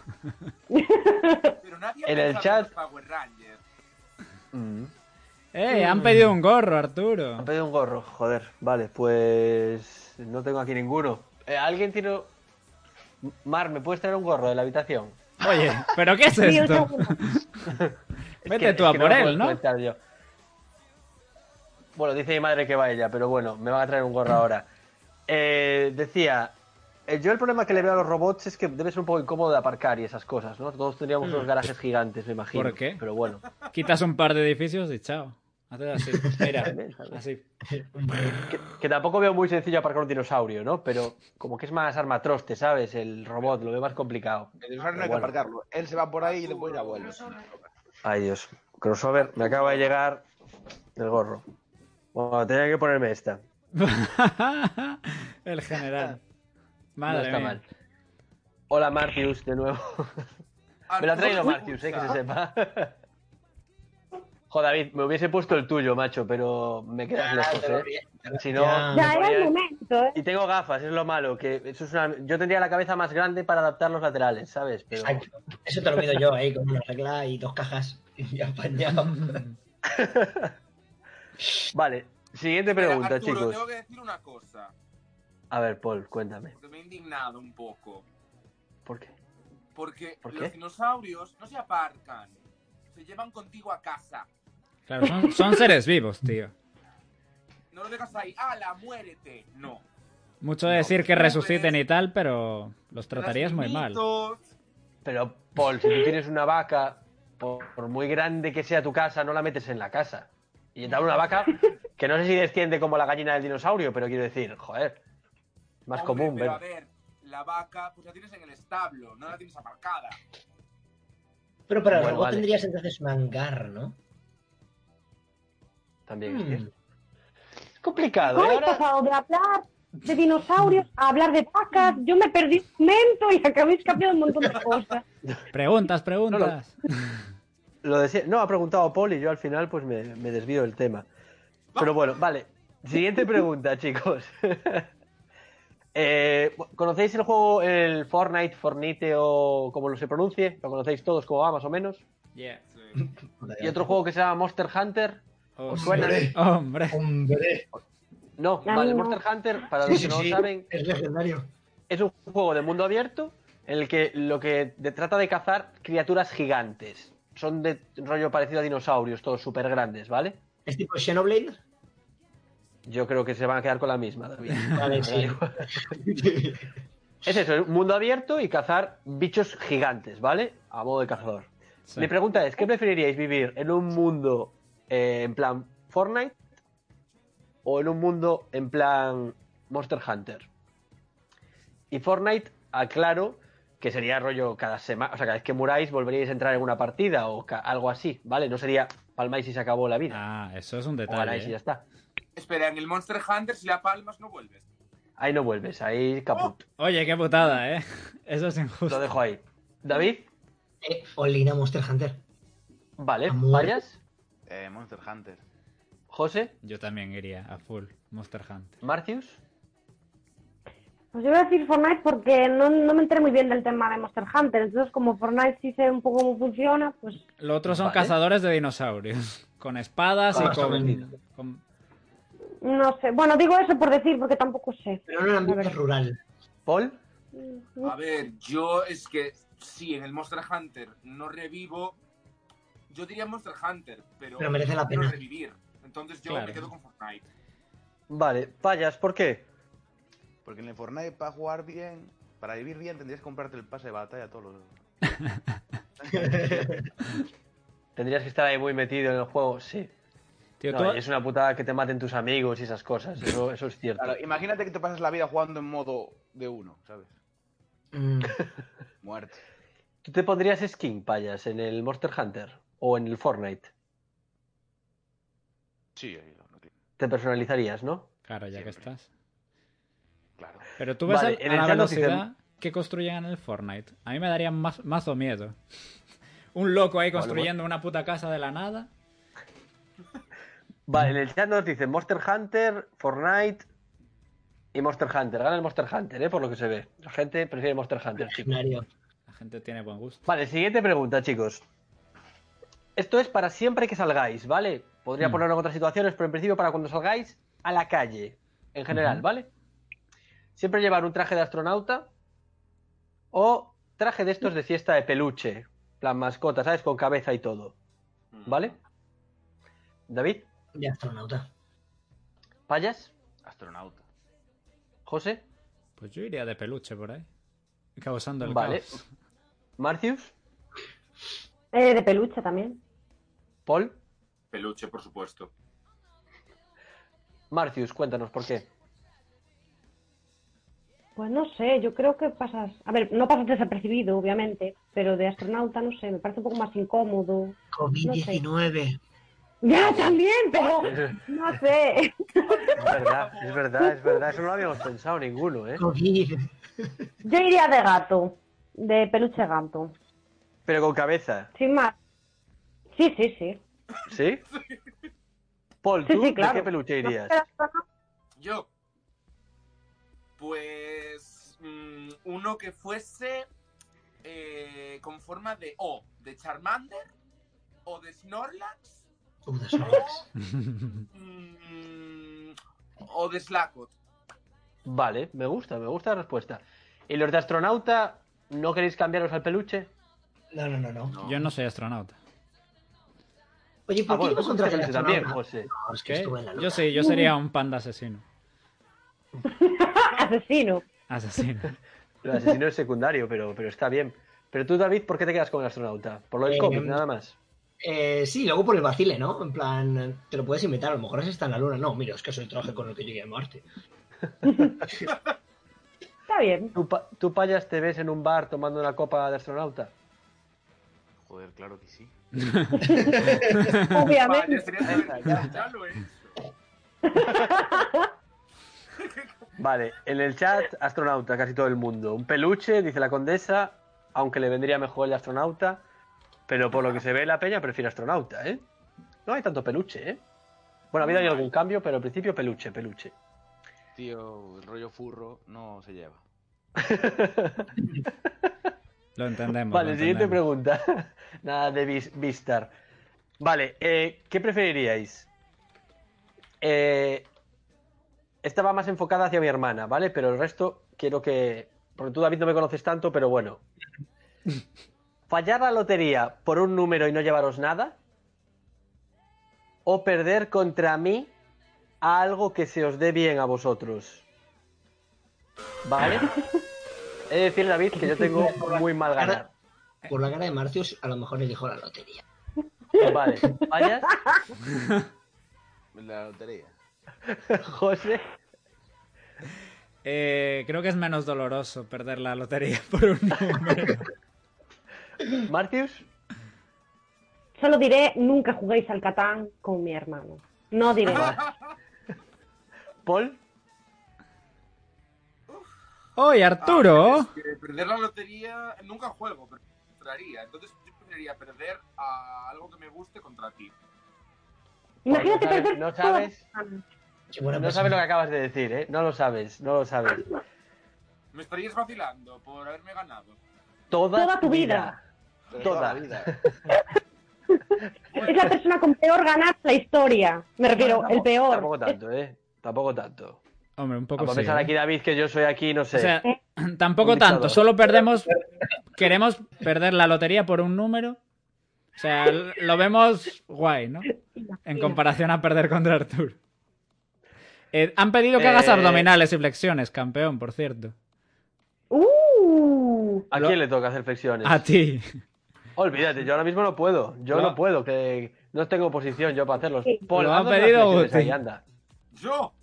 [SPEAKER 5] Pero nadie ha
[SPEAKER 1] En el
[SPEAKER 5] pensado
[SPEAKER 1] chat-
[SPEAKER 5] los Power Rangers.
[SPEAKER 1] Mm.
[SPEAKER 2] ¡Eh! Han pedido un gorro, Arturo.
[SPEAKER 1] Han pedido un gorro, joder. Vale, pues no tengo aquí ninguno. Eh, ¿Alguien tiene... Mar, ¿me puedes traer un gorro de la habitación?
[SPEAKER 2] Oye, ¿pero qué es
[SPEAKER 4] Sí, un
[SPEAKER 2] esto?
[SPEAKER 4] segundo.
[SPEAKER 1] Es
[SPEAKER 2] Vete
[SPEAKER 1] que-
[SPEAKER 2] tú
[SPEAKER 1] es
[SPEAKER 2] a
[SPEAKER 1] que no
[SPEAKER 2] por
[SPEAKER 1] lo
[SPEAKER 2] él,
[SPEAKER 1] puedo
[SPEAKER 2] ¿no?
[SPEAKER 1] conectar yo. Bueno, dice mi madre que va ella, pero bueno, me van a traer un gorro ahora. Eh, decía, eh, yo el problema que le veo a los robots es que debe ser un poco incómodo de aparcar y esas cosas, ¿no? Todos tendríamos unos garajes gigantes, me imagino.
[SPEAKER 2] Mm. ¿Por qué?
[SPEAKER 1] Pero bueno.
[SPEAKER 2] Quitas un par de edificios y chao. Haces así. Mira, así.
[SPEAKER 1] Que, que tampoco veo muy sencillo aparcar un dinosaurio, ¿no? Pero como que es más armatroste, ¿sabes? El robot, lo veo más complicado.
[SPEAKER 6] El dinosaurio no hay
[SPEAKER 1] Pero
[SPEAKER 6] que
[SPEAKER 1] bueno.
[SPEAKER 6] aparcarlo. Él se va por ahí y después ya vuelve.
[SPEAKER 1] Ay, Dios. Crossover, me acaba de llegar el gorro. Bueno, tenía que ponerme esta.
[SPEAKER 2] El general.
[SPEAKER 1] Ah, no
[SPEAKER 2] Madre
[SPEAKER 1] está
[SPEAKER 2] mía.
[SPEAKER 1] mal. Hola, Martius, de nuevo. me lo ha traído Martius, eh, que se sepa. Joder, David, me hubiese puesto el tuyo, macho, pero me quedas lejos,
[SPEAKER 3] te lo
[SPEAKER 1] ¿eh?
[SPEAKER 3] ríes, te lo-
[SPEAKER 1] Si no-
[SPEAKER 3] Ya.
[SPEAKER 1] me
[SPEAKER 4] Ya era
[SPEAKER 1] ponía-
[SPEAKER 4] el momento, ¿eh?
[SPEAKER 1] Y tengo gafas, es lo malo, que eso es una... Yo tendría la cabeza más grande para adaptar los laterales, ¿sabes? Pero...
[SPEAKER 3] Exacto. Eso te lo pido yo ahí con una regla y dos cajas y pues, apañado.
[SPEAKER 1] Mm. Vale, siguiente
[SPEAKER 5] Mira,
[SPEAKER 1] pregunta,
[SPEAKER 5] Arturo,
[SPEAKER 1] chicos.
[SPEAKER 5] tengo que decir una cosa,
[SPEAKER 1] A ver, Paul, cuéntame.
[SPEAKER 5] porque me he indignado un poco.
[SPEAKER 1] ¿Por qué?
[SPEAKER 5] Porque
[SPEAKER 1] ¿Por qué?
[SPEAKER 5] los dinosaurios no se aparcan, se llevan contigo a casa.
[SPEAKER 2] Claro, son, son seres vivos, tío.
[SPEAKER 5] No lo dejas ahí, ala, muérete. No.
[SPEAKER 2] Mucho de decir que resuciten y tal, pero los tratarías muy mal.
[SPEAKER 5] Lastimitos,
[SPEAKER 1] Pero, Paul, si tú tienes una vaca, por, por muy grande que sea tu casa, no la metes en la casa. Y te hablo de una vaca que no sé si desciende como la gallina del dinosaurio, pero quiero decir, joder, más
[SPEAKER 5] hombre,
[SPEAKER 1] común,
[SPEAKER 5] Pero
[SPEAKER 1] ver.
[SPEAKER 5] a ver, la vaca, pues la tienes en el establo, no la tienes aparcada.
[SPEAKER 3] Pero para el
[SPEAKER 1] Bueno,
[SPEAKER 3] robot
[SPEAKER 1] vale.
[SPEAKER 3] tendrías entonces un hangar, ¿no?
[SPEAKER 1] También es
[SPEAKER 3] Hmm.
[SPEAKER 1] cierto. Es complicado,
[SPEAKER 4] ¿Cómo
[SPEAKER 1] ¿eh?
[SPEAKER 4] he
[SPEAKER 1] Ahora-
[SPEAKER 4] pasado de pues, hablar de dinosaurios a hablar de vacas? Yo me perdí un momento y acabéis cambiando un montón de cosas.
[SPEAKER 2] Preguntas, preguntas.
[SPEAKER 1] Lo decía- no, ha preguntado Paul y yo al final pues me, me desvío del tema. Pero bueno, vale. Siguiente pregunta, chicos. Eh, ¿Conocéis el juego, el Fortnite, Fornite o como lo se pronuncie? Lo conocéis todos como va, más o menos.
[SPEAKER 2] Yeah.
[SPEAKER 5] Sí.
[SPEAKER 1] Y otro juego que se llama Monster Hunter.
[SPEAKER 2] Oh,
[SPEAKER 1] ¿Os suena?
[SPEAKER 3] Hombre.
[SPEAKER 2] Hombre.
[SPEAKER 3] Hombre.
[SPEAKER 1] No,
[SPEAKER 4] A mí
[SPEAKER 1] vale,
[SPEAKER 4] no.
[SPEAKER 1] Monster Hunter, para
[SPEAKER 3] Sí,
[SPEAKER 1] los
[SPEAKER 3] sí,
[SPEAKER 1] que no lo
[SPEAKER 3] sí.
[SPEAKER 1] saben,
[SPEAKER 3] Es legendario.
[SPEAKER 1] es un juego de mundo abierto en el que lo que de- trata de cazar criaturas gigantes. Son de rollo parecido a dinosaurios, todos súper grandes, ¿vale?
[SPEAKER 3] ¿Es tipo Xenoblade?
[SPEAKER 1] Yo creo que se van a quedar con la misma, David.
[SPEAKER 3] Vale, sí.
[SPEAKER 1] Es eso, un mundo abierto y cazar bichos gigantes, ¿vale? A modo de cazador.
[SPEAKER 2] Sí.
[SPEAKER 1] Mi pregunta es, ¿qué preferiríais vivir en un mundo eh, en plan Fortnite o en un mundo en plan Monster Hunter? Y Fortnite, aclaro, que sería rollo cada semana, o sea, cada vez que muráis volveríais a entrar en una partida o ca- algo así, ¿vale? No sería palmáis y se acabó la vida.
[SPEAKER 2] Ah, eso es un
[SPEAKER 1] o ganáis y
[SPEAKER 2] detalle.
[SPEAKER 1] ya
[SPEAKER 2] ¿eh?
[SPEAKER 1] está.
[SPEAKER 5] Espera, en el Monster Hunter, si la palmas, no vuelves.
[SPEAKER 1] Ahí no vuelves, ahí caput.
[SPEAKER 2] Oye, qué putada, ¿eh? Eso es
[SPEAKER 1] Lo
[SPEAKER 2] injusto.
[SPEAKER 1] dejo ahí. David,
[SPEAKER 3] Eh, Olina Monster Hunter.
[SPEAKER 1] vale,
[SPEAKER 3] Amor.
[SPEAKER 1] vayas.
[SPEAKER 6] Eh, Monster Hunter.
[SPEAKER 1] José,
[SPEAKER 2] Yo también iría a full Monster Hunter.
[SPEAKER 1] Marcius.
[SPEAKER 4] Pues yo voy a decir Fortnite porque no, no me enteré muy bien del tema de Monster Hunter. Entonces, como Fortnite sí sé un poco cómo funciona, pues
[SPEAKER 2] Lo otro son
[SPEAKER 1] Vale.
[SPEAKER 2] cazadores de dinosaurios. Con espadas
[SPEAKER 1] Ah,
[SPEAKER 2] y con,
[SPEAKER 1] sorprendido.
[SPEAKER 2] con-
[SPEAKER 4] no sé. Bueno, digo eso por decir porque tampoco sé. Eh,
[SPEAKER 3] Pero en un ambiente rural.
[SPEAKER 1] Paul,
[SPEAKER 5] A ver, yo es que sí, en el Monster Hunter no revivo. Yo diría Monster Hunter, pero,
[SPEAKER 3] Pero merece la
[SPEAKER 5] no
[SPEAKER 3] pena.
[SPEAKER 5] revivir. Entonces yo
[SPEAKER 2] Claro.
[SPEAKER 5] me quedo con Fortnite.
[SPEAKER 1] vale, vayas, ¿por qué?
[SPEAKER 6] Porque en el Fortnite, para jugar bien, para vivir bien, tendrías que comprarte el pase de batalla todos los.
[SPEAKER 1] Tendrías que estar ahí muy metido en el juego, sí.
[SPEAKER 2] Tío,
[SPEAKER 1] No,
[SPEAKER 2] tú-
[SPEAKER 1] y es una putada que te maten tus amigos y esas cosas, eso, eso es cierto.
[SPEAKER 6] Claro, imagínate que te pasas la vida jugando en modo de uno, ¿sabes?
[SPEAKER 3] Mm.
[SPEAKER 1] pues.
[SPEAKER 6] Muerte.
[SPEAKER 1] ¿Tú te pondrías skin, payas, en el Monster Hunter o en el Fortnite?
[SPEAKER 6] Sí, ahí lo- lo que-
[SPEAKER 1] Te personalizarías, ¿no?
[SPEAKER 2] Claro, ya que
[SPEAKER 6] Siempre.
[SPEAKER 2] estás.
[SPEAKER 6] claro.
[SPEAKER 2] Pero tú ves
[SPEAKER 1] Vale,
[SPEAKER 2] al-
[SPEAKER 1] en
[SPEAKER 2] a
[SPEAKER 1] el
[SPEAKER 2] la
[SPEAKER 1] chat nos dicen-
[SPEAKER 2] velocidad que construyen en el Fortnite. A mí me daría más, mazo miedo. Un loco ahí
[SPEAKER 1] Vale,
[SPEAKER 2] construyendo una puta casa de la nada.
[SPEAKER 1] Vale, en el chat nos dicen Monster Hunter, Fortnite y Monster Hunter. Gana el Monster Hunter, ¿eh? Por lo que se ve. La gente prefiere Monster Hunter, chicos.
[SPEAKER 3] Legendario.
[SPEAKER 2] La gente tiene buen gusto.
[SPEAKER 1] Vale, siguiente pregunta, chicos. Esto es para siempre que salgáis, ¿vale? Podría
[SPEAKER 2] Mm.
[SPEAKER 1] ponerlo en otras situaciones, pero en principio para cuando salgáis a la calle, en general,
[SPEAKER 2] Ujú.
[SPEAKER 1] ¿vale? Siempre llevar un traje de astronauta o traje de estos de fiesta de peluche, plan mascota, ¿sabes? Con cabeza y todo,
[SPEAKER 5] Mm.
[SPEAKER 1] ¿vale? David,
[SPEAKER 3] De astronauta.
[SPEAKER 1] Payas,
[SPEAKER 6] Astronauta.
[SPEAKER 1] José,
[SPEAKER 2] Pues yo iría de peluche por ahí. Causando el
[SPEAKER 1] Vale.
[SPEAKER 2] caos.
[SPEAKER 1] Marcius,
[SPEAKER 4] Eh, de peluche también.
[SPEAKER 1] Paul.
[SPEAKER 5] Peluche, por supuesto.
[SPEAKER 1] Marcius, cuéntanos por qué.
[SPEAKER 4] Pues no sé, yo creo que pasas. A ver, no pasas desapercibido, obviamente, pero de astronauta no sé, me parece un poco más incómodo.
[SPEAKER 3] COVID-19.
[SPEAKER 4] Ya, también, pero no sé.
[SPEAKER 1] Es verdad, es verdad, es verdad. Eso no lo habíamos pensado ninguno, ¿eh?
[SPEAKER 3] COVID.
[SPEAKER 4] Yo iría de gato, de peluche gato.
[SPEAKER 1] Pero con cabeza.
[SPEAKER 4] Sin más. Sí, sí, sí.
[SPEAKER 1] ¿Sí? Paul,
[SPEAKER 4] Sí,
[SPEAKER 1] ¿tú
[SPEAKER 4] sí, claro.
[SPEAKER 1] de qué peluche irías?
[SPEAKER 5] Yo. Pues. mm, uno que fuese. eh, con forma de O, de Charmander o de Snorlax
[SPEAKER 3] Uh, de
[SPEAKER 5] o,
[SPEAKER 3] sobras.
[SPEAKER 5] mm, o de Slakoth.
[SPEAKER 1] Vale, me gusta, me gusta la respuesta. ¿Y los de astronauta no queréis cambiaros al peluche?
[SPEAKER 3] No, no, no, no.
[SPEAKER 2] Yo no soy astronauta.
[SPEAKER 3] Oye,
[SPEAKER 1] Ah,
[SPEAKER 3] ¿por qué
[SPEAKER 1] bueno,
[SPEAKER 3] ibas
[SPEAKER 1] tú
[SPEAKER 3] contra el
[SPEAKER 1] también, también, pues,
[SPEAKER 3] astronauta?
[SPEAKER 1] José.
[SPEAKER 3] No, es que
[SPEAKER 2] ¿Qué?
[SPEAKER 3] estuve en la luna.
[SPEAKER 2] Yo sí, yo sería
[SPEAKER 1] Uh.
[SPEAKER 2] un panda asesino.
[SPEAKER 4] Asesino.
[SPEAKER 2] Asesino.
[SPEAKER 1] El asesino es secundario, pero, pero está bien. Pero tú, David, ¿por qué te quedas con el astronauta? Por lo del
[SPEAKER 3] Eh,
[SPEAKER 1] cómic,
[SPEAKER 3] mm.
[SPEAKER 1] nada más.
[SPEAKER 3] Eh, sí, luego por el vacile, ¿no? En plan, te lo puedes inventar, a lo mejor ese está en la luna. No, mira, es que es el traje con el que llegué a Marte.
[SPEAKER 4] Está bien.
[SPEAKER 1] ¿Tú, pa- tú, Payas, te ves en un bar tomando una copa de astronauta?
[SPEAKER 6] Joder, claro que sí.
[SPEAKER 5] Vale, Ah,
[SPEAKER 4] Obviamente.
[SPEAKER 5] sería divertido, ya lo he hecho.
[SPEAKER 1] Vale, en el chat, astronauta, casi todo el mundo. Un peluche, dice la condesa, aunque le vendría mejor el de astronauta. Pero por lo que se ve, la peña prefiere astronauta, ¿eh? No hay tanto peluche, ¿eh? Bueno, ha habido ahí algún cambio, pero al principio peluche, peluche.
[SPEAKER 6] Tío, el rollo furro no se lleva.
[SPEAKER 2] Lo entendemos.
[SPEAKER 1] Vale,
[SPEAKER 2] lo
[SPEAKER 1] siguiente
[SPEAKER 2] entendemos.
[SPEAKER 1] pregunta. Nada de Vis- Vistar. Vale, eh, ¿qué preferiríais? Eh, esta va más enfocada hacia mi hermana, ¿vale? Pero el resto quiero que... Porque tú, David, no me conoces tanto, pero bueno. ¿Fallar la lotería por un número y no llevaros nada? ¿O perder contra mí a algo que se os dé bien a vosotros? ¿Vale? He de decir, David, que yo tengo muy mal ganar.
[SPEAKER 3] Por la cara de Marcius, a lo mejor elijo la lotería.
[SPEAKER 1] Vale, vayas,
[SPEAKER 6] La lotería.
[SPEAKER 1] José.
[SPEAKER 2] Eh, creo que es menos doloroso perder la lotería por un número.
[SPEAKER 1] Martius,
[SPEAKER 4] Solo diré, nunca juguéis al Catán con mi hermano. No diré más.
[SPEAKER 1] Paul.
[SPEAKER 2] ¡Oye,
[SPEAKER 1] pues,
[SPEAKER 2] Arturo!
[SPEAKER 5] Ah, es que perder la lotería nunca juego, pero entraría. Entonces yo preferiría perder a algo que me guste contra ti.
[SPEAKER 4] Imagínate
[SPEAKER 1] no sabes-
[SPEAKER 4] perder
[SPEAKER 1] no
[SPEAKER 4] toda la
[SPEAKER 1] sabes.
[SPEAKER 4] semana.
[SPEAKER 3] Qué buena
[SPEAKER 1] No sabes
[SPEAKER 3] persona.
[SPEAKER 1] lo que acabas de decir, ¿eh? No lo sabes, no lo sabes.
[SPEAKER 5] Me estarías vacilando por haberme ganado.
[SPEAKER 1] Toda,
[SPEAKER 4] Toda tu vida.
[SPEAKER 6] Pero
[SPEAKER 1] Toda.
[SPEAKER 6] toda la vida.
[SPEAKER 4] Es la persona con peor ganar la historia. Me refiero, el peor.
[SPEAKER 1] Tampoco tanto, ¿eh? Tampoco tanto.
[SPEAKER 2] Hombre, un
[SPEAKER 1] ah, pues A
[SPEAKER 2] poco sí,
[SPEAKER 1] pensar
[SPEAKER 2] ¿eh?
[SPEAKER 1] aquí, David, que yo soy aquí, no sé.
[SPEAKER 2] O sea, tampoco
[SPEAKER 1] Un dictador.
[SPEAKER 2] tanto. Solo perdemos. Queremos perder la lotería por un número. O sea, l- lo vemos guay, ¿no? En comparación a perder contra Arturo. Eh, han pedido que hagas
[SPEAKER 1] Eh,
[SPEAKER 2] abdominales y flexiones, campeón, por cierto.
[SPEAKER 4] ¡Uh!
[SPEAKER 1] ¿A
[SPEAKER 2] lo-
[SPEAKER 1] quién le toca hacer flexiones?
[SPEAKER 2] A ti.
[SPEAKER 1] Olvídate, yo ahora mismo no puedo. Yo
[SPEAKER 2] Lo-
[SPEAKER 1] no puedo, que no tengo posición yo para hacerlos.
[SPEAKER 4] Sí.
[SPEAKER 1] Paul,
[SPEAKER 2] Lo ha
[SPEAKER 1] haz unas
[SPEAKER 2] pedido
[SPEAKER 1] flexiones
[SPEAKER 2] Guti.
[SPEAKER 1] ahí, anda.
[SPEAKER 5] ¡Yo!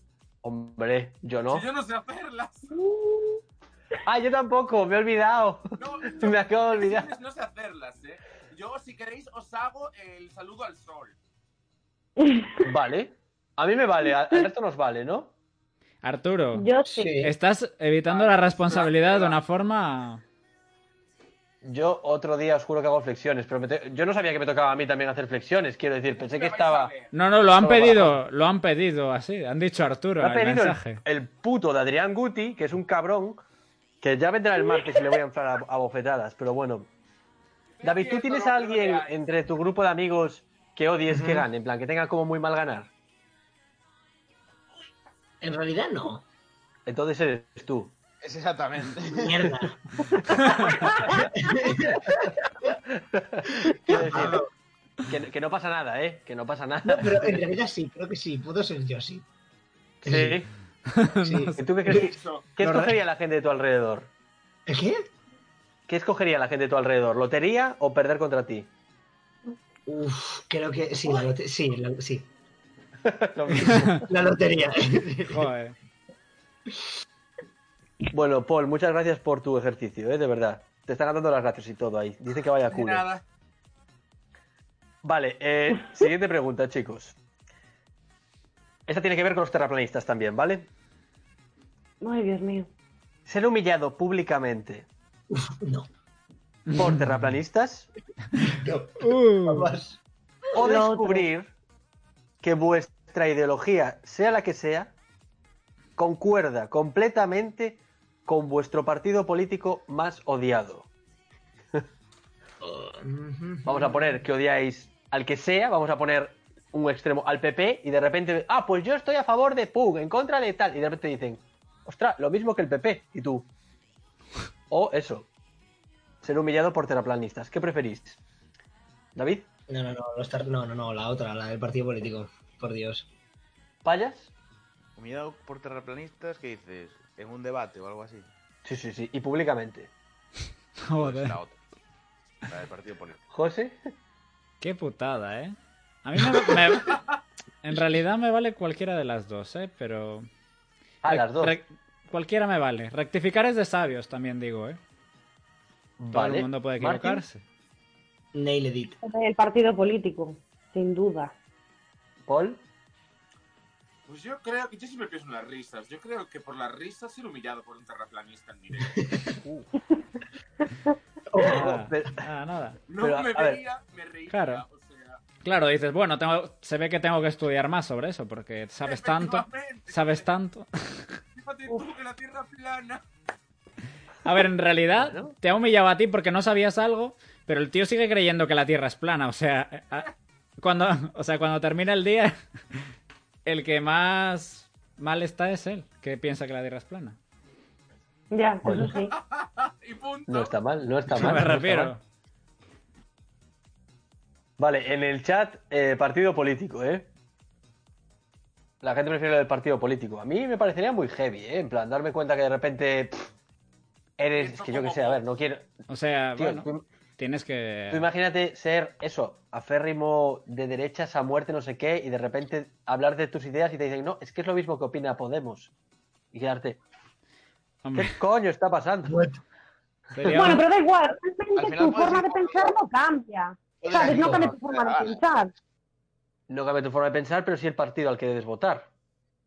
[SPEAKER 1] Hombre, yo no.
[SPEAKER 5] Si yo no sé hacerlas.
[SPEAKER 1] Ah, yo tampoco, me he olvidado.
[SPEAKER 5] No,
[SPEAKER 1] Me acabo de olvidar.
[SPEAKER 5] No sé hacerlas, ¿eh? Yo, si queréis, os hago el saludo al sol.
[SPEAKER 1] Vale. A mí me vale, a- al resto nos vale, ¿no?
[SPEAKER 2] Arturo,
[SPEAKER 4] Yo
[SPEAKER 3] Sí.
[SPEAKER 4] sí.
[SPEAKER 2] estás evitando la responsabilidad de una forma.
[SPEAKER 1] Yo otro día os juro que hago flexiones, pero me te- yo no sabía que me tocaba a mí también hacer flexiones, quiero decir, pensé que
[SPEAKER 5] Me vais a
[SPEAKER 1] estaba...
[SPEAKER 5] ver.
[SPEAKER 2] No, no, lo han
[SPEAKER 1] Solo para
[SPEAKER 2] pedido, lo han pedido así. Han dicho Arturo
[SPEAKER 1] Me ha
[SPEAKER 2] en el
[SPEAKER 1] pedido el,
[SPEAKER 2] mensaje.
[SPEAKER 1] el puto de Adrián Guti, que es un cabrón, que ya vendrá el martes y le voy a entrar a, a bofetadas, pero bueno. David, ¿tú
[SPEAKER 5] Estoy
[SPEAKER 1] tienes
[SPEAKER 5] quieto,
[SPEAKER 1] a
[SPEAKER 5] no
[SPEAKER 1] alguien
[SPEAKER 5] peleáis.
[SPEAKER 1] entre tu grupo de amigos que odies que gane, en plan, que tenga como muy mal ganar?
[SPEAKER 3] En realidad no.
[SPEAKER 1] Entonces eres tú.
[SPEAKER 6] Es exactamente.
[SPEAKER 3] Mierda.
[SPEAKER 1] Quiero decir, que, que no pasa nada, ¿eh? Que no pasa
[SPEAKER 3] No,
[SPEAKER 1] nada.
[SPEAKER 3] pero en realidad sí, creo que sí. Puedo ser yo, sí.
[SPEAKER 1] Sí.
[SPEAKER 3] Sí.
[SPEAKER 1] ¿Y tú qué crees?
[SPEAKER 5] Eso.
[SPEAKER 1] ¿Qué
[SPEAKER 3] No,
[SPEAKER 1] escogería la gente de tu alrededor?
[SPEAKER 3] ¿El qué?
[SPEAKER 1] ¿Qué escogería la gente de tu alrededor? ¿Lotería o perder contra ti?
[SPEAKER 3] Uf, creo que sí, la lotería. Sí, la, sí.
[SPEAKER 1] Lo mismo.
[SPEAKER 3] La lotería.
[SPEAKER 2] Joder.
[SPEAKER 1] Bueno, Paul, muchas gracias por tu ejercicio, ¿eh? de verdad. Te están dando las gracias y todo ahí. Dice que vaya
[SPEAKER 5] De
[SPEAKER 1] culo.
[SPEAKER 5] nada.
[SPEAKER 1] Vale, eh, siguiente pregunta, chicos. Esta tiene que ver con los terraplanistas también, ¿vale?
[SPEAKER 4] Ay, Dios mío.
[SPEAKER 1] Ser humillado públicamente
[SPEAKER 3] Uf, no.
[SPEAKER 1] por terraplanistas
[SPEAKER 3] No.
[SPEAKER 2] Uh,
[SPEAKER 3] Jamás.
[SPEAKER 1] O
[SPEAKER 4] Lo otro.
[SPEAKER 1] descubrir que vuestra ideología, sea la que sea, concuerda completamente con vuestro partido político más odiado. Vamos a poner que odiáis al que sea, vamos a poner un extremo al PP y de repente, ah, pues yo estoy a favor de Pug, en contra de tal, y de repente dicen, ostras, lo mismo que el PP, y tú. O eso, ser humillado por terraplanistas. ¿Qué preferís? ¿David?
[SPEAKER 3] No, no, no, los tar- no, no, no, la otra, la del partido político. Por Dios.
[SPEAKER 1] ¿Payas?
[SPEAKER 6] Humillado por terraplanistas, ¿qué dices? ¿En un debate o algo así?
[SPEAKER 1] Sí, sí, sí, y públicamente.
[SPEAKER 2] Joder.
[SPEAKER 6] La otra. La del partido político.
[SPEAKER 1] ¿José?
[SPEAKER 2] Qué putada, ¿eh? A mí me, me- En realidad me vale cualquiera de las dos, ¿eh? Pero...
[SPEAKER 1] A
[SPEAKER 2] Rec-
[SPEAKER 1] Ah, las dos.
[SPEAKER 2] rec- Cualquiera me vale. Rectificar es de sabios, también digo, ¿eh? Todo
[SPEAKER 1] Vale.
[SPEAKER 2] el mundo puede
[SPEAKER 1] Martín.
[SPEAKER 2] equivocarse.
[SPEAKER 3] Nail edit.
[SPEAKER 4] El partido político, sin duda.
[SPEAKER 1] Paul,
[SPEAKER 5] Pues yo creo que yo siempre pienso en las risas. Yo creo que por las risas ser humillado por un terraplanista en directo.
[SPEAKER 2] Nada.
[SPEAKER 1] pero-
[SPEAKER 2] Nada, nada.
[SPEAKER 5] No
[SPEAKER 1] Pero, a-
[SPEAKER 5] me
[SPEAKER 1] a ver.
[SPEAKER 5] veía, me reía.
[SPEAKER 2] Claro.
[SPEAKER 5] O sea,
[SPEAKER 2] Claro, dices, bueno, tengo, se ve que tengo que estudiar más sobre eso, porque sabes tanto,
[SPEAKER 5] efectivamente,
[SPEAKER 2] sabes tanto.
[SPEAKER 5] Fíjate tú que la tierra es plana.
[SPEAKER 2] A ver, en realidad te ha humillado a ti porque no sabías algo, pero el tío sigue creyendo que la Tierra es plana. O sea, eh, ah, cuando, o sea, cuando termina el día, el que más mal está es él, que piensa que la Tierra es plana.
[SPEAKER 4] Ya,
[SPEAKER 1] Bueno.
[SPEAKER 4] eso sí.
[SPEAKER 5] Y punto.
[SPEAKER 1] no está mal, no está
[SPEAKER 2] ¿A qué
[SPEAKER 1] mal.
[SPEAKER 2] me
[SPEAKER 1] no está
[SPEAKER 2] refiero?
[SPEAKER 1] mal. Vale, en el chat, eh, partido político, ¿eh? La gente prefiere lo del partido político. A mí me parecería muy heavy, ¿eh? En plan, darme cuenta que de repente pff, eres, es que yo qué sé, a ver, no quiero...
[SPEAKER 2] O sea,
[SPEAKER 1] Tío,
[SPEAKER 2] bueno,
[SPEAKER 1] tú,
[SPEAKER 2] tienes
[SPEAKER 3] Eh.
[SPEAKER 1] tú
[SPEAKER 2] que...
[SPEAKER 1] imagínate ser eso, aférrimo de derechas a muerte, no sé qué, y de repente hablar de tus ideas y te dicen, no, es que es lo mismo que opina Podemos. Y quedarte, ¿qué
[SPEAKER 2] Hombre,
[SPEAKER 3] Mm.
[SPEAKER 1] coño está pasando?
[SPEAKER 2] sería
[SPEAKER 4] Bueno,
[SPEAKER 2] un-
[SPEAKER 4] pero da igual,
[SPEAKER 6] Al
[SPEAKER 4] realmente
[SPEAKER 6] final
[SPEAKER 4] tu
[SPEAKER 6] puedes
[SPEAKER 4] forma
[SPEAKER 6] ir
[SPEAKER 4] de
[SPEAKER 6] con-
[SPEAKER 4] pensar no cambia.
[SPEAKER 6] Oye,
[SPEAKER 4] ¿Sabes? No
[SPEAKER 6] David,
[SPEAKER 4] cambia tu forma de
[SPEAKER 6] ah,
[SPEAKER 4] pensar.
[SPEAKER 1] No cambia tu forma de pensar, pero sí el partido al que debes votar.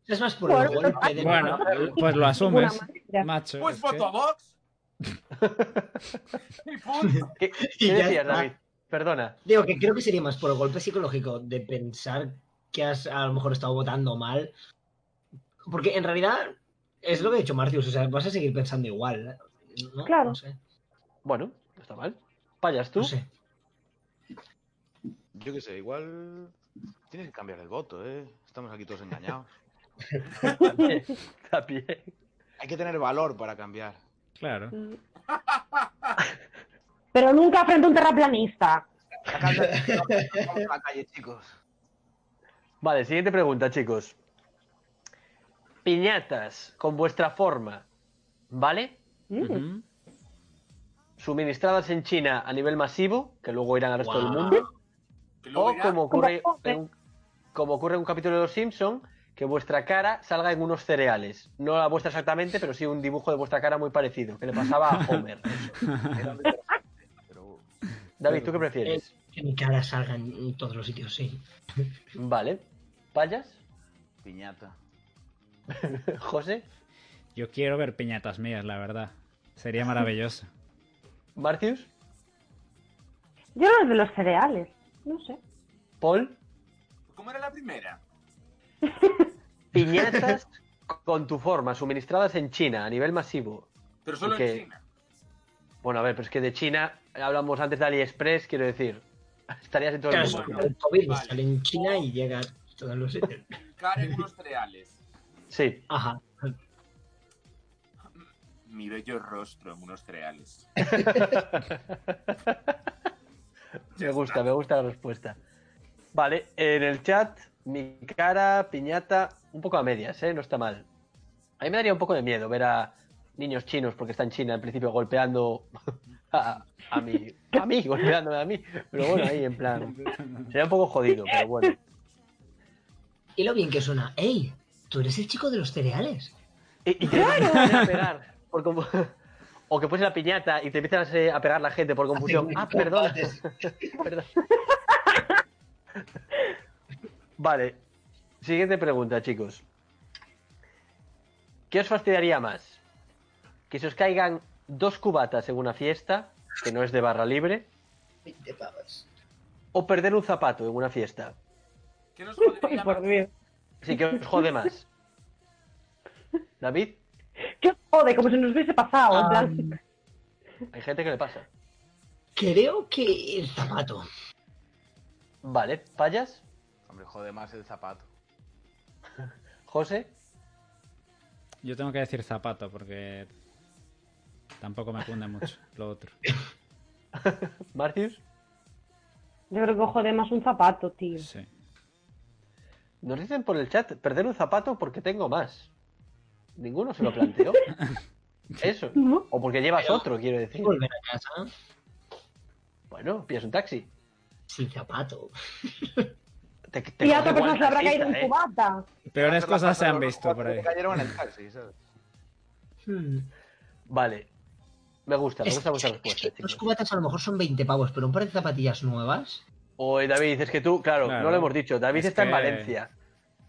[SPEAKER 3] Es más por el
[SPEAKER 4] Bueno,
[SPEAKER 3] golpe de
[SPEAKER 2] Bueno, pues lo
[SPEAKER 4] De ninguna
[SPEAKER 2] asumes,
[SPEAKER 4] manera.
[SPEAKER 2] macho.
[SPEAKER 5] Pues
[SPEAKER 2] es
[SPEAKER 5] voto a
[SPEAKER 2] que-
[SPEAKER 5] Vox. y punto.
[SPEAKER 1] ¿Qué,
[SPEAKER 3] Y
[SPEAKER 1] qué
[SPEAKER 3] ya
[SPEAKER 1] decías,
[SPEAKER 3] está.
[SPEAKER 1] David? Perdona.
[SPEAKER 3] Digo que creo que sería más por el golpe psicológico de pensar que has a lo mejor estado votando mal. Porque en realidad es lo que ha dicho Martius, o sea, vas a seguir pensando igual. ¿no?
[SPEAKER 4] Claro.
[SPEAKER 3] No sé.
[SPEAKER 1] Bueno, no está mal. Vayas tú.
[SPEAKER 3] No sé.
[SPEAKER 6] Yo qué sé, igual tienes que cambiar el voto, ¿eh? Estamos aquí todos engañados.
[SPEAKER 1] También, también.
[SPEAKER 6] Hay que tener valor para cambiar.
[SPEAKER 2] Claro.
[SPEAKER 4] Pero nunca frente a un terraplanista.
[SPEAKER 6] Sacad la- Vamos a la calle, chicos.
[SPEAKER 1] Vale, siguiente pregunta, chicos. Piñatas con vuestra forma, ¿vale?
[SPEAKER 4] Mm.
[SPEAKER 2] Ujú.
[SPEAKER 1] Suministradas en China a nivel masivo, que luego irán al resto del
[SPEAKER 3] Guau.
[SPEAKER 1] mundo.
[SPEAKER 5] Que luego
[SPEAKER 1] O
[SPEAKER 5] dirá,
[SPEAKER 1] como ocurre,
[SPEAKER 4] Como Pope.
[SPEAKER 1] en un, como ocurre en un capítulo de Los Simpson, que vuestra cara salga en unos cereales. No la vuestra exactamente, pero sí un dibujo de vuestra cara muy parecido, que le pasaba a Homer.
[SPEAKER 6] Era muy interesante, pero-
[SPEAKER 1] David, ¿tú qué prefieres?
[SPEAKER 3] Eh, Que mi cara salga en- en todos los sitios, sí.
[SPEAKER 1] Vale. ¿Payas?
[SPEAKER 6] Piñata.
[SPEAKER 1] ¿José?
[SPEAKER 2] Yo quiero ver piñatas mías, la verdad. Sería maravilloso.
[SPEAKER 1] ¿Martius?
[SPEAKER 4] Yo los de los cereales. No sé.
[SPEAKER 1] ¿Paul?
[SPEAKER 5] ¿Cómo era la primera?
[SPEAKER 1] piñatas con tu forma, suministradas en China a nivel masivo.
[SPEAKER 5] Pero solo
[SPEAKER 1] Que-
[SPEAKER 5] en China.
[SPEAKER 1] Bueno, a ver, pero es que de China hablamos antes de AliExpress, quiero decir. Estarías en todo
[SPEAKER 3] Claro,
[SPEAKER 1] el
[SPEAKER 3] es
[SPEAKER 1] mundo.
[SPEAKER 3] como el COVID
[SPEAKER 5] Vale.
[SPEAKER 3] sale en China y llega a todos los sitios.
[SPEAKER 5] Cara en unos cereales.
[SPEAKER 1] Sí.
[SPEAKER 3] Ajá.
[SPEAKER 5] Mi bello rostro en unos cereales.
[SPEAKER 1] Me gusta, me gusta la respuesta. Vale, en el chat, mi cara, piñata, un poco a medias, ¿eh? No está mal. A mí me daría un poco de miedo ver a niños chinos, porque está en China en principio golpeando a, a mí, a mí, golpeándome a mí. Pero bueno, ahí en plan. Sería un poco jodido, pero bueno.
[SPEAKER 3] Y lo bien que suena, ¡Ey! Tú eres el chico de los cereales.
[SPEAKER 1] Y, y que te empiecen a pegar por confu- O que fuese la piñata y te empiezan a, se- a pegar la gente por confusión.
[SPEAKER 3] Hacen
[SPEAKER 1] Ah, perdón.
[SPEAKER 3] combates.
[SPEAKER 1] perdón. Vale. Siguiente pregunta, chicos. ¿Qué os fastidiaría más? ¿Que se os caigan dos cubatas en una fiesta, que no es de barra libre?
[SPEAKER 3] Veinte pavos.
[SPEAKER 1] o perder un zapato en una fiesta?
[SPEAKER 5] ¿Qué nos jodería
[SPEAKER 4] Ay, por
[SPEAKER 5] más?
[SPEAKER 4] Dios.
[SPEAKER 1] Así que os jode más. David,
[SPEAKER 4] ¿Qué os jode? Como si nos hubiese pasado. en plan.
[SPEAKER 3] Um,
[SPEAKER 1] hay gente que le pasa.
[SPEAKER 3] creo que el zapato.
[SPEAKER 1] Vale, ¿payas?
[SPEAKER 6] Hombre, jode más el zapato.
[SPEAKER 1] ¿José?
[SPEAKER 2] Yo tengo que decir zapato porque tampoco me cunde mucho lo otro.
[SPEAKER 1] ¿Martius?
[SPEAKER 4] Yo creo que jode más un zapato, tío.
[SPEAKER 2] Sí.
[SPEAKER 1] Nos dicen por el chat, perder un zapato porque tengo más. Ninguno se lo planteó. Eso.
[SPEAKER 4] No.
[SPEAKER 1] O porque llevas otro, quiero decir.
[SPEAKER 3] Volver a casa
[SPEAKER 1] Bueno, pillas un taxi.
[SPEAKER 3] sin zapato.
[SPEAKER 1] Te, te
[SPEAKER 4] Y a
[SPEAKER 1] coge
[SPEAKER 4] otra persona
[SPEAKER 1] igual
[SPEAKER 4] se le habrá
[SPEAKER 1] taxista,
[SPEAKER 4] caído en
[SPEAKER 1] ¿eh?
[SPEAKER 4] su bata.
[SPEAKER 2] Peores
[SPEAKER 6] Hacer la
[SPEAKER 2] cosas se
[SPEAKER 6] pata
[SPEAKER 2] han
[SPEAKER 6] de los
[SPEAKER 2] visto
[SPEAKER 6] cuatro
[SPEAKER 2] por
[SPEAKER 6] que
[SPEAKER 2] ahí.
[SPEAKER 6] cayeron en el taxi, ¿sabes?
[SPEAKER 3] Hmm.
[SPEAKER 1] Vale. Me gusta, me
[SPEAKER 3] Es-
[SPEAKER 1] gusta vuestra
[SPEAKER 3] es que
[SPEAKER 1] respuesta,
[SPEAKER 3] Los
[SPEAKER 1] chicos.
[SPEAKER 3] cubatas a lo mejor son 20 pavos, pero un par de zapatillas nuevas.
[SPEAKER 1] Oye, David, es que tú, claro,
[SPEAKER 2] Claro.
[SPEAKER 1] no lo hemos dicho. David
[SPEAKER 2] Es
[SPEAKER 1] está en
[SPEAKER 2] que-
[SPEAKER 1] Valencia.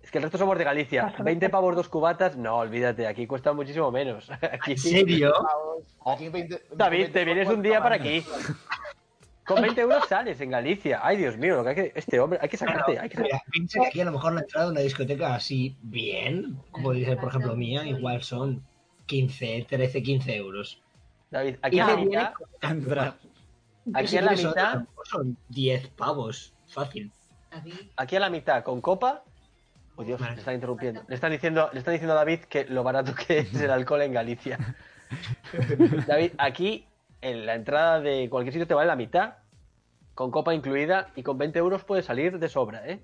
[SPEAKER 1] Es que el resto somos de Galicia.
[SPEAKER 4] Pásame.
[SPEAKER 1] 20 pavos, dos cubatas. No, olvídate, aquí cuesta muchísimo menos. Aquí,
[SPEAKER 3] ¿En serio?
[SPEAKER 6] Aquí 20
[SPEAKER 1] David,
[SPEAKER 6] 20
[SPEAKER 1] te vienes
[SPEAKER 6] pavos
[SPEAKER 1] un día para
[SPEAKER 6] cuesta
[SPEAKER 1] aquí. Con 20 euros sales en Galicia. Ay, Dios mío, lo que hay que... este hombre, hay que sacarte. Hay que sacarte.
[SPEAKER 3] Mira, piensa que aquí a lo mejor la entrada de una discoteca así bien, como podría ser por ejemplo mía, igual son 15, 13, 15 euros.
[SPEAKER 1] David, aquí
[SPEAKER 3] Y
[SPEAKER 1] a
[SPEAKER 3] te
[SPEAKER 1] la
[SPEAKER 3] viene
[SPEAKER 1] mitad,
[SPEAKER 3] con-
[SPEAKER 2] Entra.
[SPEAKER 1] aquí
[SPEAKER 3] si
[SPEAKER 1] a la
[SPEAKER 3] quieres otra,
[SPEAKER 1] mitad,
[SPEAKER 3] a lo mejor son 10 pavos, fácil.
[SPEAKER 1] aquí a la mitad con copa. Oh, Dios, me están interrumpiendo. Le están diciendo, le están diciendo a David que lo barato que es el alcohol en Galicia. David, aquí en la entrada de cualquier sitio te vale la mitad, con copa incluida, y con 20 euros puedes salir de sobra, ¿eh?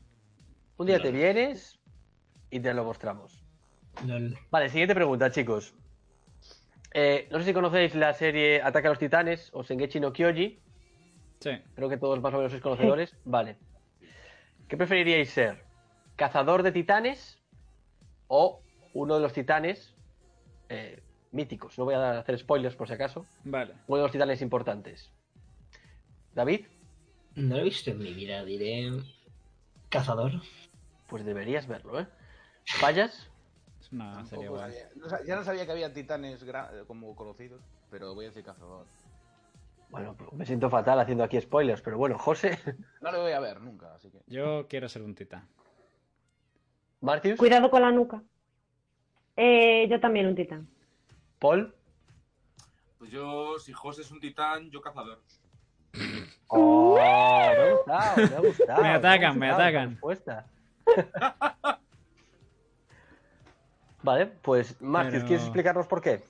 [SPEAKER 1] Un día te vienes y te lo mostramos.
[SPEAKER 3] Lol.
[SPEAKER 1] Vale, siguiente pregunta, chicos. Eh, no sé si conocéis la serie Ataque a los Titanes o Sengechi no Kyoji.
[SPEAKER 2] Sí.
[SPEAKER 1] Creo que todos más o menos sois conocedores. Vale. ¿Qué preferiríais ser? ¿Cazador de titanes o uno de los titanes eh, míticos? No voy a dar- hacer spoilers por si acaso.
[SPEAKER 2] Vale.
[SPEAKER 1] Uno de los titanes importantes. David,
[SPEAKER 3] No lo he visto en mi vida, diré. Cazador.
[SPEAKER 1] pues deberías verlo, ¿eh? ¿Fallas?
[SPEAKER 2] Es una
[SPEAKER 6] Tampoco
[SPEAKER 2] serie Ah, guay.
[SPEAKER 6] sabía- no sa- ya no sabía que había titanes gra- como conocidos, pero voy a decir cazador.
[SPEAKER 1] Bueno, me siento fatal haciendo aquí spoilers, pero bueno, José,
[SPEAKER 6] No lo voy a ver nunca, así que.
[SPEAKER 2] Yo quiero ser un titán.
[SPEAKER 1] Martius,
[SPEAKER 4] Cuidado con la nuca. Eh, yo también un titán.
[SPEAKER 1] Paul.
[SPEAKER 5] Pues yo, si José es un titán, yo cazador.
[SPEAKER 1] Oh, me ha gustado, me ha gustado.
[SPEAKER 2] Me atacan,
[SPEAKER 1] ha
[SPEAKER 2] me
[SPEAKER 1] gustado la
[SPEAKER 2] atacan.
[SPEAKER 1] respuesta. vale, pues Martis,
[SPEAKER 2] Pero-
[SPEAKER 1] ¿quieres explicarnos por qué?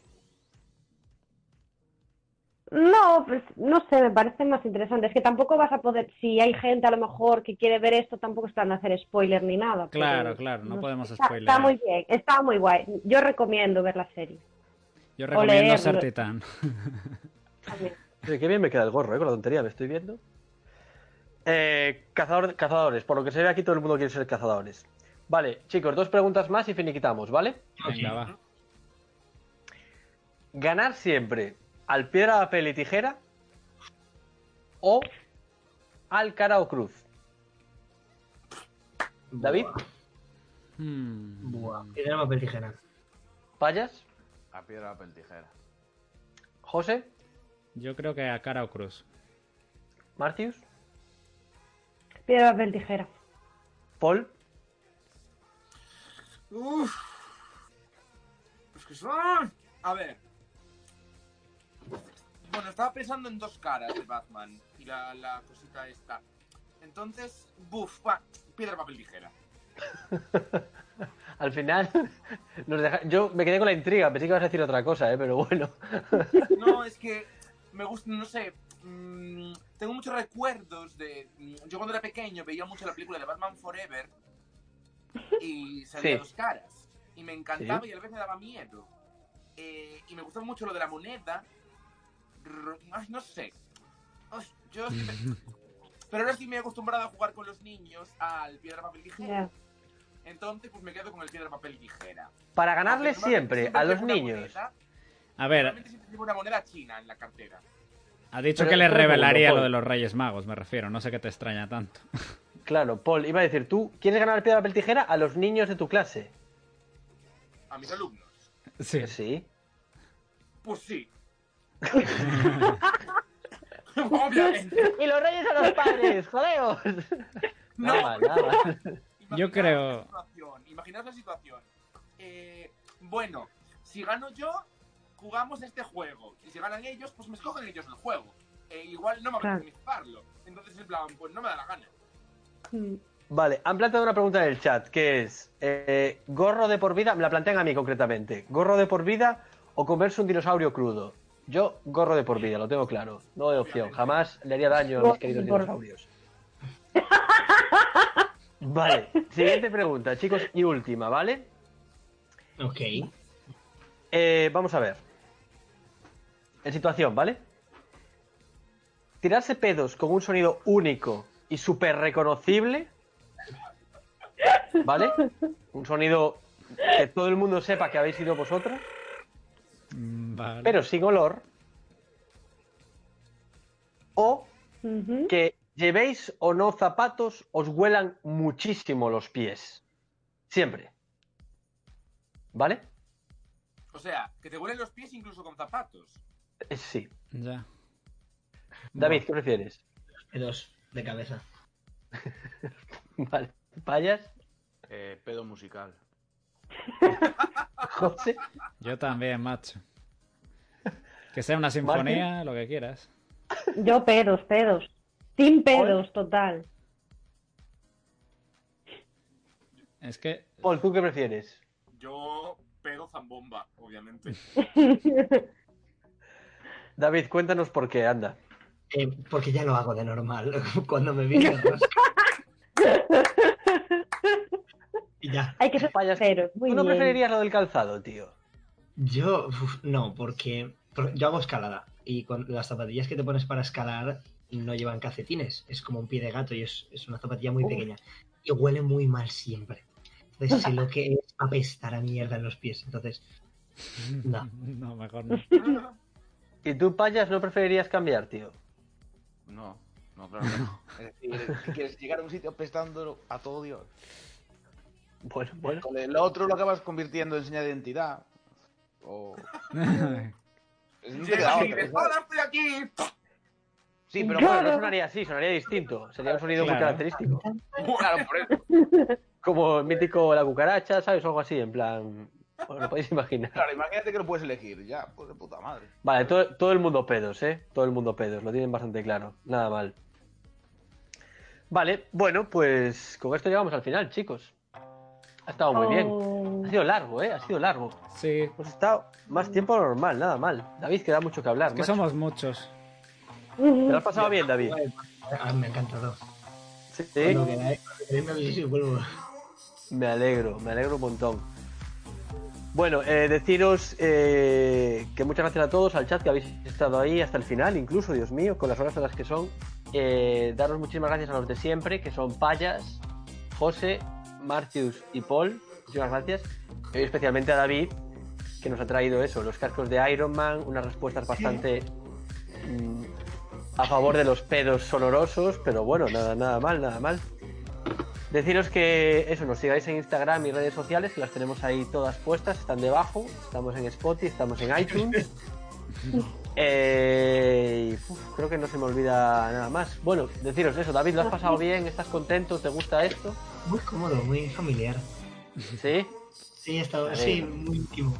[SPEAKER 4] No, pues no sé, me parece más interesante. Es que tampoco vas a poder, si hay gente a lo mejor que quiere ver esto, tampoco están a hacer spoiler ni nada. pero
[SPEAKER 2] Claro, claro, no podemos
[SPEAKER 4] está,
[SPEAKER 2] spoilear.
[SPEAKER 4] Está muy bien, está muy guay. Yo recomiendo ver la serie.
[SPEAKER 2] Yo recomiendo
[SPEAKER 4] leerlo.
[SPEAKER 2] ser titán.
[SPEAKER 4] también.
[SPEAKER 1] Oye, Qué bien me queda el gorro, ¿eh? Con la tontería, me estoy viendo. Eh, cazador, cazadores, por lo que se ve aquí todo el mundo quiere ser cazadores. Vale, chicos, dos preguntas más y finiquitamos, ¿vale?
[SPEAKER 2] Venga, va.
[SPEAKER 1] ¿Ganar siempre al piedra, papel y tijera o al cara o cruz? David,
[SPEAKER 2] Hmm.
[SPEAKER 3] Buah, buah. Piedra, papel, tijera.
[SPEAKER 1] Payas,
[SPEAKER 6] A piedra, papel, tijera.
[SPEAKER 1] José,
[SPEAKER 2] Yo creo que a cara o cruz.
[SPEAKER 1] Martius,
[SPEAKER 4] Piedra, papel, tijera.
[SPEAKER 1] Paul.
[SPEAKER 5] Uf. Es que son... A ver. Bueno, estaba pensando en dos caras de Batman y la, la cosita esta. Entonces, buf, va, piedra, papel, ligera.
[SPEAKER 1] Al final, nos deja- yo me quedé con la intriga, pensé que ibas a decir otra cosa, ¿eh? pero bueno.
[SPEAKER 5] No, es que me gusta, no sé. mm, tengo muchos recuerdos de. mm, yo cuando era pequeño veía mucho la película de Batman Forever y salía
[SPEAKER 1] Sí.
[SPEAKER 5] dos caras. Y me encantaba y a la vez me daba miedo. Eh, y me gustaba mucho lo de la moneda. Rrr, ay, no sé. Ay, yo- Pero ahora sí me he acostumbrado a jugar con los niños al piedra, papel, tijera.
[SPEAKER 4] Ya.
[SPEAKER 5] Entonces, pues me quedo con el piedra, papel, tijera.
[SPEAKER 1] Para ganarle
[SPEAKER 5] Aunque normalmente
[SPEAKER 1] siempre a los
[SPEAKER 5] llevo una
[SPEAKER 1] niños.
[SPEAKER 5] moneda,
[SPEAKER 2] A ver,
[SPEAKER 5] normalmente siempre llevo una moneda china en la cartera.
[SPEAKER 2] ha dicho
[SPEAKER 1] Pero
[SPEAKER 2] que le
[SPEAKER 1] espera un segundo,
[SPEAKER 2] revelaría
[SPEAKER 1] Paul.
[SPEAKER 2] lo de los Reyes Magos, me refiero. No sé qué te extraña tanto.
[SPEAKER 1] Claro, Paul, iba a decir, tú quieres ganar piedra, papel, tijera a los niños de tu clase.
[SPEAKER 5] A mis alumnos.
[SPEAKER 2] Sí.
[SPEAKER 1] Sí.
[SPEAKER 5] Pues sí. Obviamente.
[SPEAKER 1] ¡Y los reyes a los padres! ¡Jodeos! Nada, nada.
[SPEAKER 2] Yo
[SPEAKER 5] Imaginaos
[SPEAKER 2] creo-
[SPEAKER 5] la situación, Imaginaos la situación. Eh, bueno, si gano yo, jugamos este juego. Y si ganan ellos, pues me escogen ellos el juego. E igual no me
[SPEAKER 4] Claro.
[SPEAKER 5] apetece participarlo. Entonces, en plan, pues no me da la gana.
[SPEAKER 4] Mm,
[SPEAKER 1] Vale, han planteado una pregunta en el chat, que es, eh, ¿gorro de por vida? Me la plantean a mí concretamente. ¿Gorro de por vida o comerse un dinosaurio crudo? Yo, gorro de por vida, lo tengo claro. No hay opción. Jamás le haría daño a mis
[SPEAKER 4] Gorro
[SPEAKER 1] queridos
[SPEAKER 4] de por-
[SPEAKER 1] dinosaurios. Vale, siguiente pregunta, chicos, y última, ¿vale?
[SPEAKER 3] Ok.
[SPEAKER 1] Eh, vamos a ver. En situación, ¿vale? Tirarse pedos con un sonido único y súper reconocible. ¿Vale? Un sonido que todo el mundo sepa que habéis sido vosotros,
[SPEAKER 2] Mm, Vale.
[SPEAKER 1] pero sin olor. O
[SPEAKER 4] Ujú.
[SPEAKER 1] que llevéis o no zapatos, os huelan muchísimo los pies. Siempre. ¿Vale?
[SPEAKER 5] O sea, que te huelen los pies incluso con zapatos.
[SPEAKER 1] Eh, Sí.
[SPEAKER 2] Ya.
[SPEAKER 1] David, ¿qué prefieres?
[SPEAKER 3] Dos de cabeza.
[SPEAKER 1] Vale. ¿Payas?
[SPEAKER 6] Eh, pedo musical.
[SPEAKER 1] José.
[SPEAKER 2] Yo también, macho. Que sea una sinfonía, lo que quieras.
[SPEAKER 4] Yo pedos, pedos. Sin pedos, total.
[SPEAKER 2] Es que
[SPEAKER 1] Paul, ¿tú qué prefieres?
[SPEAKER 5] Yo pedo zambomba, obviamente.
[SPEAKER 1] David, cuéntanos por qué, anda.
[SPEAKER 3] Eh, porque ya lo hago de normal cuando me vi los- Y ya.
[SPEAKER 4] Hay que ser
[SPEAKER 1] Payas,
[SPEAKER 4] sinceros. Muy
[SPEAKER 1] ¿Tú no
[SPEAKER 4] bien.
[SPEAKER 1] preferirías lo del calzado, tío?
[SPEAKER 3] Yo, uf, no, porque por- yo hago escalada y con las zapatillas que te pones para escalar no llevan calcetines, es como un pie de gato y es, es una zapatilla muy
[SPEAKER 1] Uf.
[SPEAKER 3] pequeña y huele muy mal siempre. Entonces sé lo que es apestar a mierda en los pies, entonces No.
[SPEAKER 2] No, mejor no.
[SPEAKER 1] ¿Y tú, Payas, no preferirías cambiar, tío?
[SPEAKER 6] No, no, claro que no. Es decir, si quieres llegar a un sitio apestándolo a todo Dios.
[SPEAKER 1] Bueno, bueno.
[SPEAKER 6] Con el otro lo acabas convirtiendo en señal de identidad. O. No te queda
[SPEAKER 5] Llega y
[SPEAKER 6] otra,
[SPEAKER 5] dices,
[SPEAKER 6] ¿sabes?
[SPEAKER 5] "Hola, estoy aquí!
[SPEAKER 6] Sí, pero
[SPEAKER 1] Bueno,
[SPEAKER 6] bueno,
[SPEAKER 1] no sonaría así, sonaría distinto. Sería un sonido muy
[SPEAKER 2] Claro.
[SPEAKER 1] característico.
[SPEAKER 6] claro, por eso.
[SPEAKER 1] Como el mítico La Cucaracha, ¿sabes? O algo así, en plan... Bueno, lo podéis imaginar.
[SPEAKER 6] Claro, imagínate que lo puedes elegir. Ya, pues de puta madre.
[SPEAKER 1] Vale, todo, todo el mundo pedos, ¿eh? Todo el mundo pedos, lo tienen bastante claro. Nada mal. Vale, bueno, pues con esto llegamos al final, chicos. Ha estado muy bien.
[SPEAKER 4] Oh.
[SPEAKER 1] Ha sido largo, ¿eh? Ha sido largo.
[SPEAKER 2] Sí,
[SPEAKER 1] Hemos estado Pues más tiempo de lo normal, nada mal. David, queda mucho que hablar.
[SPEAKER 2] es que
[SPEAKER 1] macho.
[SPEAKER 2] somos muchos.
[SPEAKER 1] ¿Te lo
[SPEAKER 4] Ujú.
[SPEAKER 1] has pasado bien, David?
[SPEAKER 3] Ah, me ha encantado.
[SPEAKER 1] Sí,
[SPEAKER 3] Cuando queráis, cuando queráis me avisáis y vuelvo.
[SPEAKER 1] me alegro, me alegro un montón. Bueno, eh, deciros eh, que muchas gracias a todos, al chat que habéis estado ahí hasta el final, incluso, Dios mío, con las horas de las que son. Eh, daros muchísimas gracias a los de siempre, que son Payas, José, Martius y Paul. Muchísimas gracias. Y especialmente a David, que nos ha traído eso, los cascos de Iron Man, unas respuestas bastante mm, a favor de los pedos sonorosos, pero bueno, nada, nada mal, nada mal. Deciros que eso, nos sigáis en Instagram y redes sociales, que las tenemos ahí todas puestas, están debajo, estamos en Spotify, estamos en iTunes. Eh, y, uf, creo que no se me olvida nada más. Bueno, deciros eso, David, ¿lo has pasado bien? ¿Estás contento? ¿Te gusta esto?
[SPEAKER 3] Muy cómodo, muy familiar.
[SPEAKER 1] Sí,
[SPEAKER 3] Sí, he estado,
[SPEAKER 1] Vale.
[SPEAKER 3] sí, muy íntimo.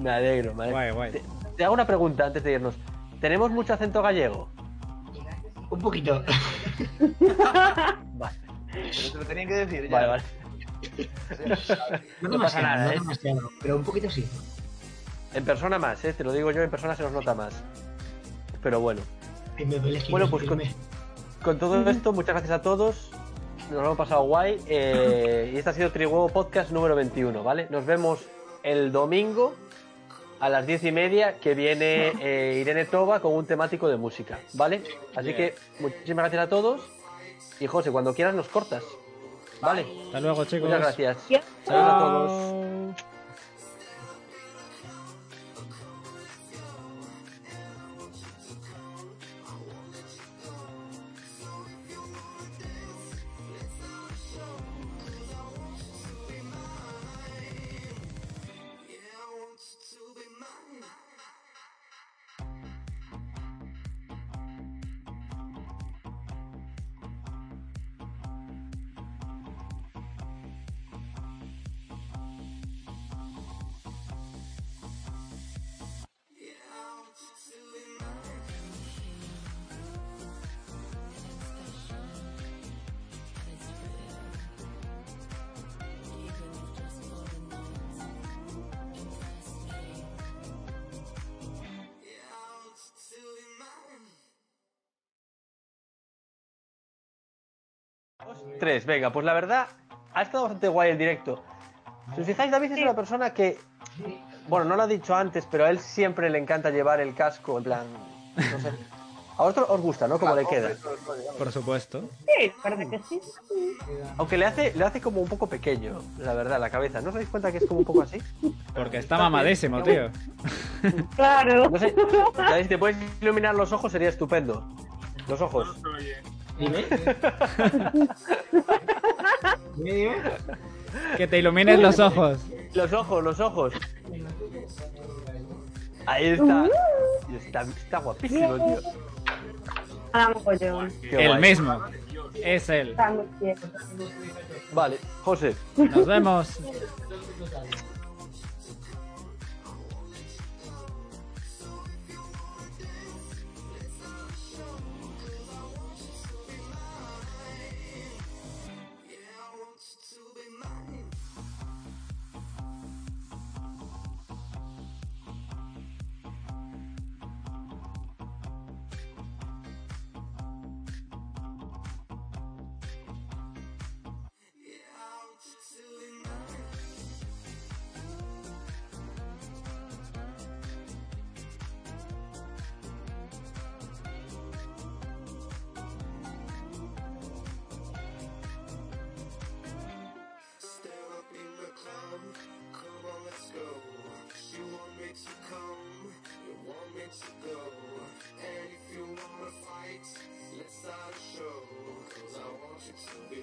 [SPEAKER 1] me alegro, me alegro.
[SPEAKER 2] Guay, guay.
[SPEAKER 1] Te hago una pregunta antes de irnos. ¿Tenemos mucho acento gallego?
[SPEAKER 3] Un poquito.
[SPEAKER 1] Vale,
[SPEAKER 6] Pero se lo tenían que decir ya.
[SPEAKER 1] vale. vale.
[SPEAKER 3] No,
[SPEAKER 1] No pasa
[SPEAKER 3] demasiado,
[SPEAKER 1] nada,
[SPEAKER 3] no
[SPEAKER 1] ¿eh?
[SPEAKER 3] demasiado, pero un poquito sí.
[SPEAKER 1] En persona más, ¿eh? te lo digo yo, en persona se nos nota más. Pero bueno,
[SPEAKER 3] Y me duele que
[SPEAKER 1] Bueno,
[SPEAKER 3] no
[SPEAKER 1] pues con-
[SPEAKER 3] irme.
[SPEAKER 1] con todo esto, muchas gracias a todos. Nos lo hemos pasado guay. eh, y este ha sido Triguo Podcast número 21, ¿vale? Nos vemos el domingo a las diez y media que viene eh, Irene Toba con un temático de música, ¿vale? Así
[SPEAKER 6] Bien.
[SPEAKER 1] que muchísimas gracias a todos. Y José, cuando quieras nos cortas. Vale,
[SPEAKER 2] Hasta luego, chicos.
[SPEAKER 1] muchas gracias.
[SPEAKER 4] Ya.
[SPEAKER 1] Saludos a todos.
[SPEAKER 2] Chao.
[SPEAKER 1] Tres, venga, pues la verdad, ha estado bastante guay el directo. Si os fijáis, David es una persona que, bueno, no lo ha dicho antes, pero a él siempre le encanta llevar el casco, en plan, no sé. A vosotros os gusta, ¿no? Como le queda.
[SPEAKER 2] Por supuesto.
[SPEAKER 4] Sí, parece que sí.
[SPEAKER 1] Aunque le hace, le hace como un poco pequeño, la verdad, la cabeza. ¿No os dais cuenta que es como un poco así?
[SPEAKER 2] Porque está mamadísimo, tío.
[SPEAKER 4] Claro.
[SPEAKER 1] No sé. David, si te puedes iluminar los ojos, sería estupendo. Los ojos.
[SPEAKER 5] No se oye.
[SPEAKER 3] Dime. Dime, dime.
[SPEAKER 2] Que te ilumines los ojos.
[SPEAKER 1] Los ojos, los ojos. Ahí está. Y está, está guapísimo, tío.
[SPEAKER 4] Nada, Ah, mogollón.
[SPEAKER 1] Qué
[SPEAKER 2] El
[SPEAKER 1] guay.
[SPEAKER 2] mismo. Es él.
[SPEAKER 4] Está muy bien.
[SPEAKER 1] Vale, José.
[SPEAKER 2] Nos vemos.
[SPEAKER 7] Let's start a show, cause I want you to be